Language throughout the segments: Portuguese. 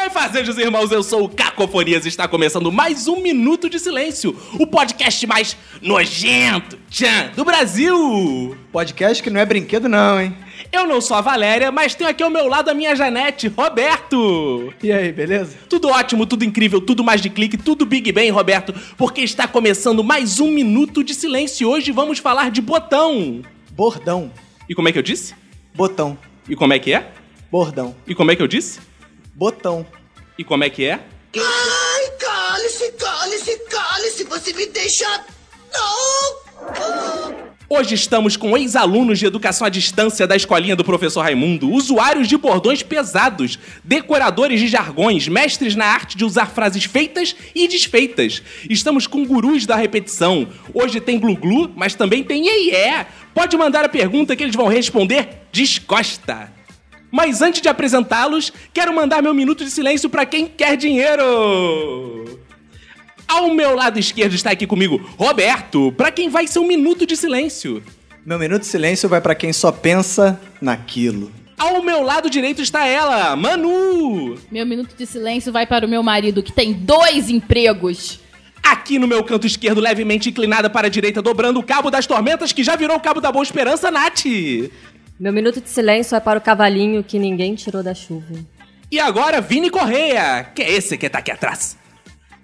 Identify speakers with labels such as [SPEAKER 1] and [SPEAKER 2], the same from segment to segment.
[SPEAKER 1] Bem, fazejos irmãos, eu sou o Cacofonias e está começando mais um Minuto de Silêncio, o podcast mais nojento, tchan, do Brasil.
[SPEAKER 2] Podcast que não é brinquedo, não, hein?
[SPEAKER 1] Eu não sou a Valéria, mas tenho aqui ao meu lado a minha Janete, Roberto.
[SPEAKER 2] E aí, beleza?
[SPEAKER 1] Tudo ótimo, tudo incrível, tudo mais de clique, tudo Big Bang, Roberto, porque está começando mais um Minuto de Silêncio. Hoje vamos falar de botão.
[SPEAKER 2] Bordão.
[SPEAKER 1] E como é que eu disse?
[SPEAKER 2] Botão.
[SPEAKER 1] E como é que é?
[SPEAKER 2] Bordão.
[SPEAKER 1] E como é que eu disse?
[SPEAKER 2] Botão.
[SPEAKER 1] E como é que é?
[SPEAKER 3] Ai, cale-se, cale-se, cale-se, você me deixa. Não!
[SPEAKER 1] Hoje estamos com ex-alunos de educação à distância da escolinha do professor Raimundo, usuários de bordões pesados, decoradores de jargões, mestres na arte de usar frases feitas e desfeitas. Estamos com gurus da repetição. Hoje tem glu-glu, mas também tem iê, iê. Pode mandar a pergunta que eles vão responder descosta. Mas antes de apresentá-los, quero mandar meu minuto de silêncio para quem quer dinheiro. Ao meu lado esquerdo está aqui comigo Roberto, pra quem vai ser um minuto de silêncio.
[SPEAKER 2] Meu minuto de silêncio vai pra quem só pensa naquilo.
[SPEAKER 1] Ao meu lado direito está ela, Manu.
[SPEAKER 4] Meu minuto de silêncio vai para o meu marido, que tem dois empregos.
[SPEAKER 1] Aqui no meu canto esquerdo, levemente inclinada para a direita, dobrando o cabo das tormentas que já virou o cabo da Boa Esperança, Nath.
[SPEAKER 5] Meu minuto de silêncio é para o cavalinho que ninguém tirou da chuva.
[SPEAKER 1] E agora, Vini Correia, que é esse que tá aqui atrás.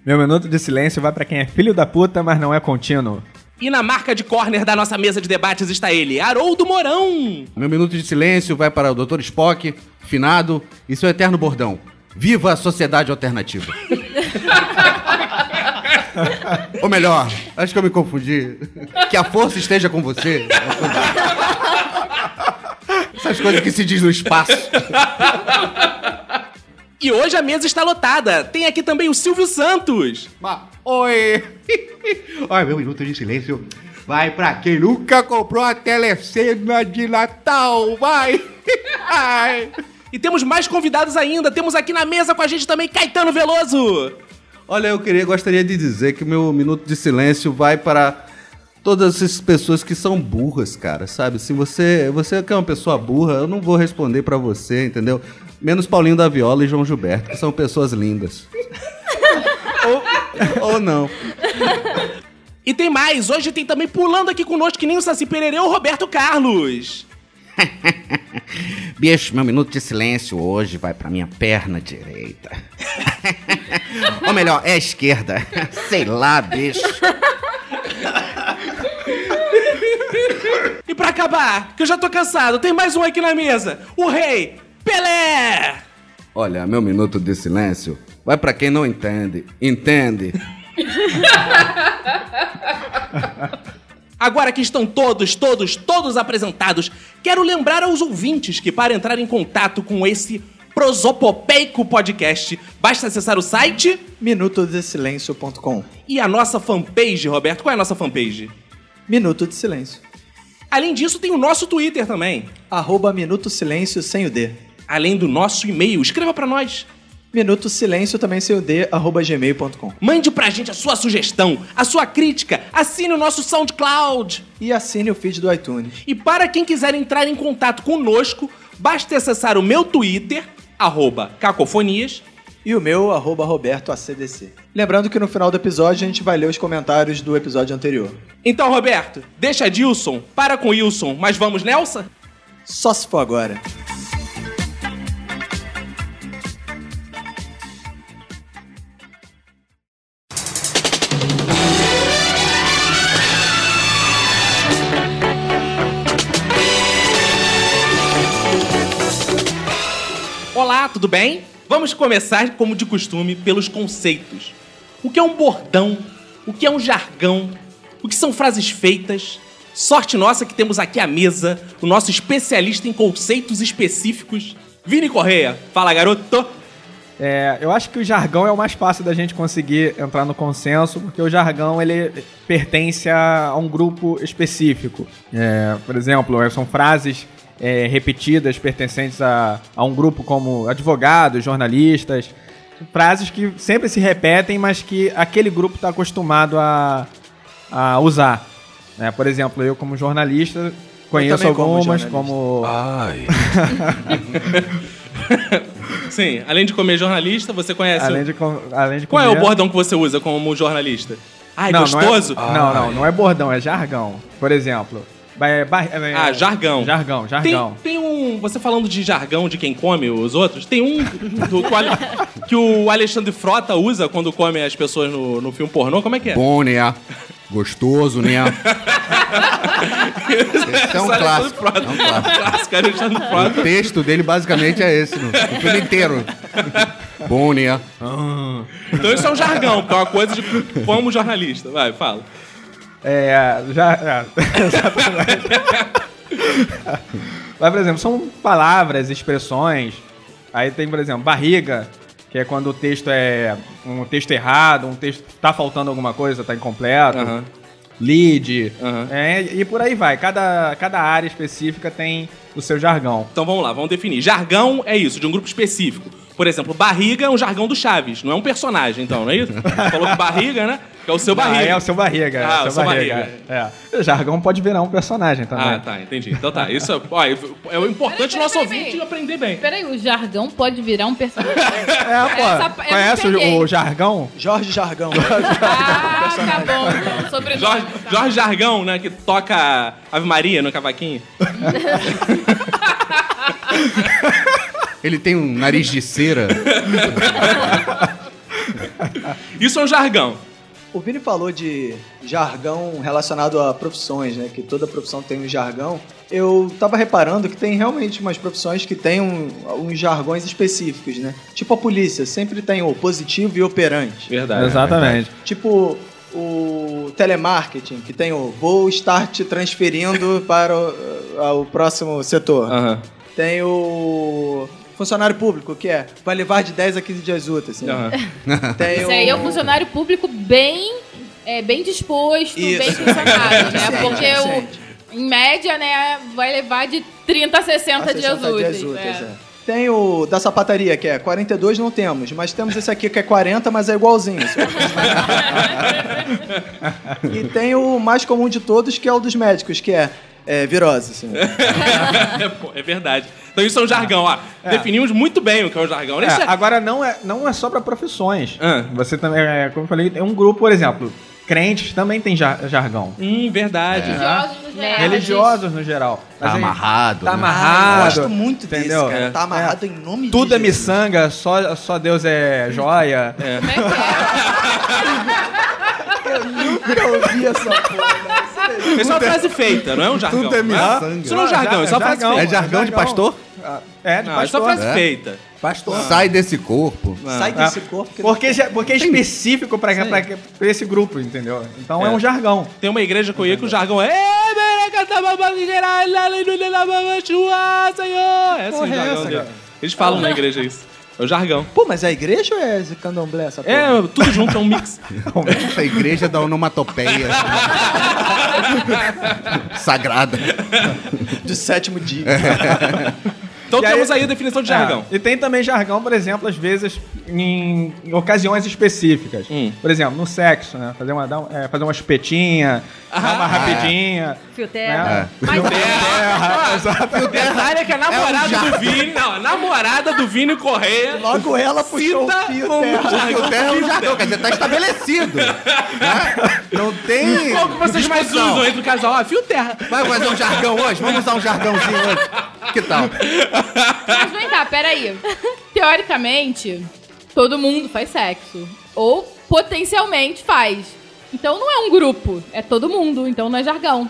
[SPEAKER 6] Meu minuto de silêncio vai pra quem é filho da puta, mas não é contínuo.
[SPEAKER 1] E na marca de corner da nossa mesa de debates está ele, Haroldo Mourão.
[SPEAKER 7] Meu minuto de silêncio vai para o Dr. Spock, finado e seu eterno bordão. Viva a sociedade alternativa. Ou melhor, acho que eu me confundi. Que a força esteja com você. Essas coisas que se diz no espaço.
[SPEAKER 1] E hoje a mesa está lotada. Tem aqui também o Silvio Santos.
[SPEAKER 7] Ma- Oi! Olha, meu minuto de silêncio vai pra quem nunca comprou a telecena de Natal, vai! Ai.
[SPEAKER 1] E temos mais convidados ainda. Temos aqui na mesa com a gente também Caetano Veloso.
[SPEAKER 7] Olha, eu queria, gostaria de dizer que meu minuto de silêncio vai para todas essas pessoas que são burras, cara, sabe? Se você, você que é uma pessoa burra, eu não vou responder pra você, entendeu? Menos Paulinho da Viola e João Gilberto, que são pessoas lindas. ou, ou não.
[SPEAKER 1] E tem mais, hoje tem também pulando aqui conosco que nem o Saci Pererê, o Roberto Carlos.
[SPEAKER 7] Bicho, meu minuto de silêncio hoje vai pra minha perna direita. Ou melhor, é a esquerda. Sei lá, bicho.
[SPEAKER 1] E pra acabar, que eu já tô cansado, tem mais um aqui na mesa, o Rei Pelé.
[SPEAKER 7] Olha, meu minuto de silêncio vai pra quem não entende. Entende?
[SPEAKER 1] Agora que estão todos, todos, todos apresentados, quero lembrar aos ouvintes que para entrar em contato com esse prosopopeico podcast, basta acessar o site
[SPEAKER 2] Minutodesilêncio.com.
[SPEAKER 1] e a nossa fanpage, Roberto. Qual é a nossa fanpage?
[SPEAKER 2] Minuto de silêncio.
[SPEAKER 1] Além disso, tem o nosso Twitter também.
[SPEAKER 2] Arroba Minuto Silêncio sem o D.
[SPEAKER 1] Além do nosso e-mail, escreva pra nós.
[SPEAKER 2] Minuto Silêncio também sem o D, arroba gmail.com.
[SPEAKER 1] Mande pra gente a sua sugestão, a sua crítica, assine o nosso SoundCloud.
[SPEAKER 2] E assine o feed do iTunes.
[SPEAKER 1] E para quem quiser entrar em contato conosco, basta acessar o meu Twitter, arroba cacofonias.
[SPEAKER 2] E o meu, arroba Roberto ACDC. Lembrando que no final do episódio a gente vai ler os comentários do episódio anterior.
[SPEAKER 1] Então, Roberto, deixa Dilson, para com Wilson, mas vamos, Nelson?
[SPEAKER 2] Só se for agora.
[SPEAKER 1] Olá, tudo bem? Vamos começar, como de costume, pelos conceitos. O que é um bordão? O que é um jargão? O que são frases feitas? Sorte nossa que temos aqui à mesa o nosso especialista em conceitos específicos, Vini Correia. Fala, garoto!
[SPEAKER 8] É, eu acho que o jargão é o mais fácil da gente conseguir entrar no consenso, porque o jargão ele pertence a, a um grupo específico. É, por exemplo, são frases é, repetidas pertencentes a, a um grupo como advogados, jornalistas, frases que sempre se repetem, mas que aquele grupo está acostumado a, a usar. né? por exemplo, eu como jornalista conheço
[SPEAKER 2] também como
[SPEAKER 8] algumas
[SPEAKER 2] jornalista.
[SPEAKER 8] como
[SPEAKER 1] Ah,
[SPEAKER 9] Ai,
[SPEAKER 1] Sim, além de comer jornalista, você conhece.
[SPEAKER 8] além
[SPEAKER 1] o-
[SPEAKER 8] de com- além de
[SPEAKER 1] Qual é
[SPEAKER 8] comer-
[SPEAKER 1] o bordão que você usa como jornalista? Ai, gostoso?
[SPEAKER 8] Não,
[SPEAKER 7] Ah,
[SPEAKER 8] é, não, não, não é bordão, é jargão. Por exemplo. ba- é bar- é-
[SPEAKER 1] Ah, jargão.
[SPEAKER 8] Jargão, jargão.
[SPEAKER 1] Tem, tem um. Você falando de jargão de quem come os outros, tem um do- que o Ale- que o Alexandre Frota usa quando come as pessoas no, no filme pornô. Como é que é?
[SPEAKER 7] Bom, né? Gostoso, né? Esse é um
[SPEAKER 1] Alexandre
[SPEAKER 7] clássico.
[SPEAKER 1] Frota.
[SPEAKER 7] É um clássico.
[SPEAKER 1] Clássico, Alexandre Frota.
[SPEAKER 7] O texto dele basicamente é esse, no no filme inteiro. Bom, né?
[SPEAKER 1] Então isso é um jargão, porque é uma coisa de como jornalista. Vai, fala.
[SPEAKER 8] É, já, é, exatamente. Mas, por exemplo, são palavras, expressões. Aí tem, por exemplo, barriga, que é quando o texto é um texto errado, um texto tá faltando alguma coisa, tá incompleto.
[SPEAKER 1] Aham.
[SPEAKER 8] Lead.
[SPEAKER 1] Aham.
[SPEAKER 8] É, e por aí vai. Cada, cada área específica tem o seu jargão.
[SPEAKER 1] Então vamos lá, vamos definir. Jargão é isso, de um grupo específico. Por exemplo, barriga é um jargão do Chaves, não é um personagem, então, não é isso? Falou que barriga, né? Que é o seu barriga.
[SPEAKER 8] Ah, é o seu barriga.
[SPEAKER 1] Ah,
[SPEAKER 8] é
[SPEAKER 1] o seu barriga.
[SPEAKER 8] É. O jargão pode virar um personagem também.
[SPEAKER 1] Ah, tá, entendi. Então tá, isso é, ó, é o importante
[SPEAKER 4] Peraí, peraí,
[SPEAKER 1] nosso
[SPEAKER 4] peraí.
[SPEAKER 1] ouvinte aprender bem.
[SPEAKER 4] Peraí, o jargão pode virar um personagem.
[SPEAKER 8] É, pô.
[SPEAKER 4] Essa- eu não
[SPEAKER 8] conhece
[SPEAKER 4] peguei.
[SPEAKER 8] o, o jargão?
[SPEAKER 2] Jorge Jargão. né?
[SPEAKER 4] Ah, tá bom. então, Sobrenome.
[SPEAKER 1] Jorge,
[SPEAKER 4] tá.
[SPEAKER 1] Jorge Jargão, né, que toca Ave Maria no cavaquinho.
[SPEAKER 7] Ele tem um nariz de cera.
[SPEAKER 1] Isso é um jargão.
[SPEAKER 2] O Vini falou de jargão relacionado a profissões, né? Que toda profissão tem um jargão. Eu tava reparando que tem realmente umas profissões que têm um- uns jargões específicos, né? Tipo a polícia, sempre tem o positivo e operante.
[SPEAKER 1] Verdade.
[SPEAKER 8] Exatamente.
[SPEAKER 2] Tipo o telemarketing, que tem o vou estar te transferindo para o, eh, ao próximo setor.
[SPEAKER 1] Aham.
[SPEAKER 2] Tem o funcionário público, que é vai levar de 10 a 15 dias úteis. Assim.
[SPEAKER 1] aham.
[SPEAKER 2] Tem
[SPEAKER 4] Isso aí é
[SPEAKER 2] o-
[SPEAKER 4] um funcionário público bem, é, bem disposto, bem
[SPEAKER 2] Isso.
[SPEAKER 4] funcionário, né? Porque
[SPEAKER 2] Eficiente, eficiente.
[SPEAKER 4] o, em média, né, vai levar de 30 a 60
[SPEAKER 2] Nossa,
[SPEAKER 4] dias
[SPEAKER 2] 60
[SPEAKER 4] úteis.
[SPEAKER 2] dias úteis,
[SPEAKER 4] é.
[SPEAKER 2] é. Tem o da sapataria, que é 42 não temos, mas temos esse aqui que é 40, mas é igualzinho. e tem o mais comum de todos, que é o dos médicos, que é, é, virose. Assim.
[SPEAKER 1] É, pô, é verdade. Então isso é um jargão, ó. Definimos muito bem o que é um jargão.
[SPEAKER 8] É,
[SPEAKER 1] Isso é-
[SPEAKER 8] agora não é, não é só pra profissões.
[SPEAKER 1] Ah.
[SPEAKER 8] Você também, é, como eu falei, é um grupo, por exemplo, crentes também tem jar- jargão.
[SPEAKER 1] Hum, verdade.
[SPEAKER 4] Religiosos, né? no
[SPEAKER 7] É,
[SPEAKER 4] geral.
[SPEAKER 8] Religiosos no geral. Mas
[SPEAKER 7] Tá
[SPEAKER 8] aí-
[SPEAKER 7] amarrado.
[SPEAKER 8] Tá
[SPEAKER 7] né?
[SPEAKER 8] amarrado.
[SPEAKER 2] eu gosto muito
[SPEAKER 8] entendeu?
[SPEAKER 2] desse, cara.
[SPEAKER 8] É.
[SPEAKER 2] Tá amarrado em nome
[SPEAKER 8] Tudo é
[SPEAKER 2] de Jesus.
[SPEAKER 8] miçanga, só, só Deus é joia.
[SPEAKER 4] Como é que
[SPEAKER 2] Nunca ouvi essa porra.
[SPEAKER 1] Isso é uma frase feita, não é um jargão.
[SPEAKER 7] Tudo
[SPEAKER 1] né?
[SPEAKER 7] é miçanga.
[SPEAKER 1] Isso não é um jargão, isso é uma frase
[SPEAKER 8] jargão.
[SPEAKER 1] feita.
[SPEAKER 7] É jargão de pastor?
[SPEAKER 8] Ah, É, de
[SPEAKER 1] Não, isso é
[SPEAKER 8] pastor.
[SPEAKER 1] uma frase
[SPEAKER 7] É.
[SPEAKER 1] feita. Ah.
[SPEAKER 7] Pastor. Sai desse corpo.
[SPEAKER 2] Sai
[SPEAKER 8] Ah.
[SPEAKER 2] desse corpo. que não-
[SPEAKER 8] Porque, já- porque é específico pra, pra, pra esse grupo, entendeu? Então é,
[SPEAKER 1] É.
[SPEAKER 8] um jargão.
[SPEAKER 1] Tem uma igreja que eu ia que o jargão é. "Ê, mereca, tababá, que geral, aleluia, lalabá, chua, Senhor! Esse é o
[SPEAKER 2] Porra, é
[SPEAKER 1] jargão
[SPEAKER 2] essa,
[SPEAKER 1] dele.
[SPEAKER 2] cara?
[SPEAKER 1] Eles falam na igreja isso. É o jargão.
[SPEAKER 2] Pô, mas é igreja ou é esse candomblé essa porra?
[SPEAKER 1] É, tudo junto, é um mix.
[SPEAKER 7] Essa igreja da onomatopeia. Sagrada.
[SPEAKER 2] Do sétimo dia.
[SPEAKER 1] Então
[SPEAKER 8] E aí-
[SPEAKER 1] temos aí a definição de jargão.
[SPEAKER 8] É, E tem também jargão, por exemplo, às vezes em, em ocasiões específicas.
[SPEAKER 1] Hum.
[SPEAKER 8] Por exemplo, no sexo, né? Fazer uma, dar um- é, fazer uma chupetinha, dar
[SPEAKER 1] Tá Ah,
[SPEAKER 8] uma rapidinha.
[SPEAKER 5] Fio terra.
[SPEAKER 8] né?
[SPEAKER 7] Ah, É.
[SPEAKER 4] Mas
[SPEAKER 1] é, O detalhe é que a namorada do Vini. Não, a namorada do Vini Correia.
[SPEAKER 2] Logo ela puxou
[SPEAKER 1] cita
[SPEAKER 2] o fio
[SPEAKER 1] como
[SPEAKER 2] terra.
[SPEAKER 7] O
[SPEAKER 1] jargão.
[SPEAKER 7] terra é um jargão, quer dizer, tá estabelecido. né? Não tem.
[SPEAKER 1] Qual que vocês mais
[SPEAKER 7] discussão.
[SPEAKER 1] usam entre o casal? Ah, fio terra.
[SPEAKER 7] Vai fazer um jargão hoje? Vamos usar um jargãozinho hoje. Que tal?
[SPEAKER 4] Mas vem cá, peraí. Teoricamente, todo mundo faz sexo. Ou potencialmente faz. Então não é um grupo, é todo mundo, então não é jargão.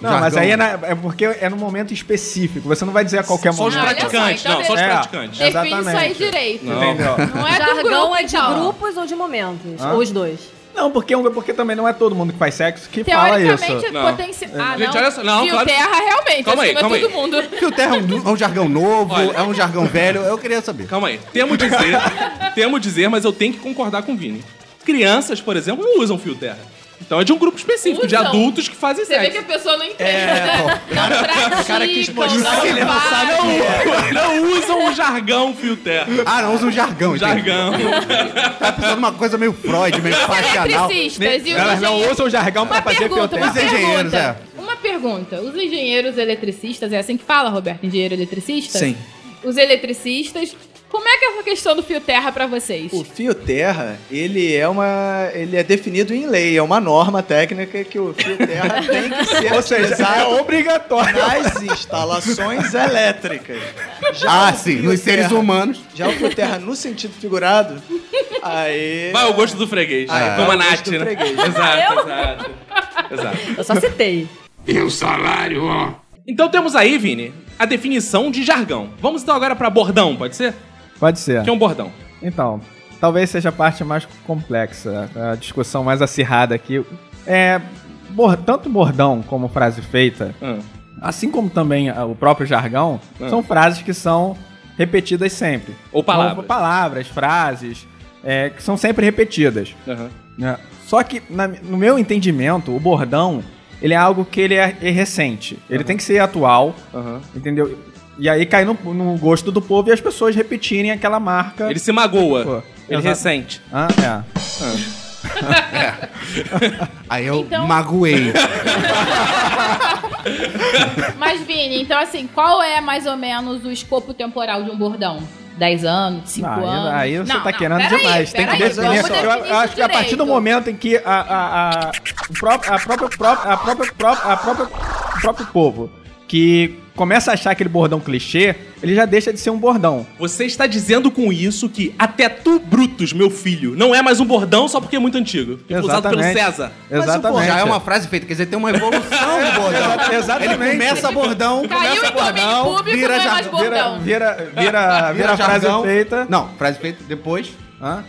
[SPEAKER 8] Não,
[SPEAKER 7] Jargão.
[SPEAKER 8] mas aí é, na- é porque é no momento específico. Você não vai dizer a qualquer
[SPEAKER 1] Só os
[SPEAKER 8] momento.
[SPEAKER 4] olha
[SPEAKER 1] praticantes.
[SPEAKER 4] só, então
[SPEAKER 1] Não, só os
[SPEAKER 4] é.
[SPEAKER 1] praticantes.
[SPEAKER 4] Define isso aí
[SPEAKER 8] Exatamente.
[SPEAKER 4] direito.
[SPEAKER 8] Entendeu?
[SPEAKER 4] Não é do
[SPEAKER 5] Jargão
[SPEAKER 4] grupo,
[SPEAKER 5] é de
[SPEAKER 4] então.
[SPEAKER 5] grupos ou de momentos?
[SPEAKER 8] Hã?
[SPEAKER 5] Ou os dois?
[SPEAKER 2] Não, porque, porque também não é todo mundo que faz sexo que fala isso.
[SPEAKER 4] Teoricamente, potencial.
[SPEAKER 1] É.
[SPEAKER 4] Ah,
[SPEAKER 2] Gente,
[SPEAKER 4] não.
[SPEAKER 2] olha só- não,
[SPEAKER 4] Fio
[SPEAKER 2] claro.
[SPEAKER 4] terra, realmente.
[SPEAKER 1] Calma aí,
[SPEAKER 4] acima
[SPEAKER 1] calma
[SPEAKER 4] todo
[SPEAKER 1] aí.
[SPEAKER 4] mundo.
[SPEAKER 7] Porque o terra é um, é um jargão novo, é um jargão velho, eu queria saber.
[SPEAKER 1] Calma aí. Temo dizer, temo dizer, mas eu tenho que concordar com o Vini. Crianças, por exemplo, não usam fio terra. Então é de um grupo específico, de
[SPEAKER 4] Usam.
[SPEAKER 1] adultos que fazem
[SPEAKER 4] Você vê que
[SPEAKER 1] sexo.
[SPEAKER 4] a pessoa não entende,
[SPEAKER 1] É,
[SPEAKER 4] né? Não pratica,
[SPEAKER 1] o cara quis
[SPEAKER 4] não
[SPEAKER 1] mostrar que ele não
[SPEAKER 4] faz.
[SPEAKER 1] sabe o que é. Não usam o jargão fio terra.
[SPEAKER 7] Ah, não, usa um jargão, entendi.
[SPEAKER 1] Jargão.
[SPEAKER 7] Tá precisando uma coisa meio Freud, meio faixa anal.
[SPEAKER 4] Eletricistas e os
[SPEAKER 7] Elas não
[SPEAKER 4] engenheiros-
[SPEAKER 7] usam o jargão pra
[SPEAKER 4] Uma
[SPEAKER 7] fazer
[SPEAKER 4] pergunta, uma
[SPEAKER 7] Os engenheiros,
[SPEAKER 4] pergunta.
[SPEAKER 7] é.
[SPEAKER 4] Uma pergunta. Os engenheiros eletricistas, é assim que fala, Roberto? Engenheiro eletricista?
[SPEAKER 10] Sim.
[SPEAKER 4] Os eletricistas, como é que é essa questão do fio terra pra vocês?
[SPEAKER 10] O fio terra, ele é uma. ele é definido em lei, é uma norma técnica que o fio terra tem que ser
[SPEAKER 2] Ou seja, é
[SPEAKER 10] utilizado
[SPEAKER 2] obrigatório.
[SPEAKER 10] nas instalações elétricas.
[SPEAKER 7] Ah,
[SPEAKER 10] o
[SPEAKER 7] sim,
[SPEAKER 10] fio
[SPEAKER 7] nos seres
[SPEAKER 1] é.
[SPEAKER 10] terra-
[SPEAKER 7] humanos.
[SPEAKER 10] Já o fio terra no sentido figurado, aí.
[SPEAKER 1] Vai ao gosto do freguês.
[SPEAKER 10] Ah, vai
[SPEAKER 1] Como a
[SPEAKER 10] ao gosto
[SPEAKER 1] Nath,
[SPEAKER 10] do
[SPEAKER 1] né?
[SPEAKER 10] freguês.
[SPEAKER 1] Exato, exato. Exato.
[SPEAKER 5] Eu só citei.
[SPEAKER 1] E o salário, ó. Então temos aí, Vini, a definição de jargão. Vamos então agora pra bordão, pode ser?
[SPEAKER 2] Pode ser.
[SPEAKER 1] Que é um bordão.
[SPEAKER 2] Então, talvez seja a parte mais complexa, a discussão mais acirrada aqui. É, bor- tanto bordão como frase feita, assim como também ah, o próprio jargão,
[SPEAKER 1] Ah.
[SPEAKER 2] são frases que são repetidas sempre.
[SPEAKER 1] Ou palavras.
[SPEAKER 2] São palavras, frases, é, que são sempre repetidas. né?
[SPEAKER 1] É.
[SPEAKER 2] Só que, na- no meu entendimento, o bordão, ele é algo que ele é, é recente. Ele tem que ser atual, entendeu? E aí cai no, no gosto do povo e as pessoas repetirem aquela marca.
[SPEAKER 1] Ele se magoa. Ele
[SPEAKER 2] Exato.
[SPEAKER 1] ressente.
[SPEAKER 2] Ah, é.
[SPEAKER 7] Aí eu
[SPEAKER 4] Então-
[SPEAKER 7] magoei.
[SPEAKER 4] Mas, Vini, então assim, qual é mais ou menos o escopo temporal de um bordão? 10 anos, 5
[SPEAKER 2] Não, aí-
[SPEAKER 4] anos?
[SPEAKER 2] aí você
[SPEAKER 4] não,
[SPEAKER 2] tá
[SPEAKER 4] não,
[SPEAKER 2] querendo
[SPEAKER 4] peraí,
[SPEAKER 2] demais. Tem que
[SPEAKER 4] peraí,
[SPEAKER 2] definir.
[SPEAKER 4] vamos
[SPEAKER 2] Eu
[SPEAKER 4] definir
[SPEAKER 2] acho que a
[SPEAKER 4] isso
[SPEAKER 2] partir do
[SPEAKER 4] direito.
[SPEAKER 2] momento em que a, a, a, o pró- a própria, pró- a própria, pró- a própria, o próprio povo que começa a achar aquele bordão clichê, ele já deixa de ser um bordão.
[SPEAKER 1] Você está dizendo com isso que até tu, Brutus, meu filho, não é mais um bordão só porque é muito antigo. Que foi usado pelo
[SPEAKER 2] Exatamente.
[SPEAKER 1] César.
[SPEAKER 2] Exatamente.
[SPEAKER 7] Já é uma frase feita, quer dizer, tem uma evolução do bordão.
[SPEAKER 2] Exa- exatamente.
[SPEAKER 7] Ele começa
[SPEAKER 4] Caiu
[SPEAKER 7] bordão, começa
[SPEAKER 4] em domínio
[SPEAKER 7] bordão,
[SPEAKER 4] público,
[SPEAKER 7] vira
[SPEAKER 4] não é mais
[SPEAKER 7] jargão.
[SPEAKER 4] bordão.
[SPEAKER 2] Vira, vira, vira, a frase
[SPEAKER 7] Ah, jargão.
[SPEAKER 2] feita.
[SPEAKER 7] Não, frase feita depois.
[SPEAKER 2] Hã?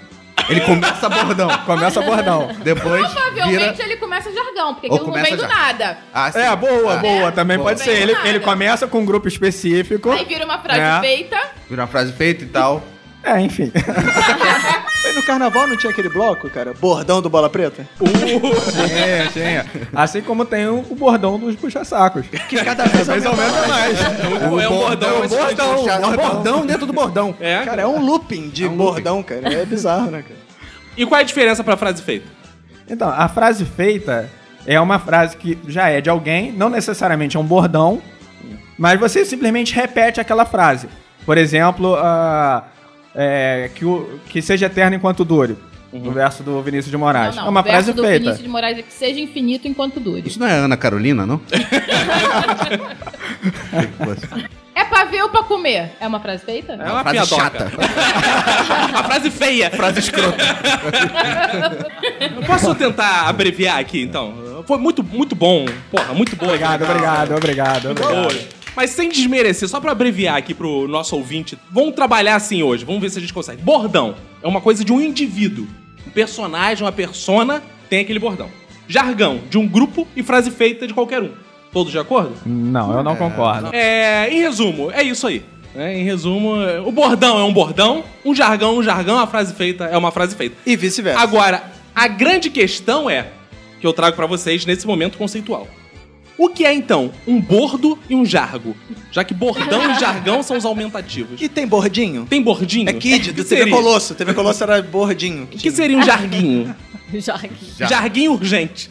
[SPEAKER 7] Ele começa bordão.
[SPEAKER 2] Começa bordão.
[SPEAKER 7] Depois
[SPEAKER 4] Provavelmente é.
[SPEAKER 7] vira.
[SPEAKER 4] ele começa jargão, porque
[SPEAKER 7] Ou
[SPEAKER 4] aquilo não
[SPEAKER 7] começa
[SPEAKER 4] vem do
[SPEAKER 7] jargão.
[SPEAKER 4] nada.
[SPEAKER 7] Ah, sim.
[SPEAKER 2] É, boa,
[SPEAKER 7] Ah,
[SPEAKER 2] boa. Também
[SPEAKER 7] boa.
[SPEAKER 2] pode ser. Ele, ele começa com um grupo específico.
[SPEAKER 4] Aí vira uma frase
[SPEAKER 2] É.
[SPEAKER 4] feita.
[SPEAKER 7] Vira uma frase feita e tal.
[SPEAKER 2] É, enfim.
[SPEAKER 10] Mas No carnaval não tinha aquele bloco, cara? Bordão do Bola Preta?
[SPEAKER 2] Tinha, tinha. Assim como tem o o bordão dos puxa-sacos.
[SPEAKER 7] É
[SPEAKER 10] Que cada vez
[SPEAKER 2] Mais ou menos é mais.
[SPEAKER 1] É um, é um bordão, mas
[SPEAKER 7] Bordão, É um
[SPEAKER 2] É
[SPEAKER 7] bordão,
[SPEAKER 2] um
[SPEAKER 7] dentro do bordão.
[SPEAKER 1] É.
[SPEAKER 10] Cara, é um looping de
[SPEAKER 7] É um
[SPEAKER 10] bordão, cara. É bizarro, né, cara?
[SPEAKER 1] E qual é a diferença pra frase feita?
[SPEAKER 2] Então, a frase feita é uma frase que já é de alguém, não necessariamente é um bordão, mas você simplesmente repete aquela frase. Por exemplo, a- é, que, o- que seja eterno enquanto dure. O verso do Vinícius de Moraes.
[SPEAKER 4] Não,
[SPEAKER 2] é
[SPEAKER 4] não.
[SPEAKER 2] uma
[SPEAKER 4] o verso
[SPEAKER 2] frase
[SPEAKER 4] do
[SPEAKER 2] feita.
[SPEAKER 4] Vinícius de Moraes é que seja infinito enquanto dure.
[SPEAKER 7] Isso não é Ana Carolina, não?
[SPEAKER 4] É pra ver ou pra comer? É uma frase feita?
[SPEAKER 1] É uma
[SPEAKER 7] frase
[SPEAKER 1] piadoca.
[SPEAKER 7] chata.
[SPEAKER 1] a frase feia.
[SPEAKER 7] Frase escrota.
[SPEAKER 1] Eu posso tentar abreviar aqui, então? Foi muito, muito bom. Porra, muito boa.
[SPEAKER 2] Obrigado,
[SPEAKER 1] Legal.
[SPEAKER 2] obrigado, obrigado, obrigado.
[SPEAKER 1] Boa. Mas sem desmerecer, só pra abreviar aqui pro nosso ouvinte, vamos trabalhar assim hoje, vamos ver se a gente consegue. Bordão é uma coisa de um indivíduo. Um personagem, uma persona tem aquele bordão. Jargão de um grupo e frase feita de qualquer um. Todos de acordo?
[SPEAKER 2] Não, eu não concordo.
[SPEAKER 1] É, em resumo, é isso aí. É, em resumo, é, o bordão é um bordão, um jargão é um jargão, a frase feita é uma frase feita.
[SPEAKER 10] E
[SPEAKER 2] É.
[SPEAKER 10] vice-versa.
[SPEAKER 1] Agora, a grande questão é que eu trago pra vocês nesse momento conceitual. O que é então um bordo e um jargo? Já que bordão e jargão são os aumentativos.
[SPEAKER 10] E tem bordinho?
[SPEAKER 1] Tem bordinho?
[SPEAKER 10] É Kid,
[SPEAKER 1] que
[SPEAKER 10] do TV
[SPEAKER 1] seria?
[SPEAKER 10] Colosso. TV Colosso era bordinho.
[SPEAKER 1] O que seria um jarguinho?
[SPEAKER 5] Jargão.
[SPEAKER 1] Jarguinho urgente.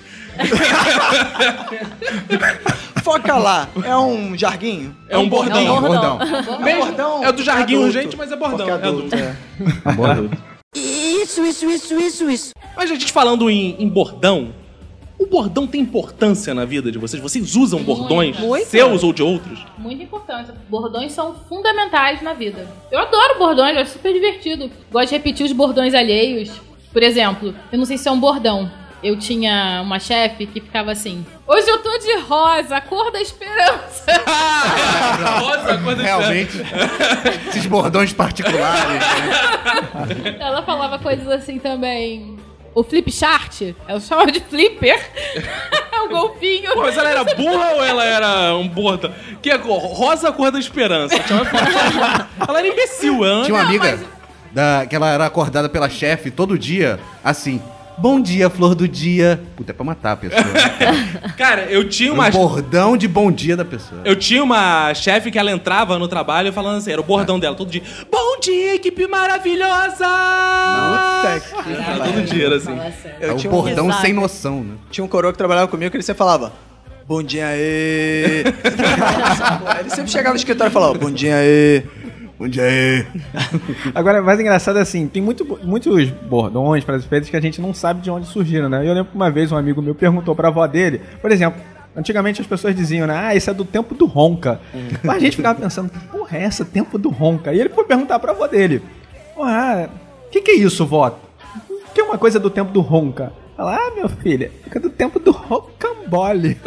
[SPEAKER 10] Foca lá. É um jarguinho?
[SPEAKER 1] É um bordão.
[SPEAKER 5] É um
[SPEAKER 7] Bordão.
[SPEAKER 10] É um bordão?
[SPEAKER 1] É do jarguinho
[SPEAKER 10] adulto.
[SPEAKER 1] urgente, mas é bordão.
[SPEAKER 10] Porque
[SPEAKER 1] É
[SPEAKER 10] é adulto,
[SPEAKER 1] adulto.
[SPEAKER 10] é.
[SPEAKER 11] Isso, isso, isso, isso, isso.
[SPEAKER 1] Mas a gente falando em, em bordão, o bordão tem importância na vida de vocês? Vocês usam bordões
[SPEAKER 5] Muita.
[SPEAKER 1] seus ou de outros?
[SPEAKER 4] Muito importante. Bordões são fundamentais na vida. Eu adoro bordões, eu acho super divertido. Gosto de repetir os bordões alheios. Por exemplo, eu não sei se é um bordão. Eu tinha uma chefe que ficava assim: Hoje eu tô de rosa, a cor da esperança.
[SPEAKER 1] Nossa, quando
[SPEAKER 7] Realmente, esses bordões particulares.
[SPEAKER 4] Ela falava coisas assim também. O flip chart, eu chamo de flipper. É um golfinho.
[SPEAKER 1] Pô, mas ela era burra ou ela era um borda? Que é cor? rosa cor da esperança. Tinha uma- ela era imbecil, ela
[SPEAKER 7] Tinha uma
[SPEAKER 1] Não,
[SPEAKER 7] amiga
[SPEAKER 1] mas-
[SPEAKER 7] da- que ela era acordada pela chefe todo dia, assim. Bom dia, flor do dia. Puta, é pra matar a pessoa.
[SPEAKER 1] Cara, eu tinha
[SPEAKER 7] Um
[SPEAKER 1] uma.
[SPEAKER 7] bordão de bom dia da pessoa.
[SPEAKER 1] Eu tinha uma chefe que ela entrava no trabalho falando assim, era o bordão dela todo dia. Bom dia, equipe maravilhosa!
[SPEAKER 2] Puta que
[SPEAKER 1] Era todo dia, era assim.
[SPEAKER 2] Eu
[SPEAKER 7] É o
[SPEAKER 2] tinha um-
[SPEAKER 7] bordão
[SPEAKER 2] Exato.
[SPEAKER 7] sem noção, né?
[SPEAKER 2] Tinha um coroa que trabalhava comigo que ele sempre falava. Bom dia aí. ele sempre chegava no escritório e falava, bom dia aí.
[SPEAKER 7] Bom dia aí.
[SPEAKER 8] Agora, mais engraçado é assim, tem muito, muitos bordões, frases feitas que a gente não sabe de onde surgiram, né? Eu lembro que uma vez um amigo meu perguntou pra avó dele, por exemplo, antigamente as pessoas diziam, né? Ah, isso é do tempo do ronca. Mas a gente ficava pensando, que porra é essa, tempo do ronca? E ele foi perguntar pra avó dele, ah, o que, que é isso, vó? Que é uma coisa do tempo do ronca? Ela, ah, meu filho, fica do tempo do rocambole.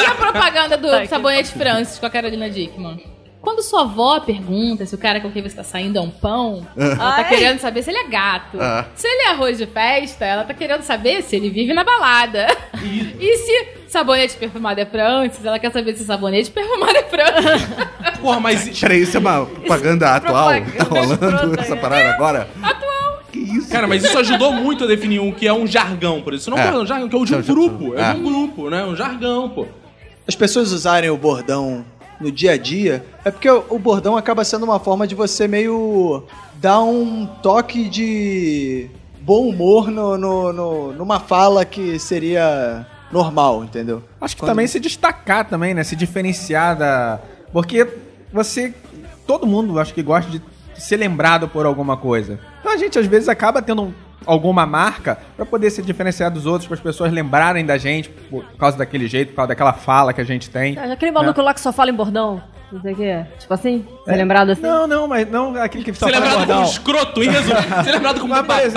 [SPEAKER 4] E a propaganda do sabonete Francis com a Carolina Dickman? Quando sua avó pergunta se o cara com quem você tá saindo é um pão, ela tá
[SPEAKER 12] Ai.
[SPEAKER 4] querendo saber se ele é gato.
[SPEAKER 12] Ah.
[SPEAKER 4] Se ele é arroz de festa, ela tá querendo saber se ele vive na balada. E se sabonete perfumado é Francis, ela quer saber se sabonete perfumado é Francis.
[SPEAKER 1] Porra, mas.
[SPEAKER 7] Peraí, isso é uma propaganda atual? Tá rolando essa parada agora?
[SPEAKER 1] Cara, mas isso ajudou muito a definir um que é um jargão, por isso. Não
[SPEAKER 7] É.
[SPEAKER 1] é um jargão, que é o de
[SPEAKER 7] É
[SPEAKER 1] um
[SPEAKER 7] o jargão.
[SPEAKER 1] grupo. É
[SPEAKER 7] Ah.
[SPEAKER 1] de um grupo, né? Um jargão, pô.
[SPEAKER 2] As pessoas usarem o bordão no dia a dia é porque o o bordão acaba sendo uma forma de você meio dar um toque de bom humor no, no- no- numa fala que seria normal, entendeu?
[SPEAKER 8] Acho que também se destacar também, né? Se diferenciar da... Porque você... Todo mundo, acho que gosta de ser lembrado por alguma coisa. Então a gente, às vezes, acaba tendo alguma marca pra poder se diferenciar dos outros, para as pessoas lembrarem da gente por causa daquele jeito, por causa daquela fala que a gente tem.
[SPEAKER 5] É, Aquele maluco lá que só fala em bordão. Não sei o quê. Tipo assim? Você é lembrado assim?
[SPEAKER 8] Não, não, mas não é aquele que só
[SPEAKER 1] Ser
[SPEAKER 8] fala
[SPEAKER 1] lembrado como
[SPEAKER 8] bordão.
[SPEAKER 1] um escroto, em resumo. Ser lembrado como um babaca.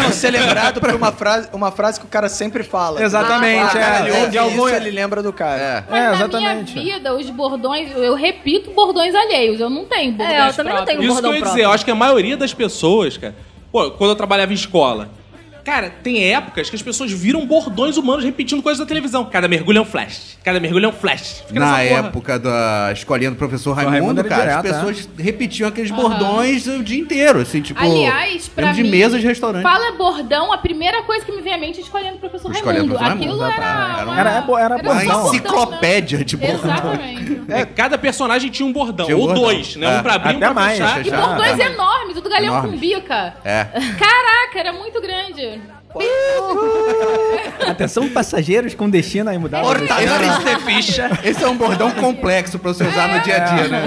[SPEAKER 2] Não, ser lembrado por uma frase, uma frase que o cara sempre fala.
[SPEAKER 8] Exatamente, é.
[SPEAKER 2] Ah, cara,
[SPEAKER 8] De
[SPEAKER 2] ele ouve
[SPEAKER 8] algum-
[SPEAKER 2] isso, ele lembra do
[SPEAKER 7] É,
[SPEAKER 2] cara.
[SPEAKER 4] Mas na minha vida, os bordões, eu repito bordões alheios, eu não tenho bordões
[SPEAKER 5] É, eu também não tenho
[SPEAKER 4] próprios.
[SPEAKER 1] Isso que eu ia dizer, eu acho que a maioria das pessoas, cara, pô, quando eu trabalhava em escola, cara, tem épocas que as pessoas viram bordões humanos repetindo coisas da televisão. Cada mergulho é um flash. Cada mergulho é um flash. Fica
[SPEAKER 7] Na
[SPEAKER 1] nessa porra.
[SPEAKER 7] época da escolinha do professor Raimundo,
[SPEAKER 8] Raimundo era
[SPEAKER 7] cara,
[SPEAKER 8] direto,
[SPEAKER 7] as pessoas repetiam aqueles bordões o dia inteiro, assim, tipo...
[SPEAKER 4] Aliás, pra
[SPEAKER 7] lembro
[SPEAKER 4] mim,
[SPEAKER 7] de mesa de restaurante.
[SPEAKER 4] Fala bordão, a primeira coisa que me vem à mente é escolhendo o professor
[SPEAKER 7] Escolhendo
[SPEAKER 4] Raimundo.
[SPEAKER 7] o professor
[SPEAKER 4] Aquilo
[SPEAKER 7] Raimundo,
[SPEAKER 4] era,
[SPEAKER 7] tá? Era um-
[SPEAKER 4] uma...
[SPEAKER 7] Era bo- era
[SPEAKER 4] só
[SPEAKER 7] bordão. Uma enciclopédia de bordão.
[SPEAKER 4] Exatamente.
[SPEAKER 1] É, cada personagem tinha um bordão.
[SPEAKER 7] Tinha um
[SPEAKER 1] ou
[SPEAKER 7] bordão.
[SPEAKER 1] dois, né?
[SPEAKER 7] É.
[SPEAKER 1] Um pra abrir, um
[SPEAKER 7] Até
[SPEAKER 1] pra
[SPEAKER 7] mais,
[SPEAKER 1] fechar.
[SPEAKER 7] já, já.
[SPEAKER 4] Por dois enormes, o do Galeão
[SPEAKER 7] Enormes.
[SPEAKER 4] com bica.
[SPEAKER 7] É.
[SPEAKER 4] Caraca, era muito grande.
[SPEAKER 8] Atenção, passageiros com destino aí mudar.
[SPEAKER 7] Portadores de ficha. Esse é um bordão complexo pra você usar no dia a dia, né?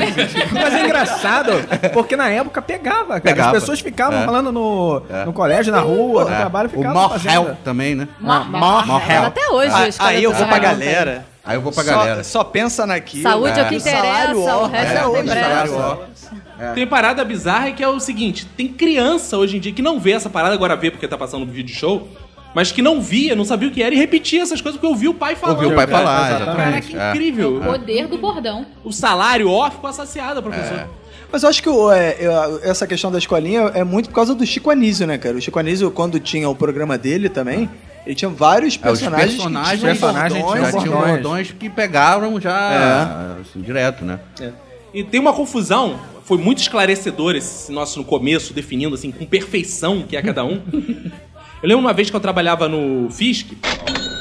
[SPEAKER 8] Mas é engraçado, porque na época pegava, cara.
[SPEAKER 7] Pegava.
[SPEAKER 8] As pessoas ficavam
[SPEAKER 7] É.
[SPEAKER 8] falando no,
[SPEAKER 7] É.
[SPEAKER 8] no colégio, na rua, no
[SPEAKER 7] É.
[SPEAKER 8] trabalho,
[SPEAKER 7] O
[SPEAKER 8] ficavam
[SPEAKER 7] Morhel também, né?
[SPEAKER 5] Mor-
[SPEAKER 7] Mor- Morhel.
[SPEAKER 5] Até hoje,
[SPEAKER 2] Ah,
[SPEAKER 5] os caras
[SPEAKER 2] aí eu vou pra
[SPEAKER 5] trabalham.
[SPEAKER 8] né?
[SPEAKER 2] galera.
[SPEAKER 7] Aí eu vou pra
[SPEAKER 2] só,
[SPEAKER 7] galera.
[SPEAKER 2] Só pensa naquilo.
[SPEAKER 5] Saúde é o que
[SPEAKER 2] Salário
[SPEAKER 5] interessa, o
[SPEAKER 2] ó,
[SPEAKER 5] resto
[SPEAKER 2] até
[SPEAKER 5] é o que
[SPEAKER 2] hoje.
[SPEAKER 5] interessa.
[SPEAKER 7] é.
[SPEAKER 1] Tem parada bizarra que é o seguinte: tem criança hoje em dia que não vê essa parada, agora vê porque tá passando um vídeo show, mas que não via, não sabia o que era e repetia essas coisas porque ouviu o pai falar.
[SPEAKER 7] Ouviu o pai
[SPEAKER 1] Cara,
[SPEAKER 7] falar,
[SPEAKER 1] Cara,
[SPEAKER 7] exatamente.
[SPEAKER 1] que
[SPEAKER 7] É.
[SPEAKER 1] incrível.
[SPEAKER 4] O poder do bordão.
[SPEAKER 1] O salário ó ficou saciado, professor.
[SPEAKER 7] É.
[SPEAKER 2] Mas eu acho que o, é, eu- essa questão da escolinha é muito por causa do Chico Anísio, né, cara? O Chico Anísio, quando tinha o programa dele também, ele tinha vários
[SPEAKER 7] É, os
[SPEAKER 2] personagens. que
[SPEAKER 7] personagens,
[SPEAKER 2] tinham
[SPEAKER 8] personagens
[SPEAKER 2] bordões,
[SPEAKER 7] já tinham
[SPEAKER 8] bordões.
[SPEAKER 7] bordões que pegaram já assim, direto, né?
[SPEAKER 1] E tem uma confusão, foi muito esclarecedor esse nosso no começo, definindo assim com perfeição o que é cada um. Eu lembro uma vez que eu trabalhava no FISC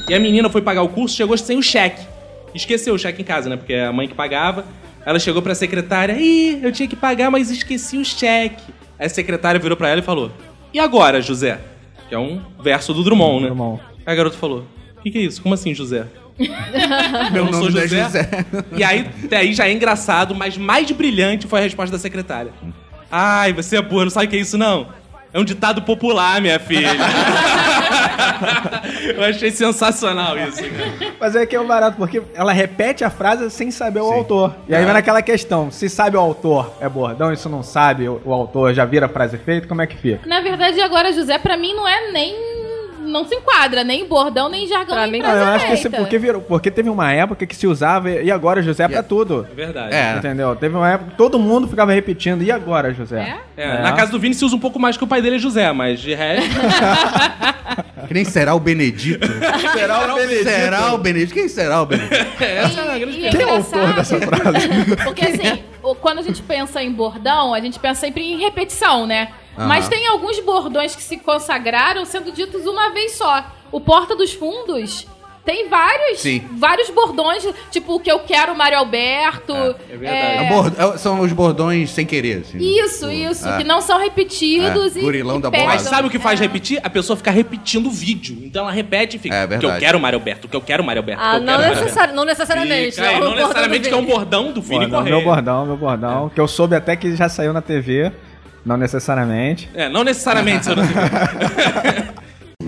[SPEAKER 1] e a menina foi pagar o curso, chegou sem o cheque. Esqueceu o cheque em casa, né? Porque é a mãe que pagava. Ela chegou pra secretária: "Ih, eu tinha que pagar, mas esqueci o cheque". Aí a secretária virou pra ela e falou: "E agora, José?" Que é um verso do Drummond, né?
[SPEAKER 8] Drummond.
[SPEAKER 1] Aí a garota falou: "O que, que é isso? Como assim, José?"
[SPEAKER 7] Meu
[SPEAKER 1] Eu não
[SPEAKER 7] nome
[SPEAKER 1] sou
[SPEAKER 7] não é
[SPEAKER 1] José.
[SPEAKER 7] José.
[SPEAKER 1] E aí, até aí já é engraçado, mas mais brilhante foi a resposta da secretária. Ai, você é burro, não sabe o que é isso, não? É um ditado popular, minha filha. Eu achei sensacional isso, cara.
[SPEAKER 8] Mas é que é o barato, porque ela repete a frase sem saber o autor. E
[SPEAKER 7] É.
[SPEAKER 8] aí vai naquela questão: se sabe o autor é bordão, e se não sabe o, o autor já vira frase feita, como é que fica?
[SPEAKER 4] Na verdade, agora, José, pra mim não é nem. não se enquadra, nem em bordão, nem em jargão, nem em
[SPEAKER 8] Não,
[SPEAKER 4] frase
[SPEAKER 8] eu
[SPEAKER 5] é,
[SPEAKER 8] acho que esse-
[SPEAKER 5] então.
[SPEAKER 4] eleita.
[SPEAKER 8] porque virou, porque teve uma época que se usava e agora José é
[SPEAKER 7] é
[SPEAKER 8] pra tudo.
[SPEAKER 1] Verdade.
[SPEAKER 8] Entendeu? Teve uma época que todo mundo ficava repetindo e agora José.
[SPEAKER 1] É, Na casa do Vini se usa um pouco mais que o pai dele é José, mas de resto.
[SPEAKER 7] Que nem será o Benedito.
[SPEAKER 8] Será o Benedito?
[SPEAKER 7] Será o Benedito? Quem será o Benedito?
[SPEAKER 1] Essa é a grande
[SPEAKER 4] E é engraçado, porque assim, o- quando a gente pensa em bordão, a gente pensa sempre em repetição, né?
[SPEAKER 7] Aham.
[SPEAKER 4] Mas tem alguns bordões que se consagraram sendo ditos uma vez só. O Porta dos Fundos tem vários,
[SPEAKER 7] Sim.
[SPEAKER 4] vários bordões, tipo o que eu quero, Mário Alberto.
[SPEAKER 1] é verdade.
[SPEAKER 7] É
[SPEAKER 4] é,
[SPEAKER 7] bord- é- São os bordões sem querer. assim, né?
[SPEAKER 4] Isso, isso,
[SPEAKER 7] Ah.
[SPEAKER 4] que não são repetidos e.
[SPEAKER 7] É, então
[SPEAKER 4] É.
[SPEAKER 7] gurilão
[SPEAKER 4] e
[SPEAKER 7] da bola.
[SPEAKER 4] pegam.
[SPEAKER 1] Mas sabe o que faz repetir? A pessoa fica repetindo o vídeo. Então ela repete e fica.
[SPEAKER 7] É
[SPEAKER 1] "O que eu
[SPEAKER 7] verdade.
[SPEAKER 1] quero o Mário Alberto, o que eu quero o Mário Alberto. o
[SPEAKER 5] Ah,
[SPEAKER 1] que eu quero
[SPEAKER 5] não,
[SPEAKER 1] o Mário Alberto."
[SPEAKER 5] necessari- não necessariamente.
[SPEAKER 1] Fica aí,
[SPEAKER 5] o
[SPEAKER 1] não
[SPEAKER 5] bordão
[SPEAKER 1] necessariamente
[SPEAKER 5] do
[SPEAKER 1] que é um
[SPEAKER 5] Vini.
[SPEAKER 1] bordão do Vini
[SPEAKER 8] Bordão,
[SPEAKER 1] Correia.
[SPEAKER 8] meu bordão, meu bordão. Que eu soube até que já saiu na TV. Não necessariamente.
[SPEAKER 1] É, não necessariamente, seu Nancy.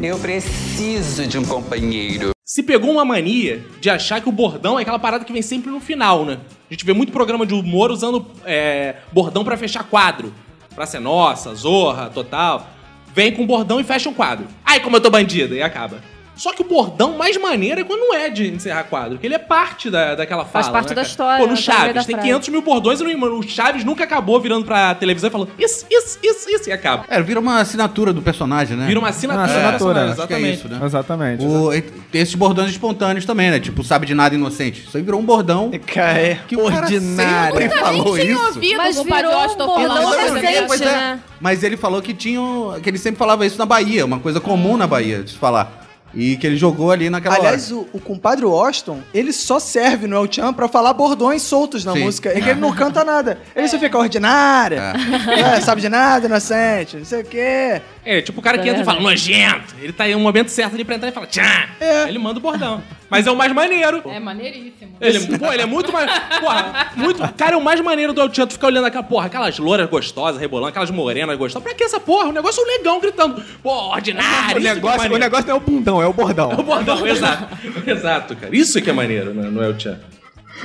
[SPEAKER 12] Eu preciso de um companheiro.
[SPEAKER 1] Se pegou uma mania de achar que o bordão é aquela parada que vem sempre no final, né? A gente vê muito programa de humor usando é, bordão pra fechar quadro. Praça é Nossa, Zorra, Total. Vem com bordão e fecha um quadro. Ai, como eu tô bandido! E acaba. Só que o bordão mais maneiro é quando não é de encerrar quadro, porque ele é parte da, daquela fala.
[SPEAKER 5] Faz parte
[SPEAKER 1] né,
[SPEAKER 5] da
[SPEAKER 1] cara?
[SPEAKER 5] história,
[SPEAKER 1] Pô, no
[SPEAKER 5] né? Tá no meio da
[SPEAKER 1] Chaves, tem
[SPEAKER 5] frase.
[SPEAKER 1] 500 mil bordões e não- o Chaves nunca acabou virando pra televisão e falando isso, isso, isso, isso, e acaba.
[SPEAKER 7] É, vira uma assinatura do personagem, né?
[SPEAKER 1] Vira uma assinatura.
[SPEAKER 8] Uma assinatura,
[SPEAKER 1] personagem,
[SPEAKER 7] Acho que é
[SPEAKER 1] exatamente.
[SPEAKER 7] isso, né?
[SPEAKER 8] Exatamente.
[SPEAKER 7] O- e- tem esses bordões espontâneos também, né? Tipo, sabe de nada inocente. Isso aí virou um bordão.
[SPEAKER 2] Cara, é
[SPEAKER 7] Que o cara
[SPEAKER 8] ordinário.
[SPEAKER 7] sempre falou
[SPEAKER 4] tinha
[SPEAKER 7] isso.
[SPEAKER 4] ouvido
[SPEAKER 5] Mas
[SPEAKER 4] o
[SPEAKER 5] virou um
[SPEAKER 4] Pagliostro
[SPEAKER 5] bordão
[SPEAKER 4] falando
[SPEAKER 7] Não,
[SPEAKER 4] sobre
[SPEAKER 5] recente,
[SPEAKER 7] pois é.
[SPEAKER 5] né?
[SPEAKER 7] Mas ele falou que tinha. um- que ele sempre falava isso na Bahia, uma coisa comum na Bahia de se falar. E que ele jogou ali naquela
[SPEAKER 2] Aliás,
[SPEAKER 7] hora.
[SPEAKER 2] o, o compadre Washington, ele só serve no El Chan pra falar bordões soltos na
[SPEAKER 7] Sim.
[SPEAKER 2] música. É que ele não canta nada. Ele só fica ordinária,
[SPEAKER 7] É.
[SPEAKER 2] né, sabe de nada, inocente, não sei o quê.
[SPEAKER 1] É, tipo o cara que entra e fala, nojento. Ele tá em um momento certo ali pra entrar e fala, tchá. Aí Ele manda o bordão. Mas é o mais maneiro.
[SPEAKER 4] É maneiríssimo.
[SPEAKER 1] Ele, pô, ele é muito mais. Porra, muito. Cara, é o mais maneiro do El Tchan. Tu ficar olhando aquela porra, aquelas louras gostosas, rebolando, aquelas morenas gostosas. Pra que essa porra? O negócio é o negão gritando. Pô, ordinário.
[SPEAKER 8] O
[SPEAKER 1] isso que é
[SPEAKER 8] negócio,
[SPEAKER 1] maneiro.
[SPEAKER 8] o negócio não é o bundão, é o bordão.
[SPEAKER 1] O bordão, exato. Exato, cara. Isso que é maneiro no, no El Tchan.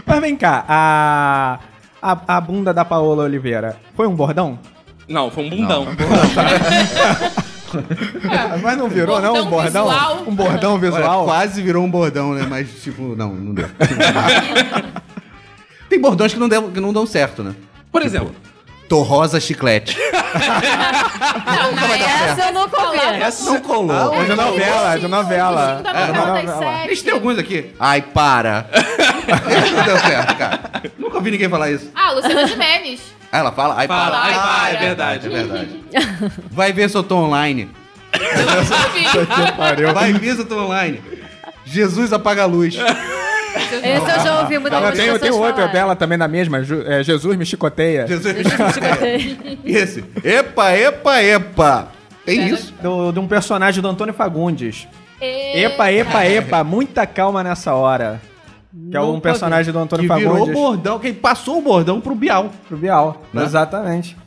[SPEAKER 8] Mas vem cá, a, a, a bunda da Paola Oliveira foi um bordão?
[SPEAKER 1] Não, foi um bundão.
[SPEAKER 8] Mas não virou,
[SPEAKER 4] Bordão
[SPEAKER 8] não? Um bordão?
[SPEAKER 4] visual.
[SPEAKER 8] Um bordão
[SPEAKER 7] Olha,
[SPEAKER 8] visual?
[SPEAKER 7] É, quase virou um bordão, né? Mas, tipo, não, não deu. Tem bordões que não, deu, que não dão certo, né?
[SPEAKER 1] Por exemplo,
[SPEAKER 7] Torrosa chiclete.
[SPEAKER 5] Essa eu não comi.
[SPEAKER 2] Essa não colou.
[SPEAKER 8] É de novela, é de novela.
[SPEAKER 4] Da
[SPEAKER 8] É,
[SPEAKER 4] novela das
[SPEAKER 7] A
[SPEAKER 4] sete.
[SPEAKER 7] gente tem alguns aqui. Ai, para. Esse não deu certo, cara. Nunca ouvi ninguém falar isso.
[SPEAKER 4] Ah, Luciana Jimenez.
[SPEAKER 7] Ah, ela fala, ai,
[SPEAKER 1] fala,
[SPEAKER 7] para.
[SPEAKER 1] ai,
[SPEAKER 7] Ah,
[SPEAKER 1] vai, é
[SPEAKER 7] É
[SPEAKER 1] verdade.
[SPEAKER 7] verdade. Vai ver se eu tô online. Vai ver se eu tô online. Jesus apaga a luz.
[SPEAKER 5] Esse eu já ouvi muitas
[SPEAKER 8] Ela
[SPEAKER 5] vezes.
[SPEAKER 8] tem, tem outra é dela também na mesma, Ju- é, Jesus me chicoteia.
[SPEAKER 7] Jesus Esse. Epa, epa, epa. Tem isso?
[SPEAKER 8] Do- de um personagem do Antônio Fagundes.
[SPEAKER 4] E-
[SPEAKER 8] Epa, epa, epa, muita calma nessa hora. Que é um personagem do Antônio
[SPEAKER 7] Que virou
[SPEAKER 8] Fagundes.
[SPEAKER 7] bordão, quem passou o bordão pro Bial.
[SPEAKER 8] Pro Bial.
[SPEAKER 7] Né?
[SPEAKER 8] Exatamente.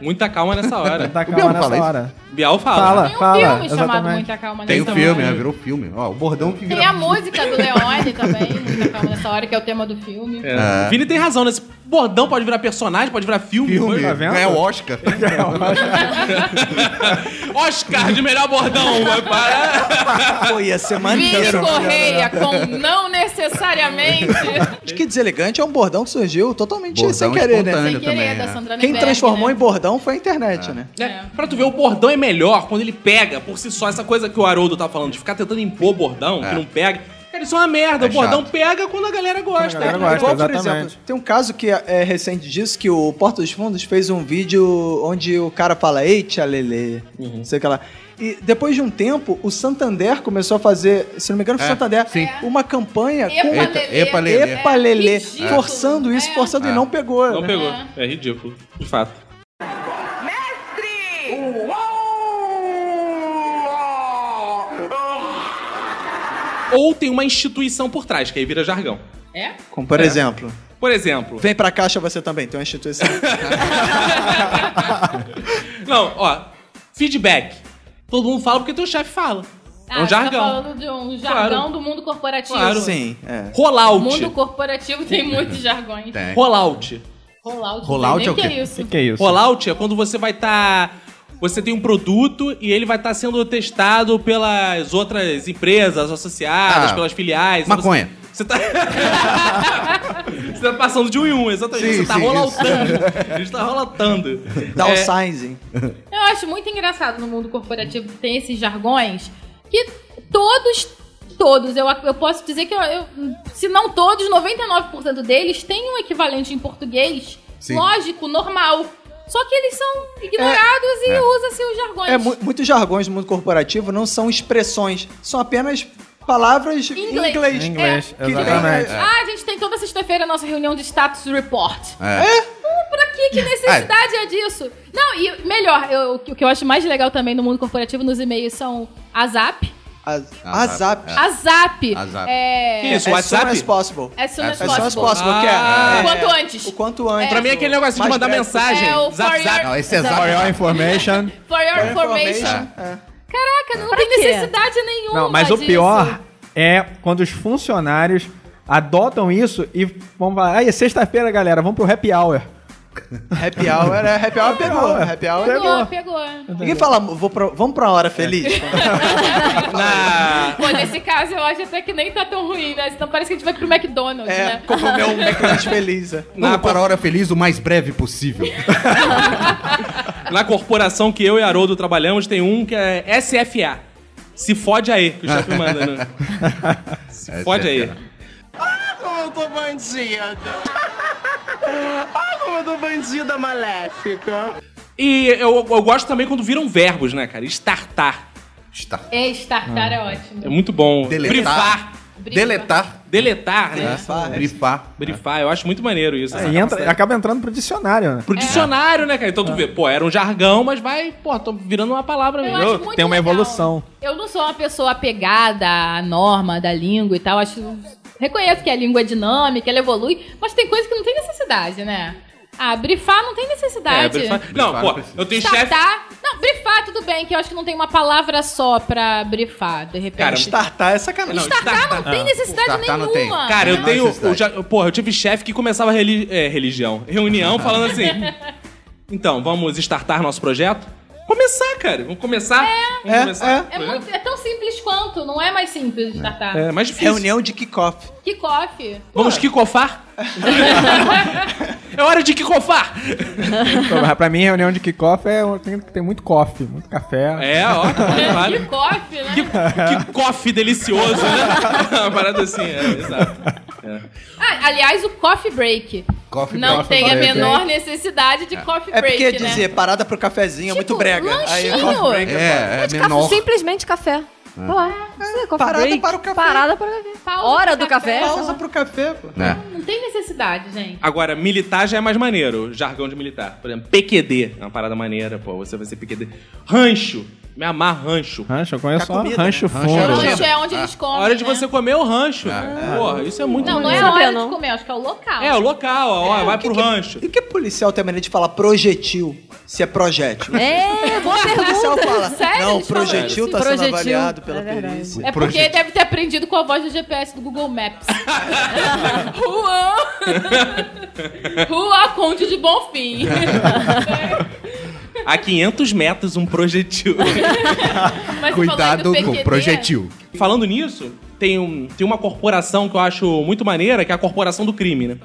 [SPEAKER 1] muita calma nessa hora.
[SPEAKER 8] Muita
[SPEAKER 7] Bial
[SPEAKER 8] calma nessa
[SPEAKER 7] fala isso?
[SPEAKER 8] hora.
[SPEAKER 1] Bial
[SPEAKER 8] Fala.
[SPEAKER 1] fala.
[SPEAKER 4] Tem um
[SPEAKER 8] fala,
[SPEAKER 4] filme chamado
[SPEAKER 8] exatamente.
[SPEAKER 4] Muita Calma
[SPEAKER 7] Tem o
[SPEAKER 4] Nessa
[SPEAKER 7] filme,
[SPEAKER 4] Hora.
[SPEAKER 7] né? Virou um filme. Ó, o bordão que virou.
[SPEAKER 4] Tem a música do Leone também, Muita Calma Nessa Hora, que é o tema do filme.
[SPEAKER 1] É. O Vini tem razão, né? Esse bordão pode virar personagem, pode virar filme.
[SPEAKER 7] filme.
[SPEAKER 8] Tá vendo?
[SPEAKER 7] É o Oscar.
[SPEAKER 1] Oscar de melhor bordão, vai parar.
[SPEAKER 2] Pô, ia ser
[SPEAKER 4] Vini
[SPEAKER 2] maneiro.
[SPEAKER 4] Correia com não necessariamente
[SPEAKER 2] Acho que deselegante é um bordão que surgiu totalmente
[SPEAKER 7] Bordão
[SPEAKER 2] sem querer, né?
[SPEAKER 7] espontâneo.
[SPEAKER 4] sem
[SPEAKER 7] Eu
[SPEAKER 4] querer
[SPEAKER 7] também,
[SPEAKER 4] da
[SPEAKER 7] é.
[SPEAKER 4] Sandra
[SPEAKER 2] Quem
[SPEAKER 4] Nenberg,
[SPEAKER 2] transformou
[SPEAKER 4] né?
[SPEAKER 2] em bordão foi a internet, né?
[SPEAKER 1] Né? Pra tu ver, o bordão é melhor quando ele pega por si só. Essa coisa que o Haroldo tá falando, de ficar tentando impor bordão, que não pega. Cara, isso é uma merda.
[SPEAKER 7] É
[SPEAKER 1] o bordão
[SPEAKER 7] chato.
[SPEAKER 1] pega quando a galera gosta.
[SPEAKER 8] Quando a galera gosta.
[SPEAKER 2] né? Igual, por
[SPEAKER 8] exatamente.
[SPEAKER 2] exemplo, tem um caso que é é recente disso, que o Porta dos Fundos fez um vídeo onde o cara fala, ei, tchalele, não sei o que lá. E depois de um tempo, o Santander começou a fazer, se não me engano, foi o Santander,
[SPEAKER 7] sim.
[SPEAKER 2] uma campanha
[SPEAKER 4] É. Epa,
[SPEAKER 2] com...
[SPEAKER 7] Epa, epa, lelê.
[SPEAKER 4] É,
[SPEAKER 2] Epa, Lelê,
[SPEAKER 4] ridículo.
[SPEAKER 2] forçando isso,
[SPEAKER 4] É.
[SPEAKER 2] forçando e não pegou.
[SPEAKER 1] Não
[SPEAKER 2] né?
[SPEAKER 1] pegou. É ridículo. De fato. Ou tem uma instituição por trás, que aí vira jargão.
[SPEAKER 4] É?
[SPEAKER 1] um
[SPEAKER 2] Como por exemplo,
[SPEAKER 1] Por exemplo,
[SPEAKER 2] vem pra caixa você também, tem uma instituição.
[SPEAKER 1] não, ó, feedback. Todo mundo fala porque teu chefe fala.
[SPEAKER 4] Ah,
[SPEAKER 1] é um
[SPEAKER 4] você Tá
[SPEAKER 1] jargão.
[SPEAKER 4] falando de um jargão
[SPEAKER 1] Claro.
[SPEAKER 4] do mundo corporativo.
[SPEAKER 1] Claro.
[SPEAKER 2] Sim, é.
[SPEAKER 4] O
[SPEAKER 1] Rollout.
[SPEAKER 4] mundo corporativo tem muitos jargões.
[SPEAKER 7] Tem.
[SPEAKER 1] Rollout.
[SPEAKER 4] Rollout.
[SPEAKER 7] Rollout
[SPEAKER 4] não sei
[SPEAKER 7] é
[SPEAKER 4] nem
[SPEAKER 7] o quê?
[SPEAKER 4] é isso?
[SPEAKER 8] Que que é isso?
[SPEAKER 1] Rollout é quando você vai estar Você tem um produto e ele vai estar sendo testado pelas outras empresas associadas,
[SPEAKER 7] Ah,
[SPEAKER 1] pelas filiais.
[SPEAKER 7] maconha.
[SPEAKER 1] Você, você tá. você tá passando de um em um, exatamente.
[SPEAKER 7] Sim,
[SPEAKER 1] você tá
[SPEAKER 7] sim, um
[SPEAKER 1] rolatando. A gente tá É, rolatando.
[SPEAKER 2] Downsizing.
[SPEAKER 4] Eu acho muito engraçado no mundo corporativo que tem esses jargões que todos, todos, eu, eu posso dizer que, eu- eu- se não todos, 99% deles têm um equivalente em português
[SPEAKER 2] Sim.
[SPEAKER 4] lógico, normal. Só que eles são ignorados e
[SPEAKER 2] É.
[SPEAKER 4] usa-se os jargões.
[SPEAKER 2] É, mu- muitos jargões do mundo corporativo não são expressões, são apenas palavras em inglês.
[SPEAKER 4] Inglês.
[SPEAKER 8] Inglês,
[SPEAKER 2] É.
[SPEAKER 8] exatamente.
[SPEAKER 4] Ah, a gente tem toda sexta-feira a nossa reunião de status report.
[SPEAKER 8] É.
[SPEAKER 4] Hum, pra que que necessidade é disso? Não, e melhor, eu- o que o que eu acho mais legal também no mundo corporativo nos e-mails são a Zap.
[SPEAKER 2] A, a Zap.
[SPEAKER 4] A Zap.
[SPEAKER 2] A Zap.
[SPEAKER 4] É...
[SPEAKER 2] As soon É as possible.
[SPEAKER 4] As soon as
[SPEAKER 2] As soon as
[SPEAKER 4] possible.
[SPEAKER 2] possible,
[SPEAKER 4] Ah.
[SPEAKER 2] que é-
[SPEAKER 4] O quanto antes.
[SPEAKER 2] O quanto antes.
[SPEAKER 1] Pra mim é aquele negócio de
[SPEAKER 2] Mais
[SPEAKER 1] mandar
[SPEAKER 2] breve
[SPEAKER 1] mensagem.
[SPEAKER 4] É, o
[SPEAKER 1] Zap,
[SPEAKER 4] for
[SPEAKER 1] zap.
[SPEAKER 4] your- Não, esse é zap. For your
[SPEAKER 8] information.
[SPEAKER 4] For your
[SPEAKER 2] For
[SPEAKER 4] information.
[SPEAKER 2] information.
[SPEAKER 4] Caraca, não tem necessidade nenhuma
[SPEAKER 8] Não, mas o
[SPEAKER 4] disso.
[SPEAKER 8] pior é quando os funcionários adotam isso e vão falar, aí é sexta-feira, galera, vamos pro happy hour.
[SPEAKER 2] Happy hour, é, happy hour pegou. Happy hour é pegou.
[SPEAKER 4] Pegou, pegou.
[SPEAKER 2] Ninguém fala, vou pra- vamos pra hora feliz?
[SPEAKER 4] Pô, nesse caso eu acho até que nem tá tão ruim, né? Então parece que a gente vai pro McDonald's,
[SPEAKER 2] É,
[SPEAKER 4] né?
[SPEAKER 2] como o meu McLanche feliz. é.
[SPEAKER 7] Vamos para a hora feliz o mais breve possível.
[SPEAKER 1] Na corporação que eu e Haroldo trabalhamos, tem um que é SFA. Se fode aí, que o chefe manda, né?
[SPEAKER 7] é
[SPEAKER 1] Se fode aí.
[SPEAKER 13] Ah, como eu tô bandida! Ah, como eu tô bandida maléfica!
[SPEAKER 1] E eu, eu gosto também quando viram verbos, né, cara? Startar.
[SPEAKER 4] É, startar
[SPEAKER 8] Ah.
[SPEAKER 4] é ótimo.
[SPEAKER 1] É muito bom.
[SPEAKER 7] Deletar.
[SPEAKER 1] Brifar.
[SPEAKER 7] Deletar.
[SPEAKER 1] Deletar, né?
[SPEAKER 4] É.
[SPEAKER 7] Brifar,
[SPEAKER 2] né?
[SPEAKER 7] Brifar.
[SPEAKER 1] Brifar. Eu acho muito maneiro isso.
[SPEAKER 8] É, É.
[SPEAKER 1] essa
[SPEAKER 8] e entra-
[SPEAKER 1] capacidade.
[SPEAKER 8] acaba entrando pro dicionário, né?
[SPEAKER 1] Pro dicionário, né, cara? Então tu vê, pô, era um jargão, mas vai, pô, tô virando uma palavra mesmo.
[SPEAKER 4] acho muito
[SPEAKER 8] Tem uma
[SPEAKER 4] legal.
[SPEAKER 8] evolução.
[SPEAKER 4] Eu não sou uma pessoa apegada à norma da língua e tal. Acho. Reconheço que a língua é dinâmica, ela evolui, mas tem coisa que não tem necessidade, né? Ah, brifar não tem
[SPEAKER 1] É,
[SPEAKER 4] necessidade.
[SPEAKER 1] brifar. Não, pô, eu tenho chefe.
[SPEAKER 4] Startar. Tá, Não, brifar, tudo bem, que eu acho que não tem uma palavra só pra brifar, de repente.
[SPEAKER 1] Cara,
[SPEAKER 2] startar é sacanagem.
[SPEAKER 4] Startar, não tem necessidade nenhuma.
[SPEAKER 1] tá, Ah. Cara, eu tenho. Eu já, eu- porra, eu tive chefe que começava reli- é, religião, reunião, falando assim. Então, vamos startar nosso projeto? Começar, cara. Vamos começar. Vamos começar.
[SPEAKER 4] É, muito- é tão simples quanto, não é mais simples startar.
[SPEAKER 1] É mais difícil.
[SPEAKER 2] Reunião de kickoff.
[SPEAKER 4] Que cofre.
[SPEAKER 1] Vamos kickoffar? é hora de kickoffar!
[SPEAKER 8] Então, pra mim, reunião de kickoff é, tem, tem muito coffee, muito café.
[SPEAKER 1] É, ó. Vale.
[SPEAKER 4] Que cofre, né?
[SPEAKER 1] Que coffee delicioso, né? Uma parada assim, é, exato.
[SPEAKER 4] Ah, aliás, o coffee break.
[SPEAKER 7] Coffee
[SPEAKER 4] não
[SPEAKER 2] break.
[SPEAKER 4] tem a
[SPEAKER 2] Coffee break.
[SPEAKER 4] menor necessidade de coffee
[SPEAKER 2] É
[SPEAKER 4] break,
[SPEAKER 2] porque
[SPEAKER 4] né? Tipo,
[SPEAKER 2] dizer parada pro cafezinho é muito brega.
[SPEAKER 4] lanchinho.
[SPEAKER 2] coffee break
[SPEAKER 7] É,
[SPEAKER 2] foda.
[SPEAKER 7] é menor.
[SPEAKER 5] Simplesmente café.
[SPEAKER 7] É.
[SPEAKER 5] Pô, é, não sei, coffee
[SPEAKER 2] Parada
[SPEAKER 5] break.
[SPEAKER 2] para o café.
[SPEAKER 5] Parada para o café.
[SPEAKER 4] Pausa
[SPEAKER 5] Hora
[SPEAKER 4] pro
[SPEAKER 5] do café.
[SPEAKER 2] Pausa pro café, pô.
[SPEAKER 1] Né?
[SPEAKER 7] É.
[SPEAKER 4] Não tem necessidade, gente.
[SPEAKER 1] Agora, militar já é mais maneiro, jargão de militar. Por exemplo, PQD. É uma parada maneira, pô. Você vai ser PQD. Rancho. Me amar rancho.
[SPEAKER 8] Rancho, eu conheço
[SPEAKER 1] Com
[SPEAKER 8] só
[SPEAKER 1] a comida,
[SPEAKER 8] rancho
[SPEAKER 1] né?
[SPEAKER 8] fundo.
[SPEAKER 1] Rancho
[SPEAKER 4] Isso é onde eles comem.
[SPEAKER 1] A hora de
[SPEAKER 4] né?
[SPEAKER 1] você comer o rancho. Porra, isso é muito
[SPEAKER 4] Não, não é
[SPEAKER 1] maneiro.
[SPEAKER 4] a hora de comer, acho que é o local.
[SPEAKER 1] É, o local, ó, ó,
[SPEAKER 4] É,
[SPEAKER 1] vai
[SPEAKER 4] o
[SPEAKER 2] que
[SPEAKER 1] pro
[SPEAKER 2] que-
[SPEAKER 1] rancho.
[SPEAKER 2] E que policial tem a maneira de falar projetil se é projétil?
[SPEAKER 4] É, boa
[SPEAKER 2] O policial fala,
[SPEAKER 4] Sério?
[SPEAKER 2] não,
[SPEAKER 4] eles falam
[SPEAKER 2] projetil
[SPEAKER 4] isso?
[SPEAKER 2] tá sendo avaliado pela perícia.
[SPEAKER 4] É porque deve ter aprendido com a voz do GPS do Google Maps. Juan! Juan Conde de Bonfim.
[SPEAKER 1] A 500 metros, um projetil.
[SPEAKER 4] Mas Cuidado tá falando do com o PQD, projetil.
[SPEAKER 1] Falando nisso, tem, um, tem uma corporação que eu acho muito maneira, que é a Corporação do Crime, né?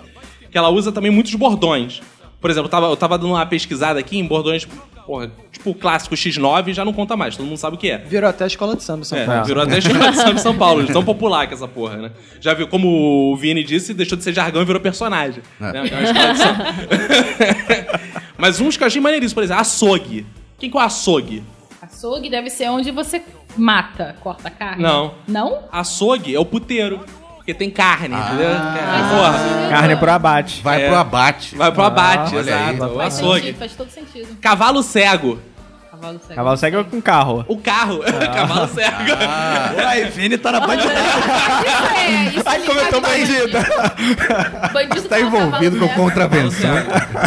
[SPEAKER 1] Que ela usa também muitos bordões. Por exemplo, eu tava, eu tava dando uma pesquisada aqui em bordões, porra, tipo o clássico X9 já não conta mais, todo mundo sabe o que é.
[SPEAKER 2] Virou até a escola de samba, em São
[SPEAKER 1] É,
[SPEAKER 2] Paulo.
[SPEAKER 1] virou até chamado de Samba São Paulo, de tão popular que essa porra, né? Já viu, como o Vini disse, deixou de ser jargão e virou personagem. né? É uma escola de samba. Mas uns que eu achei maneiríssimo, por exemplo, açougue. Quem que é o açougue?
[SPEAKER 4] Açougue deve ser onde você mata, corta a carne.
[SPEAKER 1] Não.
[SPEAKER 4] Não?
[SPEAKER 1] Açougue é o puteiro. Porque tem carne, entendeu? Carne,
[SPEAKER 4] Ah,
[SPEAKER 1] porra.
[SPEAKER 8] Carne pro abate.
[SPEAKER 7] Vai
[SPEAKER 1] pro
[SPEAKER 7] abate.
[SPEAKER 1] Vai pro
[SPEAKER 8] Ah,
[SPEAKER 1] abate,
[SPEAKER 8] olha
[SPEAKER 1] exato.
[SPEAKER 8] aí.
[SPEAKER 1] O
[SPEAKER 4] Faz
[SPEAKER 1] açougue.
[SPEAKER 4] sentido, faz todo sentido.
[SPEAKER 1] Cavalo cego.
[SPEAKER 4] Cavalo cego.
[SPEAKER 8] Cavalo segue com carro.
[SPEAKER 1] O carro. Cavalo cego.
[SPEAKER 7] Ah.
[SPEAKER 2] Uai, Vini tá na bandidagem.
[SPEAKER 4] É, isso
[SPEAKER 8] Ai, como eu tô bandido.
[SPEAKER 4] Tá Bandido
[SPEAKER 7] Tá envolvido com contravenção.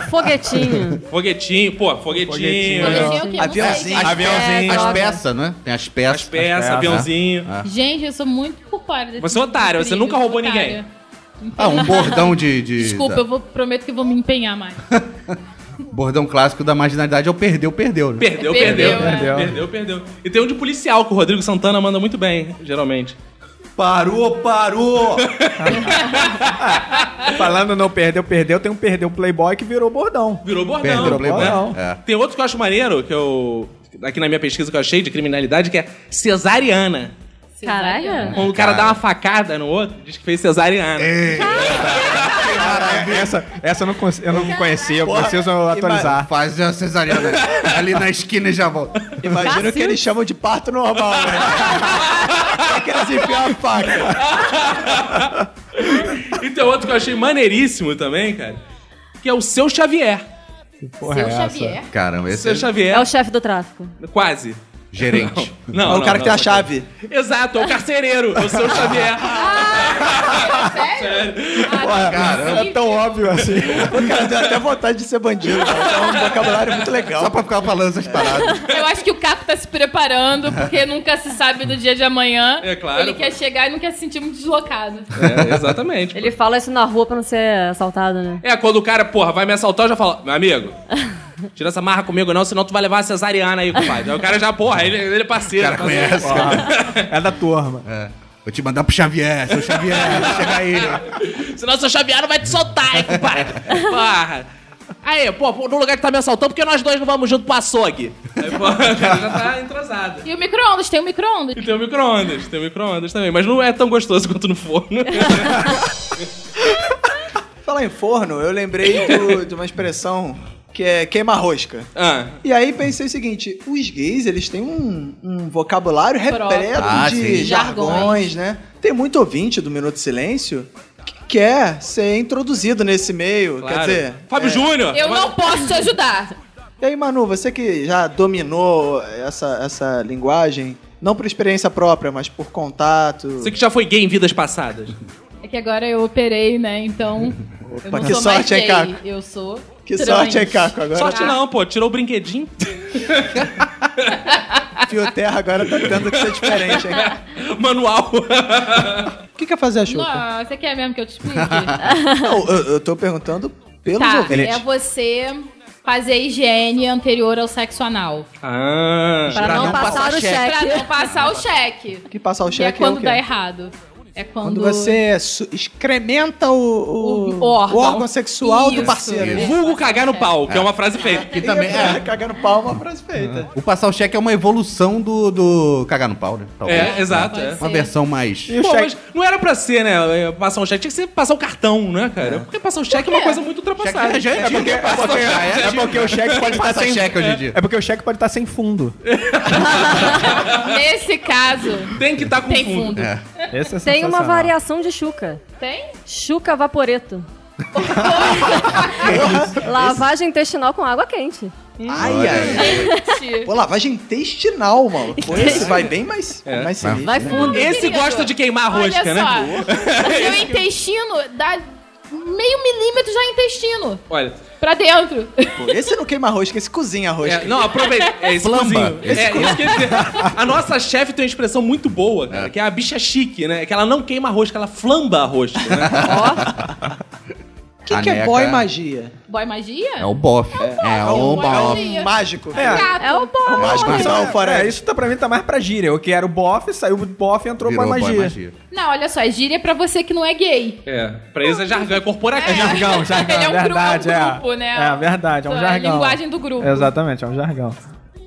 [SPEAKER 5] Foguetinho.
[SPEAKER 1] Foguetinho, pô, foguetinho.
[SPEAKER 8] Foguetinho.
[SPEAKER 4] Foguetinho né? o quê? Não
[SPEAKER 7] assim,
[SPEAKER 1] assim.
[SPEAKER 2] Aviãozinho.
[SPEAKER 4] sei.
[SPEAKER 8] Aviãozinho.
[SPEAKER 7] As
[SPEAKER 5] droga.
[SPEAKER 7] peças, né? Tem as peças.
[SPEAKER 1] As peças,
[SPEAKER 8] peças,
[SPEAKER 1] aviãozinho.
[SPEAKER 4] Gente, eu sou muito por fora desse
[SPEAKER 1] Você é otário, você
[SPEAKER 4] incrível,
[SPEAKER 1] nunca roubou
[SPEAKER 4] otária.
[SPEAKER 1] ninguém.
[SPEAKER 7] Ah, um bordão de. de-
[SPEAKER 4] Desculpa,
[SPEAKER 7] da-
[SPEAKER 4] eu vou, prometo que vou me empenhar mais.
[SPEAKER 14] Bordão clássico da marginalidade é o perdeu, perdeu. Né?
[SPEAKER 1] Perdeu, perdeu. Perdeu, perdeu. E tem um de policial que o Rodrigo Santana manda muito bem, geralmente.
[SPEAKER 14] Parou, parou!
[SPEAKER 8] Falando não perdeu, perdeu, tem um perdeu Playboy que virou bordão.
[SPEAKER 1] Virou bordão.
[SPEAKER 8] Perdeu Playboy.
[SPEAKER 1] Né?
[SPEAKER 7] É.
[SPEAKER 1] Tem outro que eu acho maneiro, que eu. Aqui na minha pesquisa que eu achei de criminalidade, que é cesariana.
[SPEAKER 5] Caralho.
[SPEAKER 1] Quando o cara dá uma facada no outro, diz que fez cesariana.
[SPEAKER 7] É.
[SPEAKER 8] Essa, essa eu não, cons- eu não conhecia, eu preciso atualizar.
[SPEAKER 14] Faz a cesariana ali na esquina e já volta.
[SPEAKER 2] Imagina o que eles chamam de parto normal, né? Só que eles enfiam a faca.
[SPEAKER 1] E tem outro que eu achei maneiríssimo também, cara. Que é o seu Xavier.
[SPEAKER 5] Seu
[SPEAKER 2] é
[SPEAKER 5] Xavier.
[SPEAKER 14] Caramba, esse
[SPEAKER 1] Seu Xavier.
[SPEAKER 5] É o chefe do tráfico.
[SPEAKER 1] Quase.
[SPEAKER 14] gerente.
[SPEAKER 1] Não,
[SPEAKER 2] É o
[SPEAKER 1] não,
[SPEAKER 2] cara que tem
[SPEAKER 1] não.
[SPEAKER 2] a chave.
[SPEAKER 1] Exato, é o carcereiro, é o seu Xavier.
[SPEAKER 4] Ah,
[SPEAKER 14] Caramba.
[SPEAKER 8] É tão óbvio assim.
[SPEAKER 2] O cara deu até vontade de ser bandido. cara. É um vocabulário muito legal.
[SPEAKER 14] Só pra ficar falando essas paradas.
[SPEAKER 4] Eu acho que o Caco tá se preparando, porque nunca se sabe do dia de amanhã.
[SPEAKER 1] É claro.
[SPEAKER 4] Ele quer chegar e não quer se sentir muito deslocado.
[SPEAKER 1] É, exatamente.
[SPEAKER 5] Ele fala isso na rua pra não ser assaltado, né?
[SPEAKER 1] É, quando o cara, porra, vai me assaltar, eu já falo, meu amigo, tira essa marra comigo não, senão tu vai levar a cesariana aí, compadre. Aí o cara já, porra, ele, ele é parceiro.
[SPEAKER 14] O cara conhece,
[SPEAKER 8] É da turma.
[SPEAKER 14] É. Vou te mandar pro Xavier, seu Xavier, chega aí.
[SPEAKER 1] Senão seu Xavier não vai te soltar, hein, compadre. Porra. Aí, pô, pô, no lugar que tá me assaltando, porque nós dois não vamos junto pro açougue. Aí, pô, o cara já tá entrosado.
[SPEAKER 4] E o micro-ondas, tem o micro-ondas.
[SPEAKER 1] E tem o micro-ondas, tem o micro-ondas também, mas não é tão gostoso quanto no forno.
[SPEAKER 2] Falar em forno, eu lembrei do- de uma expressão que é queima-rosca.
[SPEAKER 1] ah,
[SPEAKER 2] E aí pensei o seguinte, os gays, eles têm um, um vocabulário repleto
[SPEAKER 14] Ah,
[SPEAKER 2] de
[SPEAKER 14] sim.
[SPEAKER 2] jargões, né? Tem muito ouvinte do Minuto de Silêncio que quer ser introduzido nesse meio,
[SPEAKER 1] claro.
[SPEAKER 2] quer dizer... é.
[SPEAKER 1] Fábio Júnior.
[SPEAKER 4] Eu não posso te ajudar.
[SPEAKER 2] E aí, Manu, você que já dominou essa, essa linguagem, não por experiência própria, mas por contato...
[SPEAKER 1] Você que já foi gay em vidas passadas.
[SPEAKER 4] É que agora eu operei, né? Então. eu não
[SPEAKER 2] que
[SPEAKER 4] sou mais
[SPEAKER 2] sorte, hein,
[SPEAKER 4] gay.
[SPEAKER 2] Caco?
[SPEAKER 4] Eu sou.
[SPEAKER 2] Que
[SPEAKER 4] trans.
[SPEAKER 2] sorte, hein, Caco? Agora
[SPEAKER 4] tá.
[SPEAKER 1] Sorte não, pô, tirou o brinquedinho.
[SPEAKER 2] o Fio Terra agora tá tendo que ser diferente, hein?
[SPEAKER 1] Manual.
[SPEAKER 2] O que quer fazer a Xuca?
[SPEAKER 4] Não, você quer mesmo que eu te explique?
[SPEAKER 2] Não, eu, eu tô perguntando pelos
[SPEAKER 4] tá,
[SPEAKER 2] ouvintes.
[SPEAKER 4] é você fazer higiene anterior ao sexo anal.
[SPEAKER 1] Ah.
[SPEAKER 5] Pra, não, passar, o cheque.
[SPEAKER 4] Pra não passar o cheque.
[SPEAKER 2] Que passar o
[SPEAKER 4] Que é
[SPEAKER 2] cheque
[SPEAKER 4] quando
[SPEAKER 2] o quê?
[SPEAKER 4] dá errado. É
[SPEAKER 2] Quando
[SPEAKER 4] quando.
[SPEAKER 2] você su- excrementa o, o-
[SPEAKER 4] O órgão.
[SPEAKER 2] o órgão assim. sexual do
[SPEAKER 4] Isso.
[SPEAKER 2] parceiro.
[SPEAKER 4] Isso.
[SPEAKER 1] Vulgo cagar no pau, que é uma frase feita.
[SPEAKER 14] Que também
[SPEAKER 2] é,
[SPEAKER 14] é.
[SPEAKER 2] cagando pau é uma frase feita.
[SPEAKER 14] O passar o cheque é uma evolução do, do cagar no pau, né? Talvez.
[SPEAKER 1] É, exato. é.
[SPEAKER 14] Uma versão mais.
[SPEAKER 8] E o
[SPEAKER 1] Pô,
[SPEAKER 8] cheque,
[SPEAKER 1] mas não era pra ser, né? eh, Passar um cheque. Tinha que ser passar o cartão, né, cara? Porque passar o cheque é uma coisa muito ultrapassada.
[SPEAKER 14] é porque,
[SPEAKER 8] é porque o cheque pode estar
[SPEAKER 14] passa
[SPEAKER 8] sem
[SPEAKER 14] tipo cheque hoje em dia.
[SPEAKER 8] É porque o cheque pode estar sem fundo.
[SPEAKER 4] Nesse caso,
[SPEAKER 1] Tem que estar com
[SPEAKER 4] tem
[SPEAKER 1] fundo.
[SPEAKER 4] fundo.
[SPEAKER 8] Esse é
[SPEAKER 5] Tem uma
[SPEAKER 8] sensacional.
[SPEAKER 5] variação de chuca.
[SPEAKER 4] Tem?
[SPEAKER 5] Chuca vaporeto. Lavagem intestinal com água quente.
[SPEAKER 2] Ai, ai.
[SPEAKER 4] Gente.
[SPEAKER 2] Pô, lavagem intestinal, mano. Pô, esse vai bem mais,
[SPEAKER 8] É.
[SPEAKER 2] mais sinistro. né?
[SPEAKER 5] Vai fundo.
[SPEAKER 1] Esse
[SPEAKER 4] Querido,
[SPEAKER 1] gosta de queimar a
[SPEAKER 4] Olha
[SPEAKER 1] rosca, né?
[SPEAKER 4] só, seu intestino dá meio milímetro já é intestino.
[SPEAKER 1] Olha.
[SPEAKER 4] Pra dentro.
[SPEAKER 2] Pô, esse não queima rosca, esse cozinha rosca.
[SPEAKER 1] é, não, aproveita. É esse cozinho.
[SPEAKER 14] Esse
[SPEAKER 1] É, isso que eu ia dizer. A nossa chefe tem uma expressão muito boa, cara, que é a bicha chique, né? Que ela não queima a rosca, ela flamba a rosca, né?
[SPEAKER 2] O que, que é
[SPEAKER 14] Caneca.
[SPEAKER 2] boy magia?
[SPEAKER 4] Boy magia?
[SPEAKER 14] É o bofe. É o
[SPEAKER 4] bofe.
[SPEAKER 8] um
[SPEAKER 14] bofe.
[SPEAKER 4] um Magia.
[SPEAKER 2] Mágico.
[SPEAKER 8] É.
[SPEAKER 4] Gato.
[SPEAKER 5] É o
[SPEAKER 2] É um
[SPEAKER 5] bom.
[SPEAKER 2] mágico que só o
[SPEAKER 8] É,
[SPEAKER 2] fora.
[SPEAKER 8] isso tá, pra mim tá mais pra gíria. Eu que era o bofe, saiu o bofe e entrou
[SPEAKER 14] Virou
[SPEAKER 8] pra
[SPEAKER 14] boy
[SPEAKER 8] magia.
[SPEAKER 4] Não, olha só, é gíria pra você que não é gay.
[SPEAKER 1] É. Pra eles é jargão, é corporativo.
[SPEAKER 8] É jargão, jargão,
[SPEAKER 4] Ele é um gru-
[SPEAKER 8] verdade,
[SPEAKER 4] é um
[SPEAKER 8] é.
[SPEAKER 4] grupo, né?
[SPEAKER 8] É, verdade, é um
[SPEAKER 4] É a
[SPEAKER 8] jargão.
[SPEAKER 4] linguagem do grupo.
[SPEAKER 8] Exatamente, é um jargão.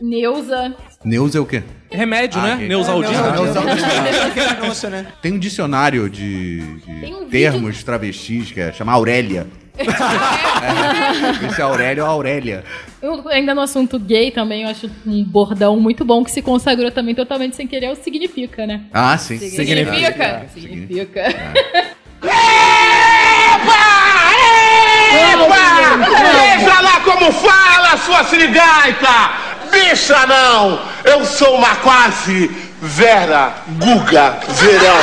[SPEAKER 4] Neuza.
[SPEAKER 14] Neus é o quê?
[SPEAKER 1] Remédio,
[SPEAKER 14] Ah,
[SPEAKER 1] né?
[SPEAKER 14] ok.
[SPEAKER 1] Neusaldina.
[SPEAKER 2] É um Aquele anúncio, né?
[SPEAKER 14] Tem um dicionário de, de
[SPEAKER 4] Tem um
[SPEAKER 14] termos travestis que é chama Aurélia. Esse é Aurélio ou Aurélia.
[SPEAKER 4] Eu- ainda no assunto gay também, eu acho um bordão muito bom que se consagrou também totalmente sem querer, é o significa, né?
[SPEAKER 14] Ah, sim.
[SPEAKER 4] Significa?
[SPEAKER 14] Ah,
[SPEAKER 4] Significa.
[SPEAKER 13] Veja lá como fala, sua sirigaita! Bicha não! Eu sou uma quase Vera Guga Verão.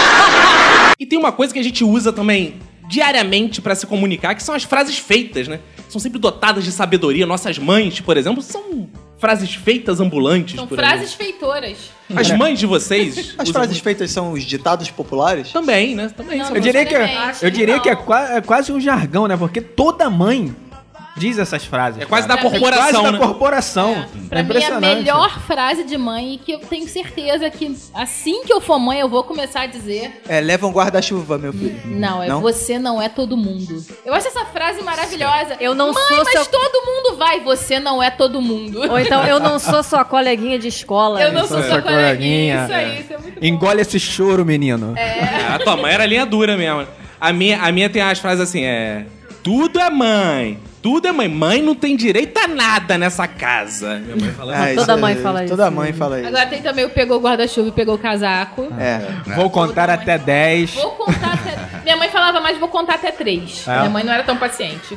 [SPEAKER 1] E tem uma coisa que a gente usa também diariamente pra se comunicar, que são as frases feitas, né? São sempre dotadas de sabedoria. Nossas mães, por exemplo, são frases feitas ambulantes.
[SPEAKER 4] São
[SPEAKER 1] por
[SPEAKER 4] frases feitoras.
[SPEAKER 1] aí. As mães de vocês.
[SPEAKER 2] As
[SPEAKER 1] usam
[SPEAKER 2] frases
[SPEAKER 1] muito-
[SPEAKER 2] feitas são os ditados populares?
[SPEAKER 1] Também, né? Também.
[SPEAKER 4] Não,
[SPEAKER 1] são
[SPEAKER 8] Eu diria que, é
[SPEAKER 4] Acho
[SPEAKER 8] eu diria
[SPEAKER 4] não.
[SPEAKER 8] que é, qua- é quase um jargão, né? Porque toda mãe diz essas frases. É
[SPEAKER 1] quase
[SPEAKER 8] cara.
[SPEAKER 1] da corporação,
[SPEAKER 8] Quase da
[SPEAKER 1] né?
[SPEAKER 8] corporação. É,
[SPEAKER 4] Pra mim, a
[SPEAKER 8] impressionante.
[SPEAKER 4] melhor frase de mãe, que eu tenho certeza que assim que eu for mãe, eu vou começar a dizer:
[SPEAKER 2] É, leva um guarda-chuva, meu filho.
[SPEAKER 4] Não, é você não é todo mundo. Eu acho essa frase maravilhosa.
[SPEAKER 5] Eu não
[SPEAKER 4] Mãe,
[SPEAKER 5] sou
[SPEAKER 4] mas
[SPEAKER 5] seu-
[SPEAKER 4] todo mundo vai, você não é todo mundo.
[SPEAKER 5] Ou então, eu não sou sua coleguinha de escola.
[SPEAKER 4] Eu não sou
[SPEAKER 8] Essa
[SPEAKER 4] sua
[SPEAKER 8] coleguinha.
[SPEAKER 4] coleguinha. Isso aí, isso é muito
[SPEAKER 8] Engole esse choro, menino.
[SPEAKER 1] É, a tua mãe era linha dura mesmo. A minha, a minha tem as frases assim, é... Tudo é mãe. Tudo é mãe. Mãe não tem direito a nada nessa casa. Minha mãe fala
[SPEAKER 2] É,
[SPEAKER 5] Toda mãe fala isso. né?
[SPEAKER 2] Toda mãe fala isso.
[SPEAKER 4] Agora tem também o pegou o guarda-chuva e pegou o casaco.
[SPEAKER 2] É.
[SPEAKER 8] Vou contar até 10.
[SPEAKER 4] Vou contar até. Minha mãe falava mais, vou contar até três.
[SPEAKER 8] É.
[SPEAKER 4] Minha mãe não era tão paciente.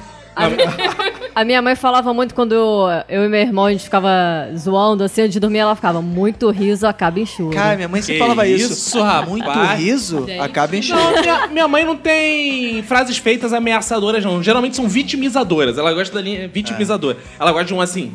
[SPEAKER 5] A minha mãe falava muito quando eu, eu e meu irmão, a gente ficava zoando, assim, antes de dormir, ela ficava, muito riso acaba em choro.
[SPEAKER 2] Cara, minha mãe
[SPEAKER 1] Que
[SPEAKER 2] sempre falava isso. Ah,
[SPEAKER 1] isso, rapaz.
[SPEAKER 2] Muito riso,
[SPEAKER 4] Gente.
[SPEAKER 2] acaba enchendo.
[SPEAKER 1] Não, minha, minha mãe não tem frases feitas ameaçadoras, não. Geralmente são vitimizadoras. Ela gosta da linha vitimizadora. Ela gosta de um assim.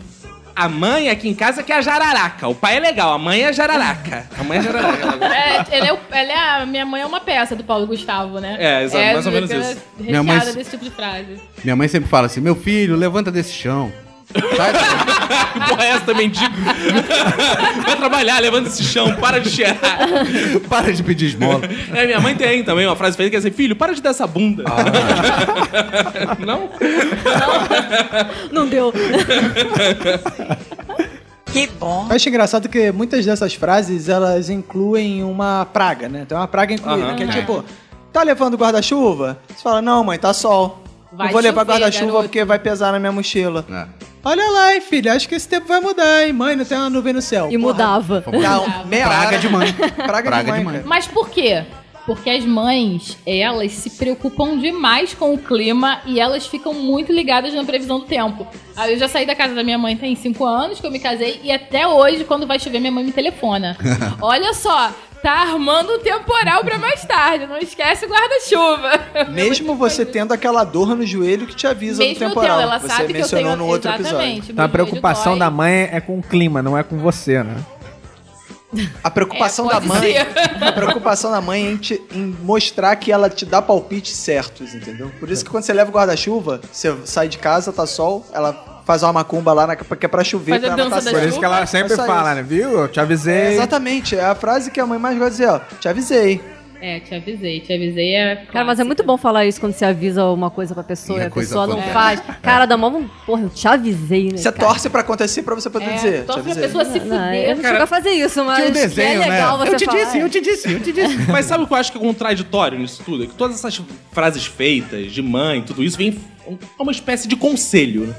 [SPEAKER 1] A mãe aqui em casa que é a jararaca. O pai é legal, a mãe é a jararaca. A mãe é a jararaca. Ela gosta.
[SPEAKER 4] É, ele é o- ela é a minha mãe é uma peça do Paulo Gustavo, né?
[SPEAKER 1] É, exato, mais ou menos
[SPEAKER 4] ela
[SPEAKER 1] isso.
[SPEAKER 4] é
[SPEAKER 14] Minha mãe-
[SPEAKER 4] Recheada desse tipo de frase.
[SPEAKER 14] Minha mãe sempre fala assim: meu filho, levanta desse chão.
[SPEAKER 1] Que porra é essa também, digo? Vai trabalhar, levanta esse chão, para de cheirar.
[SPEAKER 14] Para de pedir esmola.
[SPEAKER 1] É, minha mãe tem também uma frase feita que é assim, filho, para de dar essa bunda. Ah. Não?
[SPEAKER 5] Não deu.
[SPEAKER 2] Eu acho engraçado que muitas dessas frases elas incluem uma praga, né? Tem uma praga incluída,
[SPEAKER 1] Aham.
[SPEAKER 2] que é tipo, tá levando guarda-chuva? Você fala, não, mãe, tá sol.
[SPEAKER 4] Vai
[SPEAKER 2] não vou levar
[SPEAKER 4] chover,
[SPEAKER 2] guarda-chuva
[SPEAKER 4] garoto."
[SPEAKER 2] porque vai pesar na minha mochila.
[SPEAKER 14] É.
[SPEAKER 2] Olha lá, hein, filha, acho que esse tempo vai mudar, hein? Mãe, não tem uma nuvem no céu.
[SPEAKER 5] E mudava.
[SPEAKER 2] Não, um meia
[SPEAKER 14] Praga
[SPEAKER 2] hora.
[SPEAKER 14] de mãe.
[SPEAKER 2] Praga,
[SPEAKER 14] Praga
[SPEAKER 2] de
[SPEAKER 14] de
[SPEAKER 2] mãe.
[SPEAKER 14] mãe.
[SPEAKER 2] cara.
[SPEAKER 4] Mas por quê? Porque as mães, elas se preocupam demais com o clima e elas ficam muito ligadas na previsão do tempo. Aí eu já saí da casa da minha mãe tem cinco anos que eu me casei e até hoje, quando vai chover, minha mãe me telefona. Olha só, tá armando um temporal pra mais tarde, não esquece o guarda-chuva.
[SPEAKER 2] Mesmo você tendo aquela dor no joelho que te avisa
[SPEAKER 4] Mesmo
[SPEAKER 2] do
[SPEAKER 4] eu tendo,
[SPEAKER 2] temporal.
[SPEAKER 4] ela
[SPEAKER 2] você
[SPEAKER 4] sabe que eu
[SPEAKER 2] mencionou
[SPEAKER 4] tenho
[SPEAKER 2] no outro
[SPEAKER 4] exatamente.
[SPEAKER 2] episódio.
[SPEAKER 8] Então a
[SPEAKER 4] meu joelho
[SPEAKER 8] preocupação
[SPEAKER 4] dói.
[SPEAKER 8] da mãe é com o clima, não é com você, né?
[SPEAKER 2] A preocupação
[SPEAKER 4] É,
[SPEAKER 2] da
[SPEAKER 4] pode
[SPEAKER 2] mãe,
[SPEAKER 4] ser.
[SPEAKER 2] a preocupação da mãe é em, te- em mostrar que ela te dá palpites certos, entendeu? Por isso que quando você leva o guarda-chuva, você sai de casa, tá sol, ela faz uma macumba lá na, porque é pra chover,
[SPEAKER 4] Faz a
[SPEAKER 2] pra ela
[SPEAKER 4] dança
[SPEAKER 2] tá
[SPEAKER 4] da
[SPEAKER 8] Por
[SPEAKER 2] certa.
[SPEAKER 8] isso que ela sempre
[SPEAKER 2] É só
[SPEAKER 8] fala, né? Viu? Eu te avisei.
[SPEAKER 2] Exatamente, é a frase que a mãe mais gosta de dizer, ó, te avisei.
[SPEAKER 4] É, te avisei, te avisei. É
[SPEAKER 5] Cara, mas é muito bom falar isso quando você avisa uma coisa pra pessoa
[SPEAKER 14] E
[SPEAKER 5] e
[SPEAKER 14] a
[SPEAKER 5] a
[SPEAKER 14] coisa É.
[SPEAKER 5] pessoa não
[SPEAKER 14] acontece.
[SPEAKER 5] faz. Cara, dá mó um... Porra, eu te avisei, né?
[SPEAKER 2] Você tá
[SPEAKER 5] cara?
[SPEAKER 2] torce pra acontecer pra você poder
[SPEAKER 4] É,
[SPEAKER 2] dizer, te
[SPEAKER 4] torce pra
[SPEAKER 2] avisei.
[SPEAKER 4] pessoa se fuder.
[SPEAKER 5] Não, eu não chego a fazer isso, mas
[SPEAKER 14] Tinha um desenho,
[SPEAKER 5] é legal
[SPEAKER 14] né?
[SPEAKER 5] você
[SPEAKER 14] eu te
[SPEAKER 5] falar.
[SPEAKER 14] disse, eu te disse, eu te disse.
[SPEAKER 1] "Ah, Mas sabe o que eu acho que é contraditório nisso tudo? É que todas essas frases feitas de mãe, tudo isso, vem um- uma espécie de conselho, né?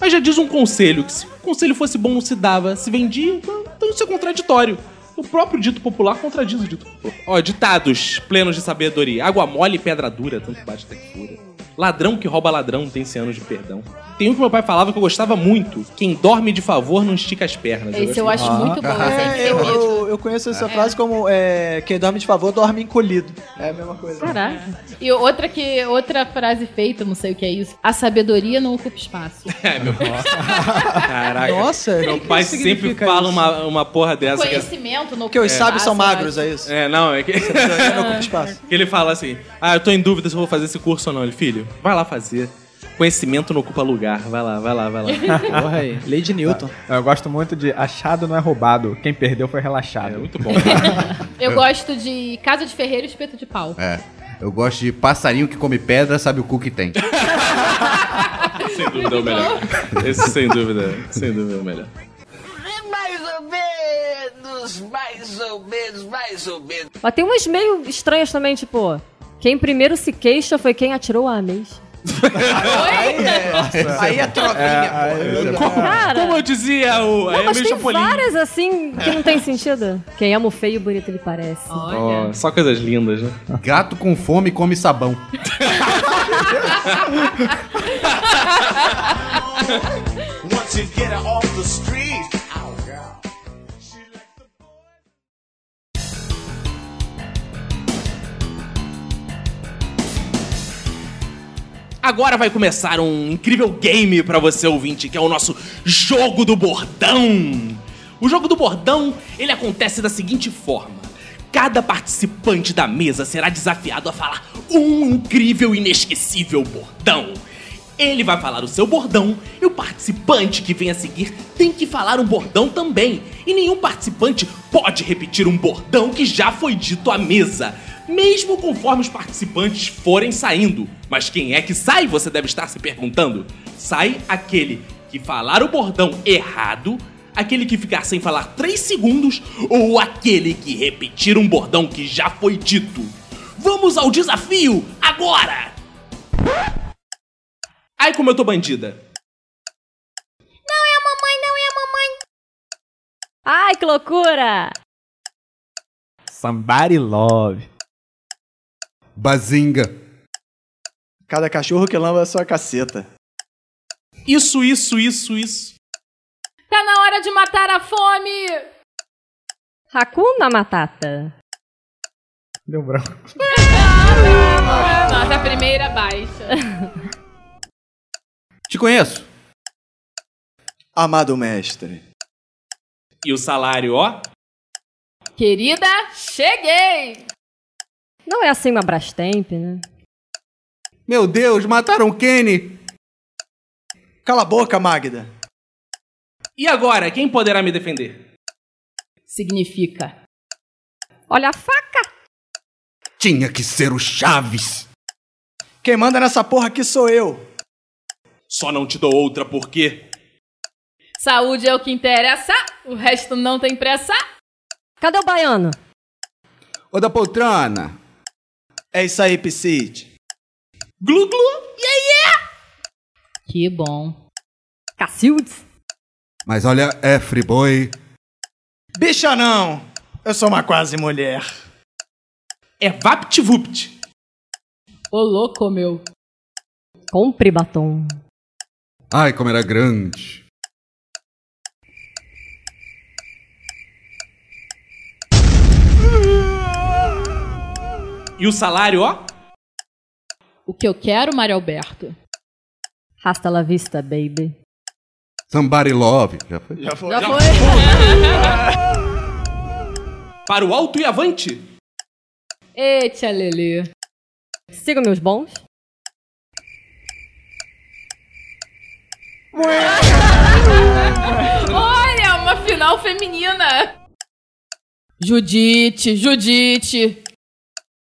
[SPEAKER 1] Mas já diz um conselho, que se o conselho fosse bom, se dava, se vendia, então então isso é contraditório. O próprio dito popular contradiz o dito popular. Ó, ditados plenos de sabedoria. Água mole e pedra dura, tanto bate até que fura. Ladrão que rouba ladrão tem 100 anos de perdão. Tem um que meu pai falava que eu gostava muito. Quem dorme de favor não estica as pernas. assim,
[SPEAKER 4] Esse eu
[SPEAKER 1] gosto
[SPEAKER 4] acho muito bom. Ah. eu sempre
[SPEAKER 2] É, eu,
[SPEAKER 4] repito.
[SPEAKER 2] eu, eu conheço essa frase como é, quem dorme de favor dorme encolhido. É a mesma coisa.
[SPEAKER 5] Caraca.
[SPEAKER 4] E outra que outra frase feita, não sei o que é isso. A sabedoria não ocupa espaço.
[SPEAKER 1] É, meu pai. "Ah, Caraca.
[SPEAKER 2] Nossa,
[SPEAKER 1] É, Meu
[SPEAKER 2] que que
[SPEAKER 1] pai
[SPEAKER 2] isso
[SPEAKER 1] sempre
[SPEAKER 2] significa
[SPEAKER 1] fala
[SPEAKER 2] isso?
[SPEAKER 1] uma, uma porra dessa. Que é,
[SPEAKER 4] Conhecimento não
[SPEAKER 2] Porque os sábios
[SPEAKER 4] Ah,
[SPEAKER 2] são magros, é isso?
[SPEAKER 1] é, não, é que,
[SPEAKER 2] Eu não ocupo espaço.
[SPEAKER 1] que ele fala assim: Ah, eu tô em dúvida se eu vou fazer esse curso ou não. Ele, filho, vai lá fazer. Conhecimento não ocupa lugar. Vai lá, vai lá, vai lá.
[SPEAKER 2] Porra aí, lei de Newton.
[SPEAKER 8] Eu gosto muito de achado não é roubado. Quem perdeu foi relaxado.
[SPEAKER 1] É muito bom.
[SPEAKER 4] Eu gosto de casa de ferreiro e espeto de pau.
[SPEAKER 14] É. Eu gosto de passarinho que come pedra, sabe o cu que tem.
[SPEAKER 1] sem dúvida é o melhor. Esse, sem dúvida, sem dúvida é o melhor.
[SPEAKER 13] É Mais ou menos, mais ou menos, mais ou menos.
[SPEAKER 5] Mas tem umas meio estranhas também, tipo... Quem primeiro se queixa foi quem atirou é a ameixa.
[SPEAKER 2] Aí é trovinha,
[SPEAKER 14] Ah.
[SPEAKER 5] Cara...
[SPEAKER 1] Como eu dizia, o.
[SPEAKER 5] Não,
[SPEAKER 1] é
[SPEAKER 5] mas
[SPEAKER 1] meio
[SPEAKER 5] tem
[SPEAKER 1] Chapolin.
[SPEAKER 5] várias assim que não
[SPEAKER 14] É.
[SPEAKER 5] tem sentido. Quem ama o feio e bonito ele parece.
[SPEAKER 1] Ó, só coisas lindas, né?
[SPEAKER 14] Gato com fome come sabão.
[SPEAKER 13] Once you get her off the street. Oh, girl.
[SPEAKER 1] Agora vai começar um incrível game pra você ouvinte, que é o nosso jogo do bordão. O jogo do bordão, ele acontece da seguinte forma: cada participante da mesa será desafiado a falar um incrível e inesquecível bordão. Ele vai falar o seu bordão e o participante que vem a seguir tem que falar um bordão também. E nenhum participante pode repetir um bordão que já foi dito à mesa, mesmo conforme os participantes forem saindo. Mas quem é que sai, você deve estar se perguntando. Sai aquele que falar o bordão errado, aquele que ficar sem falar 3 segundos ou aquele que repetir um bordão que já foi dito. Vamos ao desafio agora! Ai, como eu tô bandida.
[SPEAKER 3] Não é a mamãe, não é a mamãe.
[SPEAKER 5] Ai, que loucura!
[SPEAKER 8] Somebody love.
[SPEAKER 14] Bazinga.
[SPEAKER 2] Cada cachorro que lamba a sua caceta.
[SPEAKER 1] Isso, isso, isso, isso.
[SPEAKER 4] Tá na hora de matar a fome!
[SPEAKER 5] Hakuna Matata.
[SPEAKER 8] Deu branco.
[SPEAKER 4] Nossa, a primeira baixa.
[SPEAKER 14] Te conheço.
[SPEAKER 2] Amado mestre.
[SPEAKER 1] E o salário, ó?
[SPEAKER 4] Querida, cheguei!
[SPEAKER 5] Não é assim uma Brastemp, né?
[SPEAKER 14] Meu Deus, mataram o Kenny.
[SPEAKER 2] Cala a boca, Magda.
[SPEAKER 1] E agora, quem poderá me defender?
[SPEAKER 4] Significa.
[SPEAKER 5] Olha a faca!
[SPEAKER 14] Tinha que ser o Chaves.
[SPEAKER 2] Quem manda nessa porra aqui sou eu.
[SPEAKER 1] Só não te dou outra porque.
[SPEAKER 4] Saúde é o que interessa, o resto não tem pressa.
[SPEAKER 5] Cadê o baiano?
[SPEAKER 14] Ô da poltrona.
[SPEAKER 2] É isso aí, Psyche.
[SPEAKER 1] Glu glu, yeah yeah!
[SPEAKER 5] Que bom. Cacildes?
[SPEAKER 14] Mas olha, é friboi.
[SPEAKER 2] Bicha não! Eu sou uma quase mulher.
[SPEAKER 1] É vapt-vupt.
[SPEAKER 4] Ô louco, meu.
[SPEAKER 5] Compre batom.
[SPEAKER 14] Ai, como era grande.
[SPEAKER 1] E o salário, ó?
[SPEAKER 4] O que eu quero, Mário Alberto?
[SPEAKER 5] Hasta la vista, baby.
[SPEAKER 14] Somebody love. Já foi?
[SPEAKER 2] Já foi.
[SPEAKER 4] Já foi.
[SPEAKER 1] Para o alto e avante.
[SPEAKER 4] Eita, Lelê.
[SPEAKER 5] Siga meus bons.
[SPEAKER 4] Olha, uma final feminina. Judite, Judite.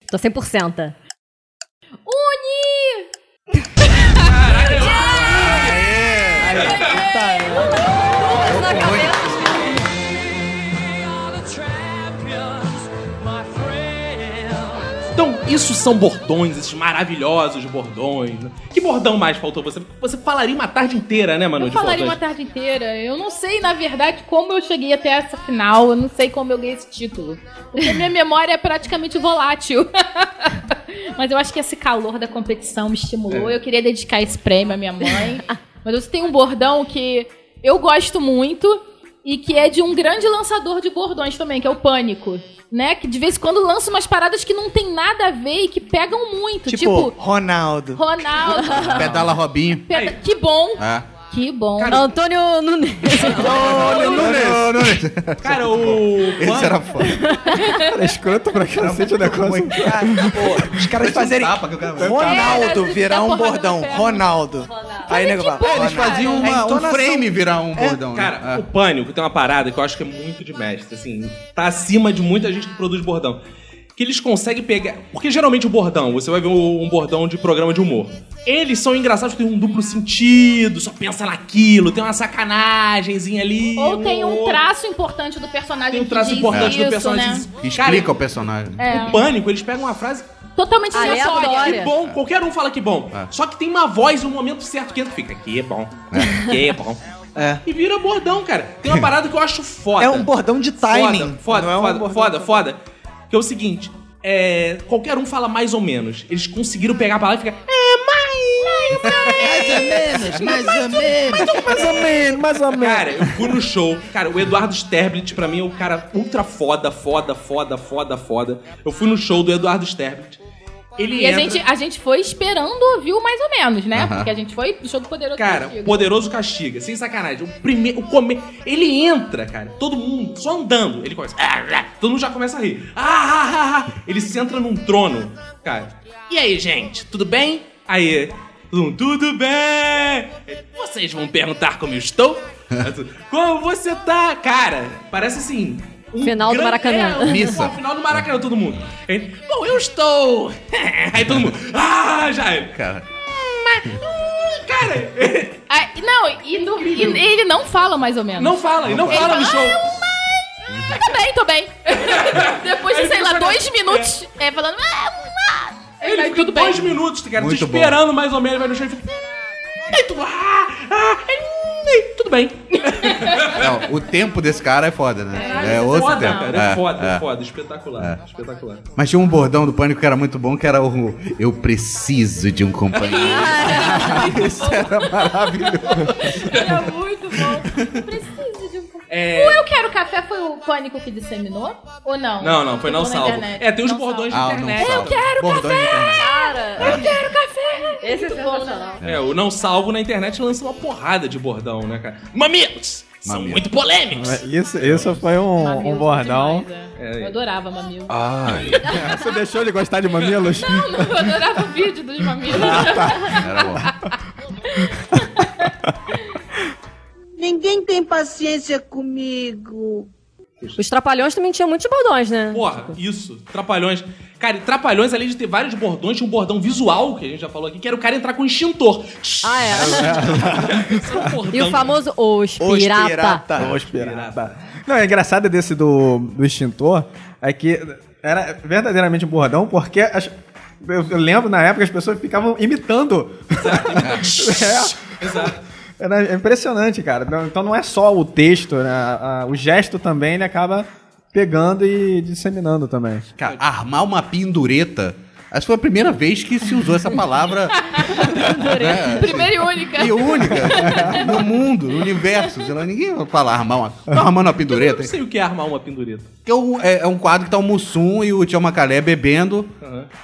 [SPEAKER 5] Tô 100%.
[SPEAKER 4] Uni!
[SPEAKER 1] Então, isso são bordões, esses maravilhosos bordões. né? Que bordão mais faltou você? Você falaria uma tarde inteira, né, Manu?
[SPEAKER 4] Eu
[SPEAKER 1] de
[SPEAKER 4] falaria
[SPEAKER 1] bordões?
[SPEAKER 4] uma tarde inteira. Eu não sei, na verdade, como eu cheguei até essa final. Eu não sei como eu ganhei esse título. Porque minha memória é praticamente volátil. Mas eu acho que esse calor da competição me estimulou. Eu queria dedicar esse prêmio à minha mãe. Mas você tem um bordão que eu gosto muito e que é de um grande lançador de bordões também, que é o Pânico. Né? Que de vez em quando lança umas paradas que não tem nada a ver e que pegam muito.
[SPEAKER 2] Tipo,
[SPEAKER 4] Tipo,
[SPEAKER 2] Ronaldo.
[SPEAKER 4] Ronaldo.
[SPEAKER 14] Pedala Robinho.
[SPEAKER 4] Peda- Que bom.
[SPEAKER 14] Ah.
[SPEAKER 4] Que bom.
[SPEAKER 5] Antônio Nunes.
[SPEAKER 14] Olha, Nunes.
[SPEAKER 1] Cara, o.
[SPEAKER 14] Esse era foda.
[SPEAKER 8] Era escroto pra cacete o negócio.
[SPEAKER 2] tá Os caras fazerem
[SPEAKER 14] Tapa que o
[SPEAKER 7] né?
[SPEAKER 14] cara-
[SPEAKER 2] Ronaldo
[SPEAKER 4] É,
[SPEAKER 2] virar
[SPEAKER 4] dá
[SPEAKER 2] um
[SPEAKER 4] porrada na
[SPEAKER 2] bordão.
[SPEAKER 4] perna.
[SPEAKER 2] Ronaldo. Aí nego fala.
[SPEAKER 14] Eles
[SPEAKER 2] Ronaldo.
[SPEAKER 14] faziam uma-
[SPEAKER 2] É
[SPEAKER 14] um
[SPEAKER 2] entonação.
[SPEAKER 14] frame virar um bordão. né?
[SPEAKER 1] É, Cara,
[SPEAKER 7] É.
[SPEAKER 14] Ah.
[SPEAKER 1] o pânico tem uma parada que eu acho que é muito de mestre, assim, tá acima de muita gente que produz bordão. Que eles conseguem pegar. Porque geralmente o bordão, você vai ver um um bordão de programa de humor. Eles são engraçados porque tem um duplo sentido, só pensa naquilo, tem uma sacanagemzinha ali.
[SPEAKER 4] Ou tem um
[SPEAKER 1] outro.
[SPEAKER 4] traço importante do personagem
[SPEAKER 1] Tem um
[SPEAKER 4] que
[SPEAKER 1] traço
[SPEAKER 4] diz
[SPEAKER 1] importante
[SPEAKER 4] isso,
[SPEAKER 1] do personagem.
[SPEAKER 4] Né? É.
[SPEAKER 14] Que explica o personagem.
[SPEAKER 1] O pânico, eles pegam uma frase
[SPEAKER 4] Totalmente
[SPEAKER 5] Aleatório.
[SPEAKER 4] acessória.
[SPEAKER 5] É.
[SPEAKER 1] que bom, qualquer um fala que bom. Só que tem uma voz no momento certo que entra e fica que bom, que bom.
[SPEAKER 2] É.
[SPEAKER 1] E vira bordão, cara. Tem uma parada que eu acho foda.
[SPEAKER 2] É um bordão de timing.
[SPEAKER 1] Foda, foda,
[SPEAKER 2] Não é um
[SPEAKER 1] foda,
[SPEAKER 2] bordão-
[SPEAKER 1] foda, foda. Que é o seguinte, é, qualquer um fala mais ou menos. Eles conseguiram pegar a palavra e ficar... É, mais,
[SPEAKER 13] Mais ou menos, mais
[SPEAKER 8] Mais
[SPEAKER 13] ou menos.
[SPEAKER 8] ou menos, mais
[SPEAKER 2] É,
[SPEAKER 8] ou menos.
[SPEAKER 1] Cara, eu fui no show. Cara, o Eduardo Sterblit, pra mim, é um cara ultra foda, foda, foda, foda, foda. Eu fui no show do Eduardo Sterblit. Ele
[SPEAKER 4] E a
[SPEAKER 1] entra...
[SPEAKER 4] gente, a gente foi esperando ouvir o mais ou menos, né?
[SPEAKER 14] Aham.
[SPEAKER 4] Porque a gente foi pro show do Poderoso
[SPEAKER 1] Cara,
[SPEAKER 4] Castigo.
[SPEAKER 1] poderoso castiga, sem sacanagem. O primeiro. O come... Ele entra, cara, todo mundo, só andando. Ele começa. "Ah, ah", Todo mundo já começa a rir. Ah, ah, ah, ah. Ele se entra num trono, cara. E aí, gente, tudo bem? Aí. Um tudo bem? Vocês vão perguntar como eu estou? como você tá? Cara, parece assim. um
[SPEAKER 5] Final do
[SPEAKER 1] grande- É,
[SPEAKER 5] Maracanã.
[SPEAKER 1] um-
[SPEAKER 5] Missa.
[SPEAKER 1] Final do Maracanã, todo mundo. Aí, Bom, eu estou. Aí todo mundo. Ah, já era.
[SPEAKER 7] Cara.
[SPEAKER 4] Ah, e não, e, no- e ele não fala mais ou menos.
[SPEAKER 1] Não fala, e não
[SPEAKER 4] Ele
[SPEAKER 1] fala no show.
[SPEAKER 4] Ah, tô bem, tô bem. Depois de,
[SPEAKER 1] Aí
[SPEAKER 4] sei lá,
[SPEAKER 1] fica-
[SPEAKER 4] dois minutos, é, falando... Ah, ah,
[SPEAKER 1] Ele
[SPEAKER 4] vai,
[SPEAKER 1] fica
[SPEAKER 4] tudo
[SPEAKER 1] dois
[SPEAKER 4] bem.
[SPEAKER 1] minutos, cara,
[SPEAKER 7] Muito
[SPEAKER 1] te esperando mais ou menos, vai no show e fica. "Ai, tu- ah, ah, ai, Tudo bem.
[SPEAKER 7] Não, o tempo desse cara é foda,
[SPEAKER 1] Caralho,
[SPEAKER 7] né? É
[SPEAKER 1] isso
[SPEAKER 7] outro
[SPEAKER 1] foda,
[SPEAKER 7] tempo.
[SPEAKER 1] Cara, é, foda, é,
[SPEAKER 7] é.
[SPEAKER 1] foda, espetacular. Espetacular.
[SPEAKER 7] Mas tinha um bordão do pânico que era muito bom, que era o Eu preciso de um companheiro. Isso era maravilhoso.
[SPEAKER 4] Era muito bom. Preciso de um pouco.
[SPEAKER 1] É.
[SPEAKER 4] O Eu Quero Café foi o pânico que disseminou? Ou não?
[SPEAKER 1] Não, não, foi
[SPEAKER 4] Ficou
[SPEAKER 1] não
[SPEAKER 4] na
[SPEAKER 1] salvo.
[SPEAKER 4] internet.
[SPEAKER 1] É, tem os
[SPEAKER 4] Ah, Não
[SPEAKER 1] bordões
[SPEAKER 7] Ah,
[SPEAKER 4] salvo.
[SPEAKER 1] de internet.
[SPEAKER 4] Eu quero
[SPEAKER 1] Bordões de
[SPEAKER 4] café!
[SPEAKER 1] internet.
[SPEAKER 4] Cara, eu quero café! Esse é sensacional.
[SPEAKER 1] É, o não salvo na internet lança uma porrada de bordão, né, cara? Mamilos! São muito polêmicos!
[SPEAKER 7] É.
[SPEAKER 8] Isso, isso foi um, um bordão.
[SPEAKER 4] né? Eu adorava mamilo.
[SPEAKER 8] Ai. Você deixou ele gostar de mamilos?
[SPEAKER 4] Não, não, eu adorava o vídeo dos mamilos.
[SPEAKER 1] Ah, tá
[SPEAKER 15] Ninguém tem paciência comigo.
[SPEAKER 5] Os trapalhões também tinham muitos bordões, né?
[SPEAKER 1] Porra, isso. Trapalhões. Cara, e Trapalhões, além de ter vários bordões, tinha um bordão visual, que a gente já falou aqui, que era o cara entrar com um extintor.
[SPEAKER 5] Ah,
[SPEAKER 1] é.
[SPEAKER 5] E o famoso Os Pirata.
[SPEAKER 4] Tá.
[SPEAKER 7] Tá,
[SPEAKER 8] Os pirata. Não, é engraçado desse do, do extintor é que era verdadeiramente um bordão, porque as- eu, eu lembro na época as pessoas ficavam imitando. É.
[SPEAKER 1] Exato.
[SPEAKER 8] Era impressionante, cara. Não- Então não é só o texto, né? A- a- o gesto também ele acaba pegando e disseminando também.
[SPEAKER 7] Cara, armar uma pendureta. Acho que foi a primeira vez que se usou essa palavra.
[SPEAKER 1] É.
[SPEAKER 7] né?
[SPEAKER 4] Primeira e única.
[SPEAKER 7] E única no mundo, no universo. Sei lá, ninguém vai falar armar uma. Tô armando uma pendureta.
[SPEAKER 1] Eu não
[SPEAKER 7] hein?
[SPEAKER 1] sei o que é armar uma pendureta.
[SPEAKER 7] Que é, um, é- é um quadro que tá o Mussum e o Tião Macalé bebendo.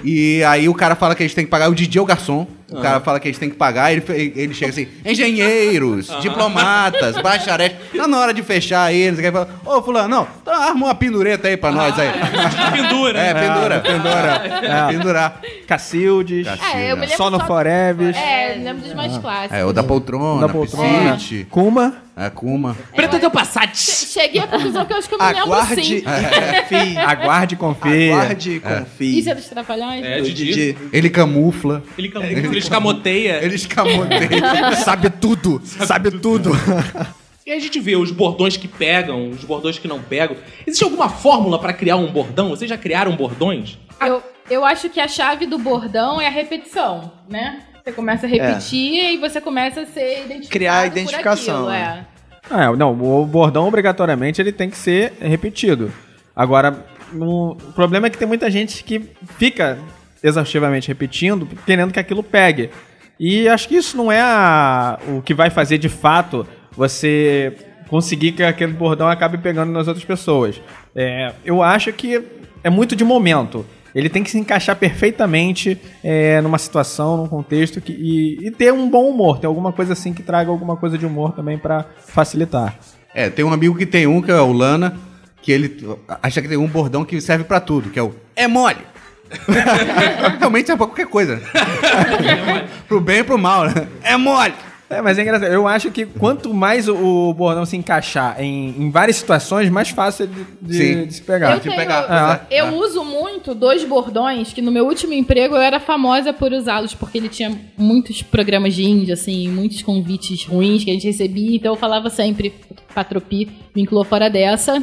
[SPEAKER 7] E aí o cara fala que eles têm que pagar. O Didi é o garçom. O
[SPEAKER 1] Aham.
[SPEAKER 7] cara fala que eles têm que pagar. Ele, ele chega assim: engenheiros,
[SPEAKER 1] Aham.
[SPEAKER 7] diplomatas, bacharéis. Tá na hora de fechar eles. Aí fala: Ô, Fulano, não, então arma uma pendureta aí pra nós aí.
[SPEAKER 1] Pendura.
[SPEAKER 7] É, pendura, pendura.
[SPEAKER 8] É.
[SPEAKER 7] Pendurar.
[SPEAKER 8] Cacildes.
[SPEAKER 4] É, eu me lembro
[SPEAKER 8] Só no
[SPEAKER 4] só-
[SPEAKER 8] Forever.
[SPEAKER 4] É, eu lembro dos
[SPEAKER 1] Ah.
[SPEAKER 4] mais clássicos.
[SPEAKER 7] É, o da poltrona,
[SPEAKER 8] Da poltrona.
[SPEAKER 7] Piscite.
[SPEAKER 8] Kuma.
[SPEAKER 7] É, Kuma.
[SPEAKER 1] Preta Ah. teu Passat.
[SPEAKER 4] Cheguei à conclusão que eu acho que eu me lembro sim.
[SPEAKER 8] confie. Aguarde e confie.
[SPEAKER 7] Aguarde e confie.
[SPEAKER 4] Isso é dos Trapalhões?
[SPEAKER 1] É, Didi.
[SPEAKER 7] Ele camufla.
[SPEAKER 1] Ele, cam- ele escamoteia.
[SPEAKER 7] Ele escamoteia. Sabe tudo. Sabe tudo.
[SPEAKER 1] E aí a gente vê os bordões que pegam, os bordões que não pegam. Existe alguma fórmula pra criar um bordão? Vocês já criaram bordões?
[SPEAKER 4] Eu, eu acho que a chave do bordão é a repetição, né? Você começa a repetir e você começa a ser identificado.
[SPEAKER 2] É. Criar a
[SPEAKER 4] por
[SPEAKER 2] identificação,
[SPEAKER 4] aquilo,
[SPEAKER 2] é.
[SPEAKER 4] é.
[SPEAKER 8] Ah, é, não, o bordão obrigatoriamente ele tem que ser repetido. Agora, o problema é que tem muita gente que fica exaustivamente repetindo, querendo que aquilo pegue. E acho que isso não é a- o que vai fazer de fato você conseguir que aquele bordão acabe pegando nas outras pessoas. É, eu acho que é muito de momento. Ele tem que se encaixar perfeitamente é, numa situação, num contexto que- e, e ter um bom humor. Ter alguma coisa assim que traga alguma coisa de humor também pra facilitar.
[SPEAKER 7] É, tem um amigo que tem um, que é o Lana, que ele acha que tem um bordão que serve pra tudo, que é o é mole. Realmente é pra qualquer coisa. pro bem e pro mal, né? É mole!
[SPEAKER 8] É, mas é engraçado. Eu acho que quanto mais o, o bordão se encaixar em, em várias situações, mais fácil ele de,
[SPEAKER 7] Sim.
[SPEAKER 8] de se pegar. É.
[SPEAKER 4] Eu tenho- Eu uso muito dois bordões que no meu último emprego eu era famosa por usá-los, porque ele tinha muitos programas de índia, assim, muitos convites ruins que a gente recebia, então eu falava sempre, Patropi me inclua fora dessa.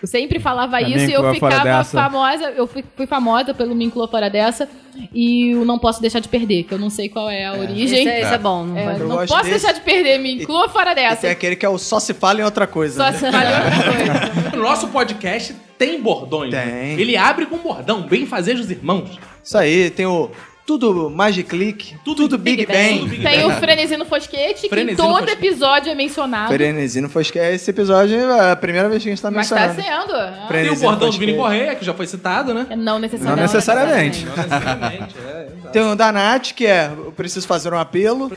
[SPEAKER 4] Eu sempre falava
[SPEAKER 16] Pra mim,
[SPEAKER 4] isso e eu
[SPEAKER 16] inclua fora
[SPEAKER 4] ficava
[SPEAKER 16] dessa.
[SPEAKER 4] famosa, eu fui, fui famosa pelo Me Inclua Fora Dessa e o Não Posso Deixar de Perder, que eu não sei qual é a origem.
[SPEAKER 5] Esse é-
[SPEAKER 7] Ah,
[SPEAKER 5] esse é bom, não
[SPEAKER 4] É,
[SPEAKER 5] vai-
[SPEAKER 2] Eu
[SPEAKER 4] não
[SPEAKER 2] gosto
[SPEAKER 4] posso
[SPEAKER 2] desse.
[SPEAKER 4] deixar de perder, me inclua fora
[SPEAKER 2] E
[SPEAKER 4] dessa.
[SPEAKER 2] tem aquele que é o só se fala em outra coisa.
[SPEAKER 4] Só
[SPEAKER 2] né?
[SPEAKER 4] se valeu
[SPEAKER 1] O nosso podcast tem bordões. Tem. Ele abre com um bordão, bem fazer os irmãos.
[SPEAKER 2] Isso aí, tem o tudo Magic Click, tudo, Big, Bang.
[SPEAKER 4] Tem o Frenesino Fosquete, que em
[SPEAKER 2] Frenesino
[SPEAKER 4] todo
[SPEAKER 2] Fosquete.
[SPEAKER 4] episódio é mencionado.
[SPEAKER 2] Frenesino foi esquecer esse episódio, é a primeira vez que a gente tá
[SPEAKER 4] Mas tá
[SPEAKER 2] mencionando.
[SPEAKER 4] sendo. ah.
[SPEAKER 1] Tem o
[SPEAKER 2] Frenesino
[SPEAKER 1] bordão do
[SPEAKER 2] Fosquete.
[SPEAKER 1] Vini Correia, que já foi citado, né?
[SPEAKER 4] Não
[SPEAKER 2] Não
[SPEAKER 4] necessariamente.
[SPEAKER 2] necessariamente. Tem um da Nath, que é eu preciso fazer um apelo.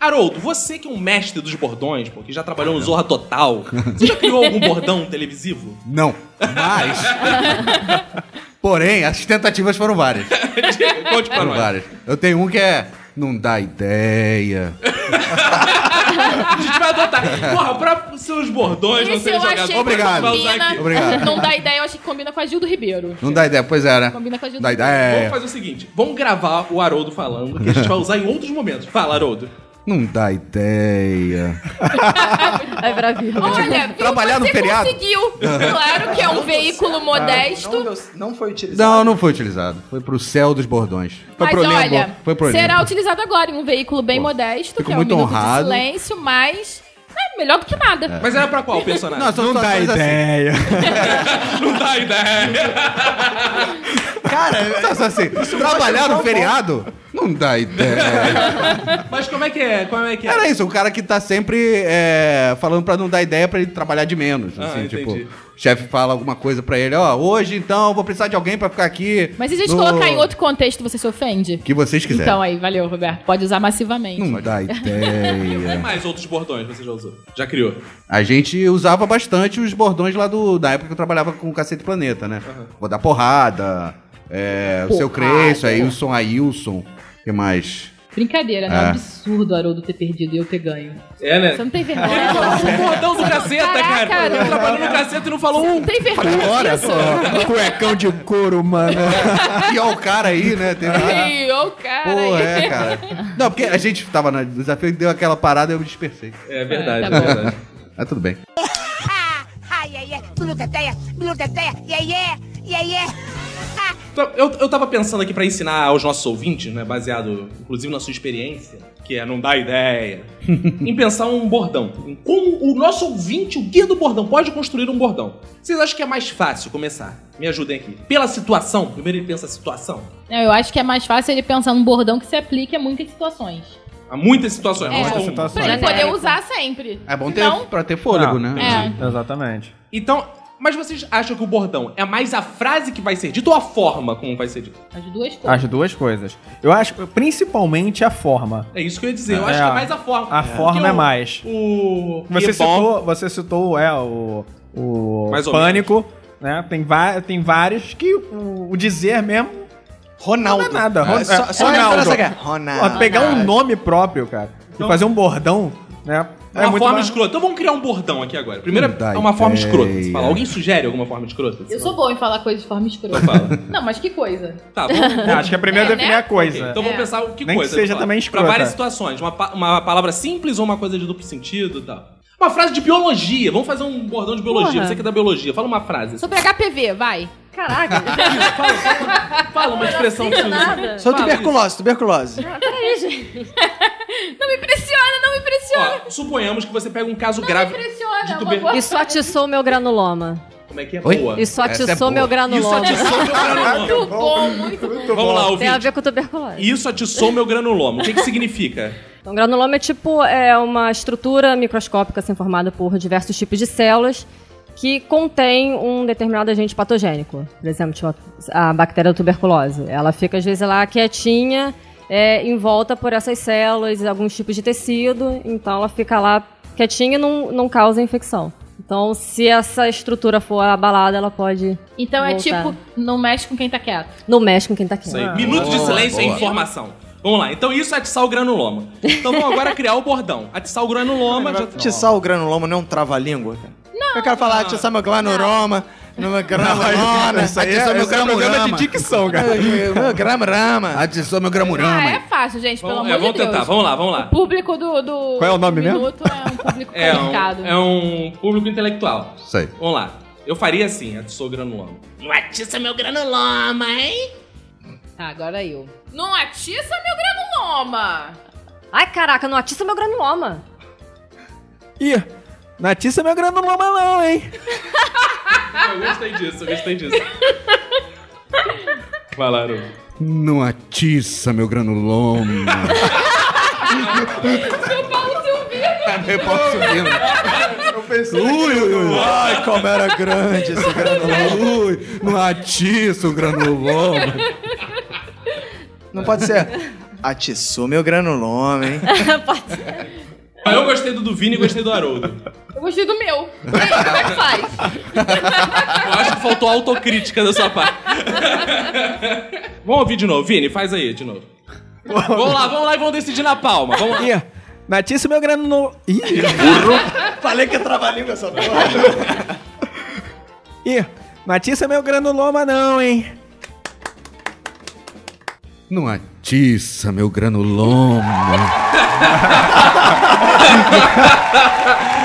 [SPEAKER 1] Haroldo, você que é um mestre dos bordões, pô, que já trabalhou no Zorra Total, você já criou algum bordão televisivo?
[SPEAKER 7] Não, mas Porém, as tentativas foram
[SPEAKER 4] É.
[SPEAKER 7] várias.
[SPEAKER 1] Conte pra
[SPEAKER 7] Foram
[SPEAKER 1] nós.
[SPEAKER 7] várias. Eu tenho um que é. Não dá ideia.
[SPEAKER 1] A gente vai adotar. Porra, o próprio seus bordões vão
[SPEAKER 4] Esse
[SPEAKER 1] ser
[SPEAKER 4] eu
[SPEAKER 1] jogados.
[SPEAKER 4] achei que
[SPEAKER 7] Obrigado.
[SPEAKER 4] combina.
[SPEAKER 7] Obrigado.
[SPEAKER 4] Não dá ideia, eu achei que combina com a Gildo Ribeiro.
[SPEAKER 7] Não dá ideia, pois é, né?
[SPEAKER 4] Combina com a Gildo
[SPEAKER 7] Dá
[SPEAKER 1] Vamos
[SPEAKER 7] ideia. É.
[SPEAKER 1] fazer o seguinte: vamos gravar o Haroldo falando, que a gente vai usar em outros momentos. Fala, Haroldo.
[SPEAKER 7] Não dá ideia.
[SPEAKER 5] É bravinho.
[SPEAKER 4] Olha, viu,
[SPEAKER 7] tipo, Trabalhar no
[SPEAKER 4] você
[SPEAKER 7] feriado.
[SPEAKER 4] conseguiu. Claro que é um veículo modesto.
[SPEAKER 2] Não foi utilizado.
[SPEAKER 7] Não, não foi utilizado. Foi pro céu dos bordões. Foi
[SPEAKER 4] Mas
[SPEAKER 7] pro limbo.
[SPEAKER 4] olha,
[SPEAKER 7] Foi pro
[SPEAKER 4] será
[SPEAKER 7] limbo.
[SPEAKER 4] utilizado agora em um veículo bem modesto,
[SPEAKER 7] fico
[SPEAKER 4] que é o
[SPEAKER 7] muito
[SPEAKER 4] Minuto
[SPEAKER 7] honrado.
[SPEAKER 4] de Silêncio, mas é melhor do que nada.
[SPEAKER 1] Mas era pra qual personagem?
[SPEAKER 7] Não, são situações assim.
[SPEAKER 1] Não dá ideia.
[SPEAKER 7] Cara, só- só assim,
[SPEAKER 1] mostra
[SPEAKER 7] trabalhar
[SPEAKER 1] um bom
[SPEAKER 7] no feriado não dá ideia.
[SPEAKER 1] Mas como é que é? Como é que é?
[SPEAKER 7] Era isso, o cara que tá sempre é, falando pra não dar ideia pra ele trabalhar de menos.
[SPEAKER 1] Ah,
[SPEAKER 7] assim, tipo,
[SPEAKER 1] entendi.
[SPEAKER 7] o chefe fala alguma coisa pra ele, ó, hoje então eu vou precisar de alguém pra ficar aqui.
[SPEAKER 4] Mas se a gente
[SPEAKER 7] no-
[SPEAKER 4] colocar em outro contexto, você se ofende?
[SPEAKER 7] Que vocês quiserem.
[SPEAKER 4] Então aí, valeu, Roberto. Pode usar massivamente.
[SPEAKER 7] Não dá
[SPEAKER 1] E
[SPEAKER 7] ideia.
[SPEAKER 1] mais outros bordões você já usou? Já criou?
[SPEAKER 7] A gente usava bastante os bordões lá do, da época que eu trabalhava com o Cacete Planeta, né? Vou dar porrada, é, o seu
[SPEAKER 4] Porrada.
[SPEAKER 7] Cresço, Ailson, Ailson, que mais?
[SPEAKER 4] Brincadeira, né?
[SPEAKER 7] É.
[SPEAKER 4] Absurdo, Haroldo, ter perdido e eu ter ganho.
[SPEAKER 1] É, né?
[SPEAKER 4] Você não tem vergonha.
[SPEAKER 1] Ele colocou o bordão do caceta,
[SPEAKER 4] Caraca, Tá
[SPEAKER 1] cara. Ele
[SPEAKER 4] não.
[SPEAKER 1] trabalhou no caceta e não falou um.
[SPEAKER 4] Não tem vergonha disso.
[SPEAKER 8] Cuecão de couro, mano.
[SPEAKER 7] E ó o cara aí, né? Teve-
[SPEAKER 4] Ei, ô, cara.
[SPEAKER 7] Pô, é, cara. Não, porque a gente tava no desafio e deu aquela parada e eu me dispersei.
[SPEAKER 1] É verdade,
[SPEAKER 4] Ah,
[SPEAKER 1] é
[SPEAKER 4] tá bom.
[SPEAKER 1] verdade.
[SPEAKER 7] Mas tudo bem.
[SPEAKER 3] Ai, ai, ai, bilu teteia, bilu teteia, iê, iê, iê, iê.
[SPEAKER 1] Então, Eu, eu tava pensando aqui pra ensinar aos nossos ouvintes, né? Baseado, inclusive, na sua experiência, que é não dá ideia, em pensar um bordão. Em como o nosso ouvinte, o guia do bordão, pode construir um bordão. Vocês acham que é mais fácil começar? Me ajudem aqui. Pela situação, primeiro ele pensa a situação.
[SPEAKER 4] Não, eu acho que é mais fácil ele pensar num bordão que se aplique a muitas situações.
[SPEAKER 1] Há muitas situações, não
[SPEAKER 4] É.
[SPEAKER 1] só uma.
[SPEAKER 4] Pra ele poder usar sempre.
[SPEAKER 7] É bom ter,
[SPEAKER 4] Não.
[SPEAKER 7] pra ter
[SPEAKER 8] Ah,
[SPEAKER 7] fôlego, né?
[SPEAKER 4] É.
[SPEAKER 8] Exatamente.
[SPEAKER 1] Então, mas vocês acham que o bordão é mais a frase que vai ser dita ou a forma como vai ser dita?
[SPEAKER 4] As duas coisas.
[SPEAKER 8] As duas coisas. Eu acho, principalmente a forma.
[SPEAKER 1] É isso que eu ia dizer. Eu
[SPEAKER 8] É,
[SPEAKER 1] acho que é
[SPEAKER 8] a-
[SPEAKER 1] mais a forma.
[SPEAKER 8] A
[SPEAKER 1] Porque
[SPEAKER 8] forma é
[SPEAKER 1] o-
[SPEAKER 8] mais.
[SPEAKER 1] O.
[SPEAKER 8] Você
[SPEAKER 1] Piebon-
[SPEAKER 8] citou, você citou, é, o, o
[SPEAKER 1] Mais ou
[SPEAKER 8] Pânico, né? Tem, va- tem vários que o, o dizer mesmo
[SPEAKER 2] Ronaldo.
[SPEAKER 8] não é nada. Ron-
[SPEAKER 2] É, só-
[SPEAKER 8] é,
[SPEAKER 2] só
[SPEAKER 8] Ronaldo.
[SPEAKER 2] essa guerra.
[SPEAKER 4] Ah,
[SPEAKER 2] Ronaldo.
[SPEAKER 8] Ó, Pegar um nome próprio, cara, e fazer um bordão, né?
[SPEAKER 1] É Então- uma forma
[SPEAKER 8] mais-
[SPEAKER 1] escrota. Então vamos criar um bordão aqui agora. Primeiro
[SPEAKER 7] Não dá
[SPEAKER 1] é uma forma
[SPEAKER 7] ideia.
[SPEAKER 1] escrota. Você fala, alguém sugere alguma forma escrota? Então
[SPEAKER 4] Eu sou boa em falar coisas de forma escrota.
[SPEAKER 1] fala.
[SPEAKER 4] Não, mas que coisa?
[SPEAKER 1] Tá, vamos.
[SPEAKER 8] É, acho que é primeiro
[SPEAKER 4] É,
[SPEAKER 8] definir
[SPEAKER 4] né?
[SPEAKER 8] a coisa.
[SPEAKER 1] Então
[SPEAKER 5] É.
[SPEAKER 1] vamos pensar o que
[SPEAKER 8] Nem que
[SPEAKER 1] coisa.
[SPEAKER 8] seja
[SPEAKER 1] falar.
[SPEAKER 8] também escrota.
[SPEAKER 1] Pra várias situações. Uma, pa- uma palavra simples ou uma coisa de duplo sentido e tal. Uma frase de biologia. Vamos fazer um bordão de biologia.
[SPEAKER 5] Porra.
[SPEAKER 1] Você que é da biologia. Fala uma frase.
[SPEAKER 4] Sobre HPV, vai. Caraca.
[SPEAKER 1] Fala uma expressão. que você usa.
[SPEAKER 5] nada.
[SPEAKER 2] Sou
[SPEAKER 1] Fala
[SPEAKER 2] tuberculose, tuberculose.
[SPEAKER 5] Peraí, gente.
[SPEAKER 4] não me pressiona, não me pressiona.
[SPEAKER 1] Ó, suponhamos que você pega um caso
[SPEAKER 4] não
[SPEAKER 1] grave.
[SPEAKER 4] me pressiona.
[SPEAKER 1] de
[SPEAKER 4] é uma
[SPEAKER 1] tuber-
[SPEAKER 4] boa-
[SPEAKER 5] Isso atiçou meu granuloma.
[SPEAKER 1] Como é que é?
[SPEAKER 7] Oi?
[SPEAKER 1] Boa.
[SPEAKER 5] Isso tá
[SPEAKER 7] Essa é
[SPEAKER 5] atiçou
[SPEAKER 7] boa.
[SPEAKER 5] meu
[SPEAKER 1] Isso
[SPEAKER 5] granuloma.
[SPEAKER 1] atiçou meu granuloma.
[SPEAKER 8] um
[SPEAKER 4] Muito é bom, muito bom.
[SPEAKER 1] então Vamos lá,
[SPEAKER 5] Tem a
[SPEAKER 1] ouvinte.
[SPEAKER 5] ver com tuberculose.
[SPEAKER 1] Isso atiçou meu granuloma. O que que significa?
[SPEAKER 5] Então, granuloma é tipo é uma estrutura microscópica assim, formada por diversos tipos de células que contém um determinado agente patogênico. Por exemplo, tipo a a bactéria da tuberculose. Ela fica, às vezes, lá quietinha, é, em volta por essas células, alguns tipos de tecido. Então, ela fica lá quietinha e não, não causa infecção. Então, se essa estrutura for abalada, ela pode...
[SPEAKER 4] Então é
[SPEAKER 5] Voltar.
[SPEAKER 4] tipo, não mexe com quem tá quieto.
[SPEAKER 5] Não mexe com quem tá aqui.
[SPEAKER 1] Isso aí. Minuto de
[SPEAKER 7] Ah, Boa,
[SPEAKER 1] silêncio é
[SPEAKER 7] boa.
[SPEAKER 1] informação. Vamos lá, então isso é atiçar o granuloma. Então vamos agora criar o bordão. É Atiçar o granuloma. já-
[SPEAKER 2] Atiçar o granuloma não é um trava-língua, cara? Não, eu quero falar atiçar meu glanuroma, meu granulona, atiçar meu
[SPEAKER 7] esse é um programa de
[SPEAKER 2] gramurama.
[SPEAKER 8] dicção, cara.
[SPEAKER 2] Meu meu gramurama.
[SPEAKER 7] Atiçou meu
[SPEAKER 4] Ah,
[SPEAKER 7] gramurama.
[SPEAKER 4] é fácil, gente, pelo
[SPEAKER 1] Vamos,
[SPEAKER 4] amor
[SPEAKER 1] é, vamos
[SPEAKER 4] de Deus.
[SPEAKER 1] tentar, vamos lá, vamos lá.
[SPEAKER 4] O público do, do
[SPEAKER 8] Qual é o nome mesmo?
[SPEAKER 4] Minuto é um público
[SPEAKER 1] É um,
[SPEAKER 4] complicado.
[SPEAKER 1] é um público intelectual.
[SPEAKER 7] Isso aí.
[SPEAKER 1] Vamos lá. Eu faria assim, atiçou o granuloma. Não atiça meu granuloma, hein?
[SPEAKER 5] Ah,
[SPEAKER 4] Tá, agora eu. Não atiça meu granuloma.
[SPEAKER 5] Ai, caraca, não atiça meu granuloma.
[SPEAKER 8] Ih, Natissa é meu granuloma não, hein?
[SPEAKER 1] Eu gostei disso, eu gostei disso. Vai lá, Haroldo.
[SPEAKER 7] Não atiça meu granuloma. É, Meu pau subindo. Ui, ui, ui.
[SPEAKER 2] Ai, como era grande esse granuloma.
[SPEAKER 7] Ui, não atiça o granuloma.
[SPEAKER 2] Não pode ser. Atiçou meu granuloma, hein?
[SPEAKER 1] Eu gostei do do Vini e gostei do Haroldo.
[SPEAKER 4] Eu fugi do meu. E aí, como é que faz?
[SPEAKER 1] Eu acho que faltou autocrítica da sua parte. vamos ouvir de novo. Vini, faz aí de novo. vamos lá, vamos lá e vamos decidir na palma. Vamos lá.
[SPEAKER 8] Ih, Matice meu grano no... Ih,
[SPEAKER 2] Falei que eu trabalhei com essa porra.
[SPEAKER 8] Ih, matiça meu granuloma não, hein?
[SPEAKER 14] Não atiça, meu granuloma.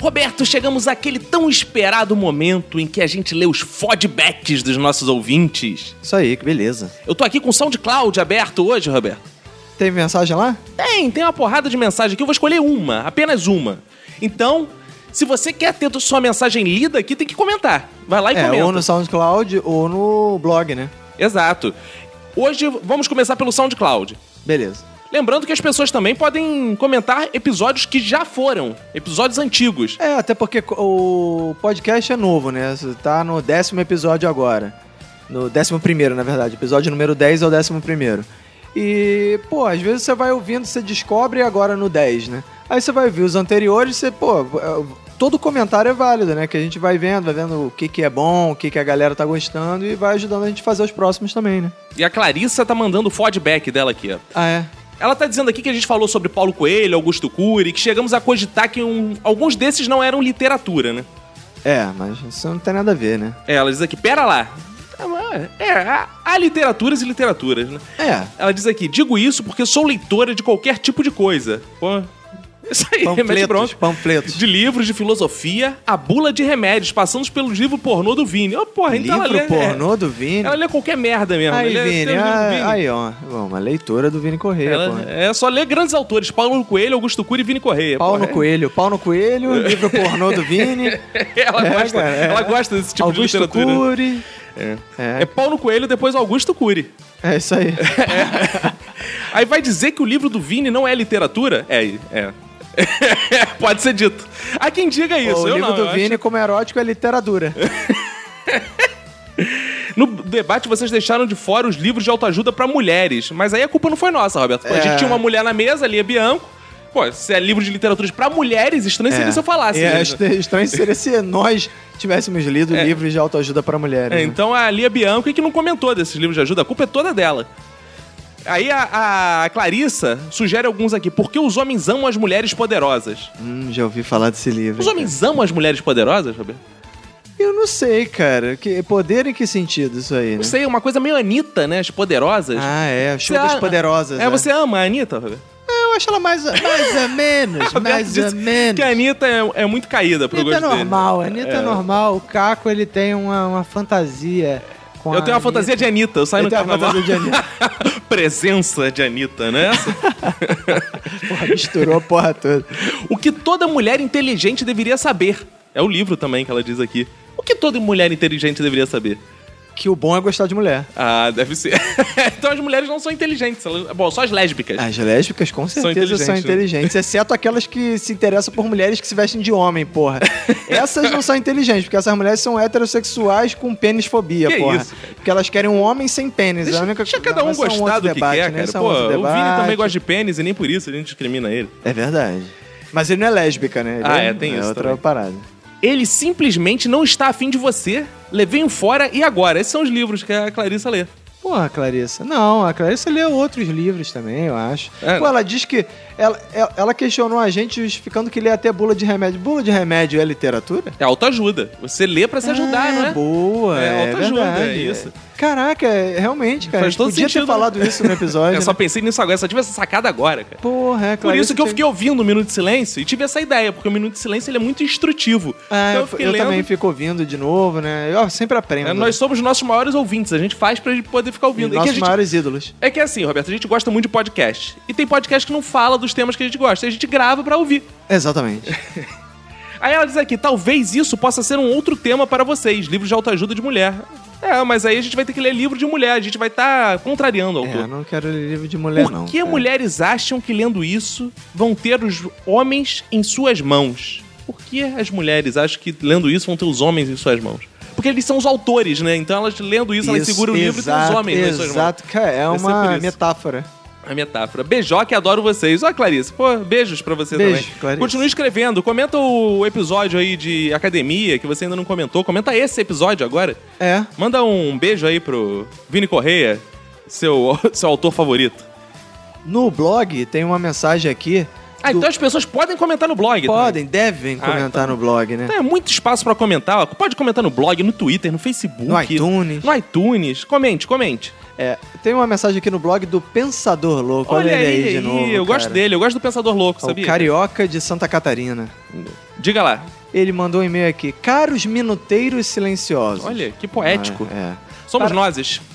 [SPEAKER 1] Roberto, chegamos àquele tão esperado momento em que a gente lê os fodbacks dos nossos ouvintes.
[SPEAKER 2] Isso aí, que beleza.
[SPEAKER 1] Eu tô aqui com o SoundCloud aberto hoje, Roberto.
[SPEAKER 2] Tem mensagem lá?
[SPEAKER 1] Tem, tem uma porrada de mensagem aqui. Eu vou escolher uma, apenas uma. Então, se você quer ter sua mensagem lida aqui, tem que comentar. Vai lá e
[SPEAKER 2] é,
[SPEAKER 1] comenta.
[SPEAKER 2] ou no SoundCloud ou no blog, né?
[SPEAKER 1] Exato. Hoje vamos começar pelo SoundCloud.
[SPEAKER 2] Beleza.
[SPEAKER 1] Lembrando que as pessoas também podem comentar episódios que já foram, episódios antigos.
[SPEAKER 2] É, até porque co- o podcast é novo, né? Você Tá no décimo episódio agora. No décimo primeiro, na verdade. Episódio número 10 é o décimo primeiro. E, pô, às vezes você vai ouvindo, você descobre agora no 10, né? Aí você vai ver os anteriores, você, pô, é, todo comentário é válido, né? Que a gente vai vendo, vai vendo o que, que é bom, o que, que a galera tá gostando e vai ajudando a gente a fazer os próximos também, né?
[SPEAKER 1] E a Clarissa tá mandando o feedback dela aqui, ó.
[SPEAKER 2] Ah, é?
[SPEAKER 1] Ela tá dizendo aqui que a gente falou sobre Paulo Coelho, Augusto Cury, que chegamos a cogitar que um- alguns desses não eram literatura, né?
[SPEAKER 2] É, mas isso não tem nada a ver, né?
[SPEAKER 1] É, ela diz aqui, pera lá. É, há, há literaturas e literaturas, né?
[SPEAKER 2] É.
[SPEAKER 1] Ela diz aqui, digo isso porque sou leitora de qualquer tipo de coisa. Pô, isso aí, mete
[SPEAKER 2] Panfletos,
[SPEAKER 1] bronca.
[SPEAKER 2] panfletos.
[SPEAKER 1] De livros, de filosofia, a bula de remédios, passamos pelos livros pornô do Vini. Ô, porra, então
[SPEAKER 2] Livro
[SPEAKER 1] ela lê...
[SPEAKER 2] pornô do Vini.
[SPEAKER 1] Ela lê qualquer merda mesmo. né?
[SPEAKER 2] Aí,
[SPEAKER 1] ela lê-
[SPEAKER 2] Vini,
[SPEAKER 1] tem os livros do Vini.
[SPEAKER 2] ah, aí, ó. Bom, Uma leitura do Vini Correia, pô.
[SPEAKER 1] Ela- é só ler grandes autores, Paulo Coelho, Augusto Cury e Vini Correia.
[SPEAKER 2] Pau
[SPEAKER 1] porra,
[SPEAKER 2] no
[SPEAKER 1] é-
[SPEAKER 2] coelho, pau no coelho, livro pornô do Vini.
[SPEAKER 1] Ela
[SPEAKER 2] É,
[SPEAKER 1] gosta,
[SPEAKER 2] cara, é.
[SPEAKER 1] ela gosta desse tipo
[SPEAKER 2] Augusto
[SPEAKER 1] de literatura. né?
[SPEAKER 2] Cury.
[SPEAKER 1] É.
[SPEAKER 2] É.
[SPEAKER 1] É Paulo Coelho, depois Augusto Cury.
[SPEAKER 2] É isso aí. É.
[SPEAKER 1] Aí vai dizer que o livro do Vini não é literatura? É, é. Pode ser dito. Há quem diga isso,
[SPEAKER 2] Pô, o
[SPEAKER 1] eu
[SPEAKER 2] livro
[SPEAKER 1] não.
[SPEAKER 2] do
[SPEAKER 1] eu
[SPEAKER 2] Vini, como erótico, é literatura.
[SPEAKER 1] acho- No debate vocês deixaram de fora os livros de autoajuda pra mulheres, mas aí a culpa não foi nossa, Roberto. Pô, A
[SPEAKER 2] É.
[SPEAKER 1] gente tinha uma mulher na mesa, a Lia Bianco. Pô, se é livro de literatura pra mulheres, estranho seria se eu falasse.
[SPEAKER 2] É,
[SPEAKER 1] né?
[SPEAKER 2] est- estranho seria se nós tivéssemos lido livros de autoajuda para mulheres.
[SPEAKER 1] É,
[SPEAKER 2] né?
[SPEAKER 1] então a Lia Bianco é que não comentou desses livros de ajuda, a culpa é toda dela. Aí a, a Clarissa sugere alguns aqui. Por que os homens amam as mulheres poderosas?
[SPEAKER 2] Hum, já ouvi falar desse livro.
[SPEAKER 1] então. Os homens amam as mulheres poderosas, Roberto?
[SPEAKER 2] Eu não sei, cara. Que, poder em que sentido isso aí, né?
[SPEAKER 1] Não sei, é uma coisa meio Anitta, né? As poderosas.
[SPEAKER 2] Ah, é.
[SPEAKER 1] Você
[SPEAKER 2] Chupas
[SPEAKER 1] a-
[SPEAKER 2] poderosas. né?
[SPEAKER 1] É, você ama a Anitta, Roberto?
[SPEAKER 2] Eu acho ela mais, mais ou menos,
[SPEAKER 1] Roberto
[SPEAKER 2] mais
[SPEAKER 1] disse
[SPEAKER 2] ou menos.
[SPEAKER 1] Que a Anitta é, é muito caída pro
[SPEAKER 16] Anitta é
[SPEAKER 1] gosto dele.
[SPEAKER 16] normal, Anitta é.
[SPEAKER 1] É.
[SPEAKER 16] normal. O Caco, ele tem uma, uma fantasia com
[SPEAKER 1] Eu tenho uma fantasia de Anitta, eu saio
[SPEAKER 16] Eu
[SPEAKER 1] no
[SPEAKER 16] tenho uma
[SPEAKER 1] carnaval.
[SPEAKER 16] fantasia
[SPEAKER 1] Presença de Anitta, né?
[SPEAKER 2] porra, misturou a porra toda.
[SPEAKER 1] O que toda mulher inteligente deveria saber. É o livro também que ela diz aqui. O que toda mulher inteligente deveria saber?
[SPEAKER 2] Que o bom é gostar de mulher.
[SPEAKER 1] Ah, deve ser. então as mulheres não são inteligentes. elas- Bom, só as lésbicas.
[SPEAKER 2] As lésbicas, com
[SPEAKER 1] São
[SPEAKER 2] certeza, são
[SPEAKER 1] inteligentes, né?
[SPEAKER 2] inteligentes, exceto aquelas que se interessam por mulheres que se vestem de homem, porra. Essas não são inteligentes, porque essas mulheres são heterossexuais com pênisfobia,
[SPEAKER 1] Que
[SPEAKER 2] porra.
[SPEAKER 1] isso,
[SPEAKER 2] porque elas querem um homem sem pênis. é a única
[SPEAKER 1] Deixa cada
[SPEAKER 2] Não,
[SPEAKER 1] um
[SPEAKER 2] mas são
[SPEAKER 1] gostar
[SPEAKER 2] outro
[SPEAKER 1] do que
[SPEAKER 2] debate,
[SPEAKER 1] quer,
[SPEAKER 2] né?
[SPEAKER 1] cara.
[SPEAKER 2] Isso é
[SPEAKER 1] Pô,
[SPEAKER 2] outro
[SPEAKER 1] o Vini
[SPEAKER 2] debate.
[SPEAKER 1] também gosta de pênis e nem por isso a gente discrimina ele.
[SPEAKER 2] É verdade. Mas ele não é lésbica, né? Ele
[SPEAKER 1] Ah, é, tem isso
[SPEAKER 2] outra
[SPEAKER 1] também.
[SPEAKER 2] parada.
[SPEAKER 1] Ele simplesmente não está afim de você. Levei um fora e agora. Esses são os livros que a Clarissa lê.
[SPEAKER 16] Porra, Clarissa. Não, a Clarissa leu outros livros também, eu acho.
[SPEAKER 1] É.
[SPEAKER 2] Pô, ela diz que. Ela, ela- ela questionou a gente justificando que ele ia até bula de remédio. Bula de remédio é literatura?
[SPEAKER 1] É autoajuda. Você lê pra se ajudar, não é?
[SPEAKER 2] Boa,
[SPEAKER 1] É,
[SPEAKER 2] é,
[SPEAKER 1] autoajuda,
[SPEAKER 2] verdade.
[SPEAKER 1] é isso.
[SPEAKER 2] Caraca, é- realmente, cara.
[SPEAKER 1] Faz
[SPEAKER 2] a gente
[SPEAKER 1] todo
[SPEAKER 2] podia
[SPEAKER 1] sentido. né?
[SPEAKER 2] ter falado isso no episódio.
[SPEAKER 1] Eu só
[SPEAKER 2] né?
[SPEAKER 1] pensei nisso agora, só tive essa sacada agora, cara.
[SPEAKER 2] Porra, é,
[SPEAKER 1] Por
[SPEAKER 2] Clarice
[SPEAKER 1] isso que eu
[SPEAKER 2] tem-
[SPEAKER 1] fiquei ouvindo o Minuto de Silêncio e tive essa ideia, porque o Minuto de Silêncio ele é muito instrutivo.
[SPEAKER 2] Ah,
[SPEAKER 1] então
[SPEAKER 2] eu,
[SPEAKER 1] eu fiquei
[SPEAKER 2] eu
[SPEAKER 1] lendo.
[SPEAKER 2] também fico ouvindo de novo, né? Eu sempre aprendo.
[SPEAKER 1] É, nós somos nossos maiores ouvintes, a gente faz pra gente poder ficar ouvindo. É que a
[SPEAKER 2] nossos
[SPEAKER 1] gente-
[SPEAKER 2] maiores ídolos.
[SPEAKER 1] É que assim, Roberto, a gente gosta muito de podcast. E tem podcast que não fala dos temas que a gente gosta, a gente grava pra ouvir.
[SPEAKER 2] Exatamente.
[SPEAKER 1] Aí ela diz aqui: talvez isso possa ser um outro tema para vocês, livros de autoajuda de mulher. É, mas aí a gente vai ter que ler livro de mulher, a gente vai estar contrariando o autor.
[SPEAKER 2] É, Eu não quero ler livro de mulher,
[SPEAKER 1] É, Por
[SPEAKER 2] não.
[SPEAKER 1] que mulheres acham que lendo isso vão ter os homens em suas mãos? Por que as mulheres acham que lendo isso vão ter os homens em suas mãos? Porque eles são os autores, né? Então elas lendo isso, elas
[SPEAKER 2] Isso,
[SPEAKER 1] seguram o livro e tem
[SPEAKER 2] exato,
[SPEAKER 1] os homens nas suas mãos.
[SPEAKER 2] exato, cara, é
[SPEAKER 1] Vai ser
[SPEAKER 2] uma
[SPEAKER 1] por isso.
[SPEAKER 2] metáfora.
[SPEAKER 1] A metáfora. Beijoque, adoro vocês. Ó, Clarice, pô, beijos pra você
[SPEAKER 2] Beijo,
[SPEAKER 1] também.
[SPEAKER 2] Clarice.
[SPEAKER 1] Continue escrevendo. Comenta o episódio aí de academia que você ainda não comentou. Comenta esse episódio agora.
[SPEAKER 2] É.
[SPEAKER 1] Manda um beijo aí pro Vini Correia, seu, seu autor favorito.
[SPEAKER 2] No blog tem uma mensagem aqui.
[SPEAKER 1] Ah, então né? Ah, as pessoas podem comentar no blog. tá?
[SPEAKER 2] Podem, devem comentar no blog, né?
[SPEAKER 1] Então é muito espaço pra comentar. ó. Pode comentar no blog, no Twitter, no Facebook.
[SPEAKER 2] No iTunes.
[SPEAKER 1] No iTunes. Comente, comente.
[SPEAKER 2] É, tem uma mensagem aqui no blog do Pensador Louco. Olha,
[SPEAKER 1] Olha
[SPEAKER 2] ele aí,
[SPEAKER 1] ele
[SPEAKER 2] de
[SPEAKER 1] aí,
[SPEAKER 2] novo.
[SPEAKER 1] eu gosto
[SPEAKER 2] cara.
[SPEAKER 1] dele, eu gosto do Pensador Louco,
[SPEAKER 2] É
[SPEAKER 1] sabia?
[SPEAKER 2] O Carioca de Santa Catarina.
[SPEAKER 1] Diga lá.
[SPEAKER 2] Ele mandou um e-mail aqui. Caros minuteiros silenciosos.
[SPEAKER 1] Olha, é um que poético.
[SPEAKER 2] Ah,
[SPEAKER 1] Somos
[SPEAKER 2] Para-
[SPEAKER 1] nós.
[SPEAKER 2] é.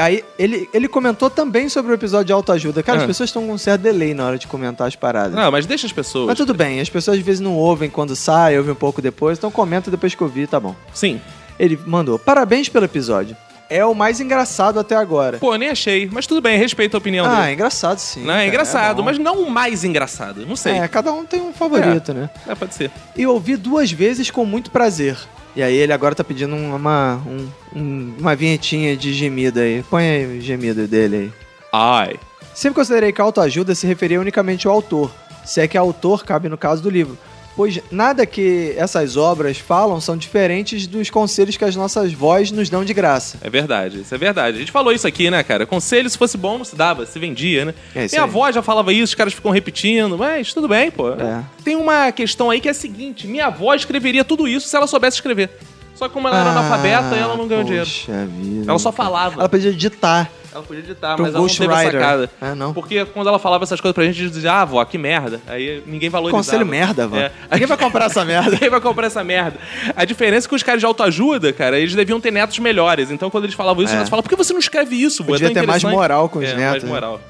[SPEAKER 2] Aí ele, ele comentou também sobre o episódio de autoajuda. Cara,
[SPEAKER 1] Ah.
[SPEAKER 2] as pessoas estão com um certo delay na hora de comentar as paradas.
[SPEAKER 1] Não, mas deixa as pessoas.
[SPEAKER 2] Mas tudo bem, as pessoas às vezes não ouvem quando sai, ouvem um pouco depois, então comenta depois que eu vi, tá bom.
[SPEAKER 1] Sim.
[SPEAKER 2] Ele mandou, parabéns pelo episódio. É o mais engraçado até agora.
[SPEAKER 1] Pô, nem achei, mas tudo bem, respeito a opinião
[SPEAKER 2] ah, é
[SPEAKER 1] dele.
[SPEAKER 2] engraçado sim.
[SPEAKER 1] Não, é
[SPEAKER 2] cara,
[SPEAKER 1] engraçado,
[SPEAKER 2] bom.
[SPEAKER 1] mas não o mais engraçado. Não sei.
[SPEAKER 2] É, cada um tem um favorito, né?
[SPEAKER 1] É, pode ser.
[SPEAKER 2] E ouvi duas vezes com muito prazer. E aí ele agora tá pedindo uma, um- um- uma vinhetinha de gemido aí. Põe aí o gemido dele aí.
[SPEAKER 1] Ai.
[SPEAKER 2] Sempre considerei que a autoajuda se referia unicamente ao autor, se é que autor cabe no caso do livro, pois nada que essas obras falam são diferentes dos conselhos que as nossas vozes nos dão de graça.
[SPEAKER 1] É verdade, isso é verdade. A gente falou isso aqui, né, cara? Conselho, se fosse bom, não se dava, se vendia, né?
[SPEAKER 2] É isso
[SPEAKER 1] minha
[SPEAKER 2] aí.
[SPEAKER 1] avó já falava isso, os caras ficam repetindo, mas tudo bem, pô.
[SPEAKER 2] É.
[SPEAKER 1] Tem uma questão aí que é a seguinte: minha avó escreveria tudo isso se ela soubesse escrever. Só que como ela era analfabeta, ela não ganhou dinheiro.
[SPEAKER 2] Ah, Poxa vida.
[SPEAKER 1] Ela só falava.
[SPEAKER 2] Ela podia ditar.
[SPEAKER 1] Ela podia editar,
[SPEAKER 2] Pro
[SPEAKER 1] mas ela não teve a
[SPEAKER 2] Ghostwriter.
[SPEAKER 1] sacada.
[SPEAKER 2] É, não.
[SPEAKER 1] Porque quando ela falava essas coisas pra gente, a gente dizia, ah, vó, que merda. Aí ninguém valorizava.
[SPEAKER 2] Conselho merda, vó.
[SPEAKER 1] Ninguém vai
[SPEAKER 2] comprar essa merda.
[SPEAKER 1] Ninguém vai comprar essa merda. A diferença é que os caras de autoajuda, cara, eles deviam ter netos melhores. Então quando eles falavam isso,
[SPEAKER 2] É.
[SPEAKER 1] eles falavam, por que você não escreve isso, vó? É
[SPEAKER 2] Podia
[SPEAKER 1] tão
[SPEAKER 2] ter mais
[SPEAKER 1] interessante."
[SPEAKER 2] moral com os
[SPEAKER 1] É,
[SPEAKER 2] netos,
[SPEAKER 1] mais
[SPEAKER 2] né?
[SPEAKER 1] moral.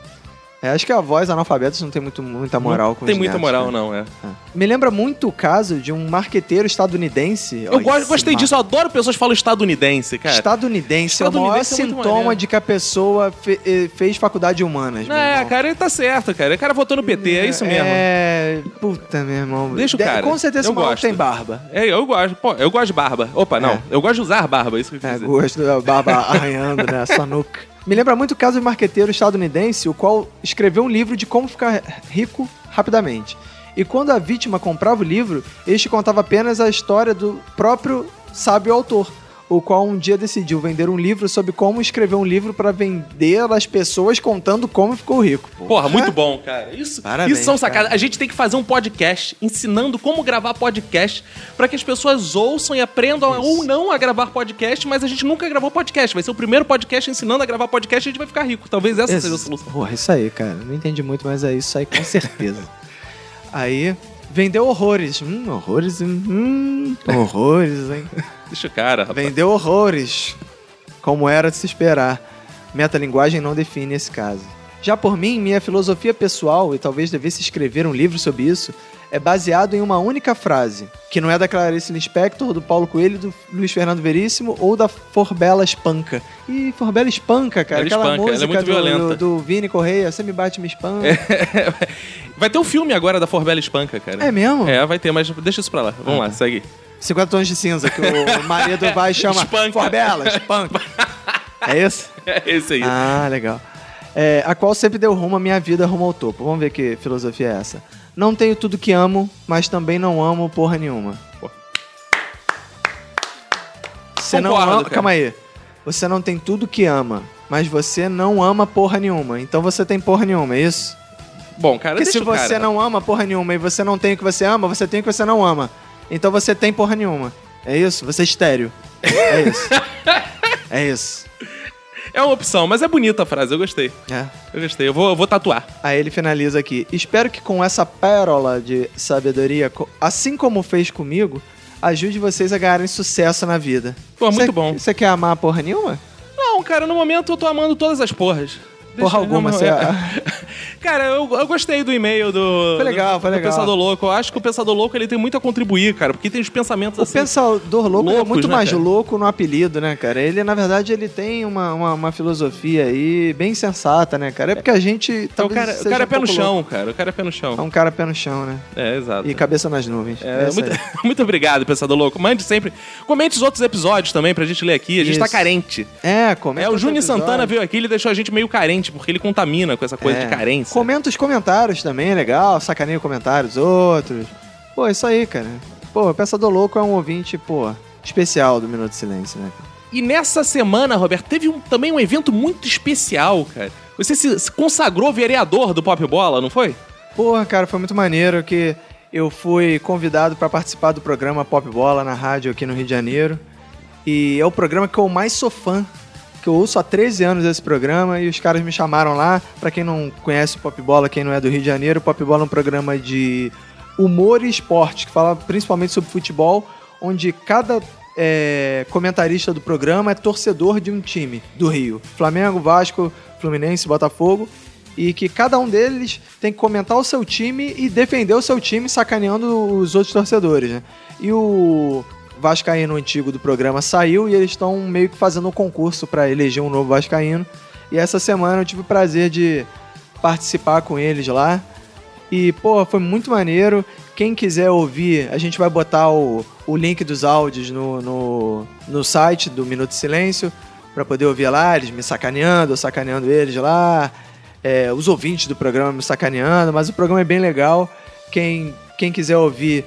[SPEAKER 2] É, acho que a voz analfabetas não tem muito, muita moral com
[SPEAKER 1] Tem
[SPEAKER 2] os
[SPEAKER 1] muita
[SPEAKER 2] netos,
[SPEAKER 1] moral,
[SPEAKER 2] né?
[SPEAKER 1] não, é.
[SPEAKER 2] Me lembra muito o caso de um marqueteiro estadunidense.
[SPEAKER 1] Eu
[SPEAKER 2] Olha
[SPEAKER 1] go-
[SPEAKER 2] esse
[SPEAKER 1] gostei disso, eu adoro pessoas que falam estadunidense, cara.
[SPEAKER 2] Estadunidense, é o maior
[SPEAKER 1] Estadunidense é muito
[SPEAKER 2] sintoma
[SPEAKER 1] maneiro.
[SPEAKER 2] de que a pessoa fe- eh, fez faculdade de humanas. meu
[SPEAKER 1] É, cara, ele tá certo, cara. O cara votou no PT, é isso mesmo.
[SPEAKER 2] É. Puta, meu irmão.
[SPEAKER 1] Deixa o
[SPEAKER 2] De-
[SPEAKER 1] cara.
[SPEAKER 2] Com certeza
[SPEAKER 1] Eu
[SPEAKER 2] esse maluco
[SPEAKER 1] gosto.
[SPEAKER 2] tem barba.
[SPEAKER 1] É, eu gosto. Pô, eu gosto de barba. Opa, não.
[SPEAKER 2] É.
[SPEAKER 1] Eu gosto de usar barba, isso que eu quis
[SPEAKER 2] É,
[SPEAKER 1] dizer.
[SPEAKER 2] gosto da barba arranhando, né? Sua nuca. Me lembra muito o caso de um marqueteiro estadunidense, o qual escreveu um livro de como ficar rico rapidamente. E quando a vítima comprava o livro, este contava apenas a história do próprio sábio autor, o qual um dia decidiu vender um livro sobre como escrever um livro para vender às pessoas contando como ficou rico. Pô.
[SPEAKER 1] Porra, muito bom, cara. Isso,
[SPEAKER 2] Parabéns,
[SPEAKER 1] isso são
[SPEAKER 2] cara.
[SPEAKER 1] sacadas. A gente tem que fazer um podcast ensinando como gravar podcast pra que as pessoas ouçam e aprendam ou não a gravar podcast, mas a gente nunca gravou podcast. Vai ser o primeiro podcast ensinando a gravar podcast e a gente vai ficar rico. Talvez essa
[SPEAKER 2] Esse-
[SPEAKER 1] seja a solução.
[SPEAKER 2] Porra, isso aí, cara. Não entendi muito, mas é isso aí com certeza. aí, vendeu horrores. Hum, horrores, hum, horrores, hein?
[SPEAKER 1] Deixa o cara, rapaz.
[SPEAKER 2] Vendeu horrores. Como era de se esperar. Metalinguagem não define esse caso. Já por mim, minha filosofia pessoal, e talvez devesse escrever um livro sobre isso, é baseado em uma única frase, que não é da Clarice Lispector, do Paulo Coelho, do Luiz Fernando Veríssimo ou da Forbela Espanca. Ih, Forbela Espanca, cara.
[SPEAKER 1] Ela
[SPEAKER 2] Aquela
[SPEAKER 1] espanca, ela é
[SPEAKER 2] música
[SPEAKER 1] muito
[SPEAKER 2] do,
[SPEAKER 1] violenta. É.
[SPEAKER 2] do, do Vini Correia, você me bate, me espanca.
[SPEAKER 1] Vai ter um filme agora da Forbela Espanca, cara.
[SPEAKER 2] É mesmo?
[SPEAKER 1] É, vai ter, mas deixa isso pra lá. Vamos lá, segue.
[SPEAKER 2] 50 tons de cinza, que o marido vai e chama
[SPEAKER 1] Espanca.
[SPEAKER 2] Forbela, espanca. É isso?
[SPEAKER 1] É esse aí.
[SPEAKER 2] Ah, legal. É, a qual sempre deu rumo à minha vida, rumo ao topo. Vamos ver que filosofia é essa. Não tenho tudo que amo, mas também não amo porra nenhuma. Você não
[SPEAKER 1] Concordo,
[SPEAKER 2] ama.
[SPEAKER 1] cara.
[SPEAKER 2] Calma aí. Você não tem tudo que ama, mas você não ama porra nenhuma. Então você tem porra nenhuma, é isso?
[SPEAKER 1] Bom, cara,
[SPEAKER 2] Porque
[SPEAKER 1] deixa
[SPEAKER 2] se
[SPEAKER 1] o cara.
[SPEAKER 2] você não ama porra nenhuma e você não tem o que você ama, você tem o que você não ama. Então você tem porra nenhuma. É isso? Você é estéreo. É isso. é isso.
[SPEAKER 1] É uma opção, mas é bonita a frase, eu gostei.
[SPEAKER 2] É.
[SPEAKER 1] Eu gostei, eu vou, eu vou tatuar.
[SPEAKER 2] Aí ele finaliza aqui. Espero que com essa pérola de sabedoria, co- assim como fez comigo, ajude vocês a ganharem sucesso na vida.
[SPEAKER 1] Pô, muito
[SPEAKER 2] Cê-
[SPEAKER 1] bom.
[SPEAKER 2] Você quer amar porra nenhuma?
[SPEAKER 1] Não, cara, no momento eu tô amando todas as porras.
[SPEAKER 2] Porra alguma, você... é-
[SPEAKER 1] Cara, eu, eu gostei do e-mail do.
[SPEAKER 2] Foi legal,
[SPEAKER 1] do-
[SPEAKER 2] foi legal.
[SPEAKER 1] Do Pensador Louco. Eu acho que o Pensador Louco ele tem muito a contribuir, cara, porque tem os pensamentos
[SPEAKER 2] O
[SPEAKER 1] assim.
[SPEAKER 2] pensador louco ele é
[SPEAKER 1] loucos,
[SPEAKER 2] muito
[SPEAKER 1] né,
[SPEAKER 2] mais
[SPEAKER 1] cara?
[SPEAKER 2] louco no apelido, né, cara? Ele, na verdade, ele tem uma, uma, uma filosofia aí bem sensata, né, cara? É porque a gente.
[SPEAKER 1] Então, o
[SPEAKER 2] talvez
[SPEAKER 1] cara, o
[SPEAKER 2] seja
[SPEAKER 1] cara é
[SPEAKER 2] um
[SPEAKER 1] pé no
[SPEAKER 2] pouco
[SPEAKER 1] chão,
[SPEAKER 2] louco.
[SPEAKER 1] cara. O cara é pé no chão.
[SPEAKER 2] É um cara pé no chão, né?
[SPEAKER 1] É, exato.
[SPEAKER 2] E cabeça nas nuvens.
[SPEAKER 1] É,
[SPEAKER 2] isso
[SPEAKER 1] muito,
[SPEAKER 2] aí.
[SPEAKER 1] muito obrigado, Pensador Louco. Mande sempre. Comente os outros episódios também pra gente ler aqui. A gente tá
[SPEAKER 2] Isso.
[SPEAKER 1] carente.
[SPEAKER 2] É, comenta.
[SPEAKER 1] É, o
[SPEAKER 2] os
[SPEAKER 1] Juni
[SPEAKER 2] episódios.
[SPEAKER 1] Santana veio aqui e ele deixou a gente meio carente, porque ele contamina com essa coisa
[SPEAKER 2] É.
[SPEAKER 1] de carência.
[SPEAKER 2] Comenta os comentários também, é legal. Sacaneia comentários, outros. Pô, é isso aí, cara. Pô, o Pensador Louco é um ouvinte, pô, especial do Minuto de Silêncio, né? cara?
[SPEAKER 1] E nessa semana, Roberto, teve um- também um evento muito especial, cara. Você se, se consagrou vereador do Pop Bola, não foi?
[SPEAKER 2] Porra, cara, foi muito maneiro que eu fui convidado pra participar do programa Pop Bola na rádio aqui no Rio de Janeiro. E é o programa que eu mais sou fã, que eu ouço há 13 anos esse programa e os caras me chamaram lá. Pra quem não conhece o Pop Bola, quem não é do Rio de Janeiro, o Pop Bola é um programa de humor e esporte, que fala principalmente sobre futebol, onde cada é, comentarista do programa é torcedor de um time do Rio. Flamengo, Vasco, Fluminense, Botafogo. E que cada um deles tem que comentar o seu time e defender o seu time, sacaneando os outros torcedores, né? E o Vascaíno antigo do programa saiu e eles estão meio que fazendo um concurso pra eleger um novo Vascaíno. E essa semana eu tive o prazer de participar com eles lá. E, pô, foi muito maneiro. Quem quiser ouvir, a gente vai botar o, o link dos áudios no, no, no site do Minuto de Silêncio pra poder ouvir lá, eles me sacaneando, eu sacaneando eles lá, é, os ouvintes do programa me sacaneando, mas o programa é bem legal. Quem, quem quiser ouvir,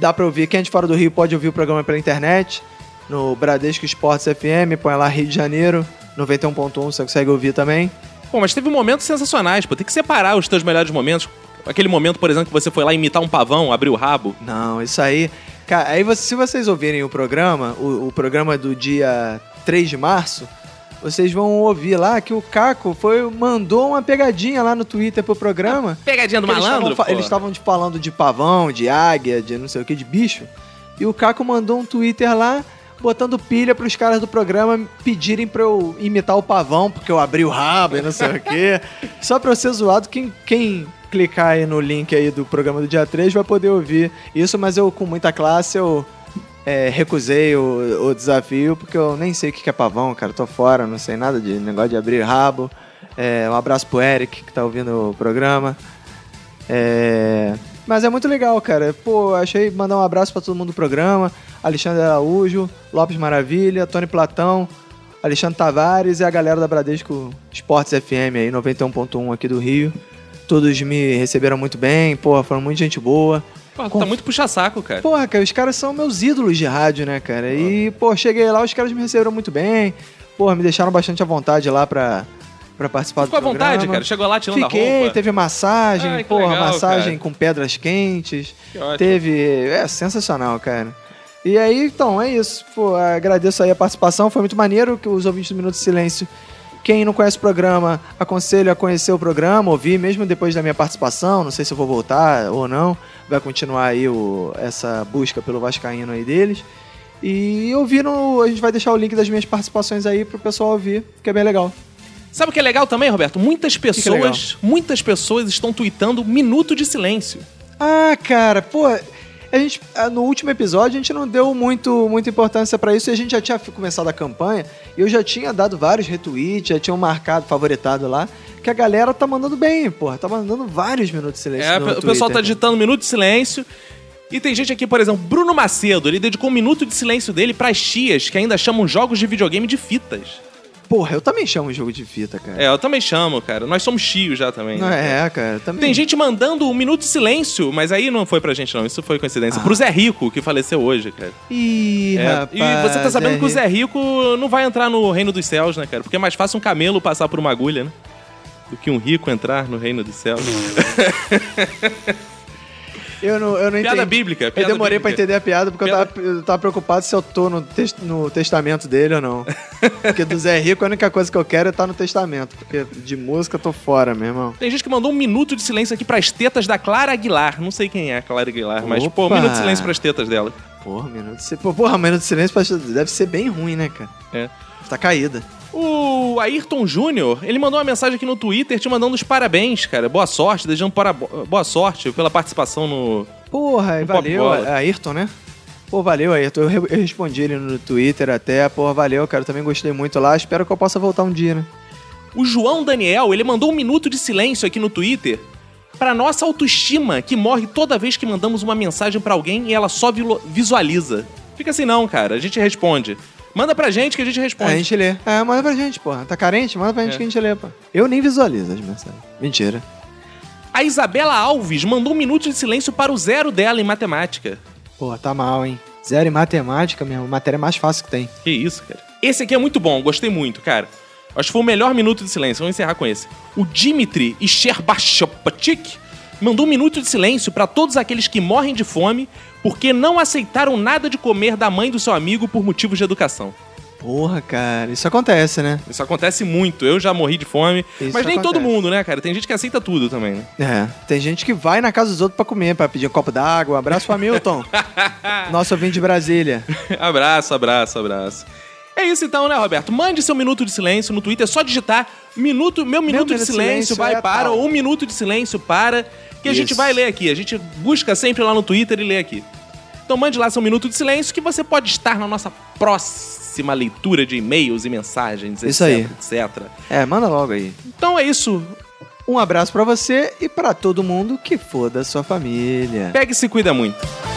[SPEAKER 2] dá pra ouvir. Quem é de fora do Rio pode ouvir o programa pela internet, no Bradesco Esportes FM, põe lá Rio de Janeiro, 91.1, você consegue ouvir também.
[SPEAKER 1] Pô, mas teve momentos sensacionais, pô. Tem que separar os teus melhores momentos. Aquele momento, por exemplo, que você foi lá imitar um pavão, abriu o rabo.
[SPEAKER 2] Não, isso aí. Cara, aí você- se vocês ouvirem o programa, o, o programa do dia 3 de março, vocês vão ouvir lá que o Caco foi, mandou uma pegadinha lá no Twitter pro programa.
[SPEAKER 1] Pegadinha do
[SPEAKER 2] Que eles
[SPEAKER 1] malandro,
[SPEAKER 2] estavam fa-
[SPEAKER 1] pô.
[SPEAKER 2] Eles estavam de- falando de pavão, de águia, de não sei o que, de bicho. E o Caco mandou um Twitter lá, botando pilha pros caras do programa pedirem pra eu imitar o pavão, porque eu abri o rabo e não sei o que. Só pra eu ser zoado, quem, quem clicar aí no link aí do programa do dia 3 vai poder ouvir isso, mas eu com muita classe eu... é, recusei o, o desafio porque eu nem sei o que que é pavão, cara. Tô fora, não sei nada de negócio de abrir rabo. É, um abraço pro Eric que tá ouvindo o programa. É, Mas é muito legal, cara. Pô, achei mandar um abraço pra todo mundo do programa. Alexandre Araújo, Lopes Maravilha, Tony Platão, Alexandre Tavares e a galera da Bradesco Esportes FM aí, 91.1 aqui do Rio. Todos me receberam muito bem, porra, foram muita gente boa.
[SPEAKER 1] Pô, tu tá muito puxa-saco, cara.
[SPEAKER 2] Porra, cara, os caras são meus ídolos de rádio, né, cara? E, pô, cheguei lá, os caras me receberam muito bem. Porra, me deixaram bastante à vontade lá pra, pra participar
[SPEAKER 1] Ficou à
[SPEAKER 2] do programa.
[SPEAKER 1] vontade, cara? Chegou lá tirando a
[SPEAKER 2] Fiquei,
[SPEAKER 1] roupa?
[SPEAKER 2] teve massagem,
[SPEAKER 1] Ai, que
[SPEAKER 2] porra,
[SPEAKER 1] legal,
[SPEAKER 2] massagem
[SPEAKER 1] cara.
[SPEAKER 2] com pedras quentes.
[SPEAKER 1] Que ótimo.
[SPEAKER 2] Teve... É, sensacional, cara. E aí, então, é isso. Pô, agradeço aí a participação, foi muito maneiro que os ouvintes do Minuto de Silêncio quem não conhece o programa, aconselho a conhecer o programa, ouvir, mesmo depois da minha participação. Não sei se eu vou voltar ou não. Vai continuar aí o- essa busca pelo Vascaíno aí deles. E ouviram, a gente vai deixar o link das minhas participações aí pro pessoal ouvir, que é bem legal.
[SPEAKER 1] Sabe o que é legal também, Roberto? Muitas
[SPEAKER 2] que é legal?
[SPEAKER 1] pessoas, muitas pessoas estão tweetando um minuto de silêncio.
[SPEAKER 2] Ah, cara, pô. A gente, ah, no último episódio, a gente não deu muito, muita importância pra isso e a gente já tinha f- começado a campanha. E eu já tinha dado vários retweets, já tinha um marcado, favoritado lá. Que a galera tá mandando bem, porra. Tá mandando vários minutos de silêncio.
[SPEAKER 1] É,
[SPEAKER 2] no
[SPEAKER 1] o pessoal
[SPEAKER 2] Twitter. né?
[SPEAKER 1] tá digitando minuto de silêncio. E tem gente aqui, por exemplo, Bruno Macedo, ele dedicou um minuto de silêncio dele pras chias que ainda chamam jogos de videogame de fitas.
[SPEAKER 2] Porra, eu também chamo o jogo de fita, cara.
[SPEAKER 1] É, eu também chamo, cara. Nós somos chios já também.
[SPEAKER 2] Não,
[SPEAKER 1] né?
[SPEAKER 2] é, cara, eu também.
[SPEAKER 1] Tem gente mandando um minuto de silêncio, mas aí não foi pra gente, não. Isso foi coincidência. Pro Zé Rico, que faleceu hoje, cara.
[SPEAKER 2] Ih,
[SPEAKER 1] É,
[SPEAKER 2] rapaz,
[SPEAKER 1] e você tá sabendo que o
[SPEAKER 2] é-
[SPEAKER 1] Zé Rico não vai entrar no reino dos céus, né, cara? Porque é mais fácil um camelo passar por uma agulha, né? Do que um rico entrar no reino dos céus.
[SPEAKER 2] Eu não, eu não entendi.
[SPEAKER 1] Piada bíblica,
[SPEAKER 2] Eu
[SPEAKER 1] piada
[SPEAKER 2] demorei pra
[SPEAKER 1] bíblica.
[SPEAKER 2] entender a piada porque Eu, tava, eu tava preocupado se eu tô no, tes- no testamento dele ou não. porque do Zé Rico a única coisa que eu quero é estar no testamento. Porque de música eu tô fora, meu irmão.
[SPEAKER 1] Tem gente que mandou um minuto de silêncio aqui pras tetas da Clara Aguilar. Não sei quem é a Clara Aguilar, mas, pô, um
[SPEAKER 2] Opa!
[SPEAKER 1] minuto de silêncio pras tetas dela.
[SPEAKER 2] Porra, minuto de silêncio. Porra, minuto de silêncio pra- deve ser bem ruim, né, cara?
[SPEAKER 1] É.
[SPEAKER 2] Tá caída.
[SPEAKER 1] O Ayrton Júnior, ele mandou uma mensagem aqui no Twitter te mandando os parabéns, cara. Boa sorte, desejando para... boa sorte pela participação no.
[SPEAKER 2] Porra,
[SPEAKER 1] no
[SPEAKER 2] valeu,
[SPEAKER 1] Pop Bola.
[SPEAKER 2] Ayrton, né? Pô, valeu, Ayrton. Eu, re- eu respondi ele no Twitter até. Porra, valeu, cara. Eu também gostei muito lá. Espero que eu possa voltar um dia, né?
[SPEAKER 1] O João Daniel, ele mandou um minuto de silêncio aqui no Twitter pra nossa autoestima, que morre toda vez que mandamos uma mensagem pra alguém e ela só vilo- visualiza. Fica assim não, cara. A gente responde. Manda pra gente que a gente responde.
[SPEAKER 2] A gente lê. É, manda pra gente, porra. Tá carente? Manda pra gente
[SPEAKER 1] É.
[SPEAKER 2] que a gente lê, pô. Eu nem visualizo as mensagens. Mentira.
[SPEAKER 1] A Isabela Alves mandou um minuto de silêncio para o zero dela em matemática.
[SPEAKER 2] Pô, tá mal, hein? Zero em matemática, meu. Matéria é mais fácil que tem.
[SPEAKER 1] Que isso, cara. Esse aqui é muito bom, gostei muito, cara. Acho que foi o melhor minuto de silêncio, vamos encerrar com esse. O Dimitri Sherbashopatik mandou um minuto de silêncio pra todos aqueles que morrem de fome porque não aceitaram nada de comer da mãe do seu amigo por motivos de educação.
[SPEAKER 2] Porra, cara. Isso acontece, né?
[SPEAKER 1] Isso acontece muito, eu já morri de fome.
[SPEAKER 2] Isso
[SPEAKER 1] mas nem
[SPEAKER 2] acontece.
[SPEAKER 1] todo mundo, né, cara? Tem gente que aceita tudo também, né?
[SPEAKER 2] É. Tem gente que vai na casa dos outros pra comer, pra pedir um copo d'água. Abraço pra Milton. Nosso ouvinte de Brasília.
[SPEAKER 1] abraço, abraço, abraço. É isso então, né, Roberto? Mande seu minuto de silêncio no Twitter, é só digitar minuto, meu minuto de silêncio, vai
[SPEAKER 2] é
[SPEAKER 1] para
[SPEAKER 2] tal.
[SPEAKER 1] ou um minuto de silêncio para que a gente
[SPEAKER 2] Isso.
[SPEAKER 1] vai ler aqui. A gente busca sempre lá no Twitter e lê aqui. Então mande lá seu minuto de silêncio que você pode estar na nossa próxima leitura de e-mails e mensagens,
[SPEAKER 2] Isso
[SPEAKER 1] etc, etc.
[SPEAKER 2] É, manda logo aí.
[SPEAKER 1] Então é isso.
[SPEAKER 2] Um abraço pra você e pra todo mundo que for da sua família.
[SPEAKER 1] Pega e se cuida muito.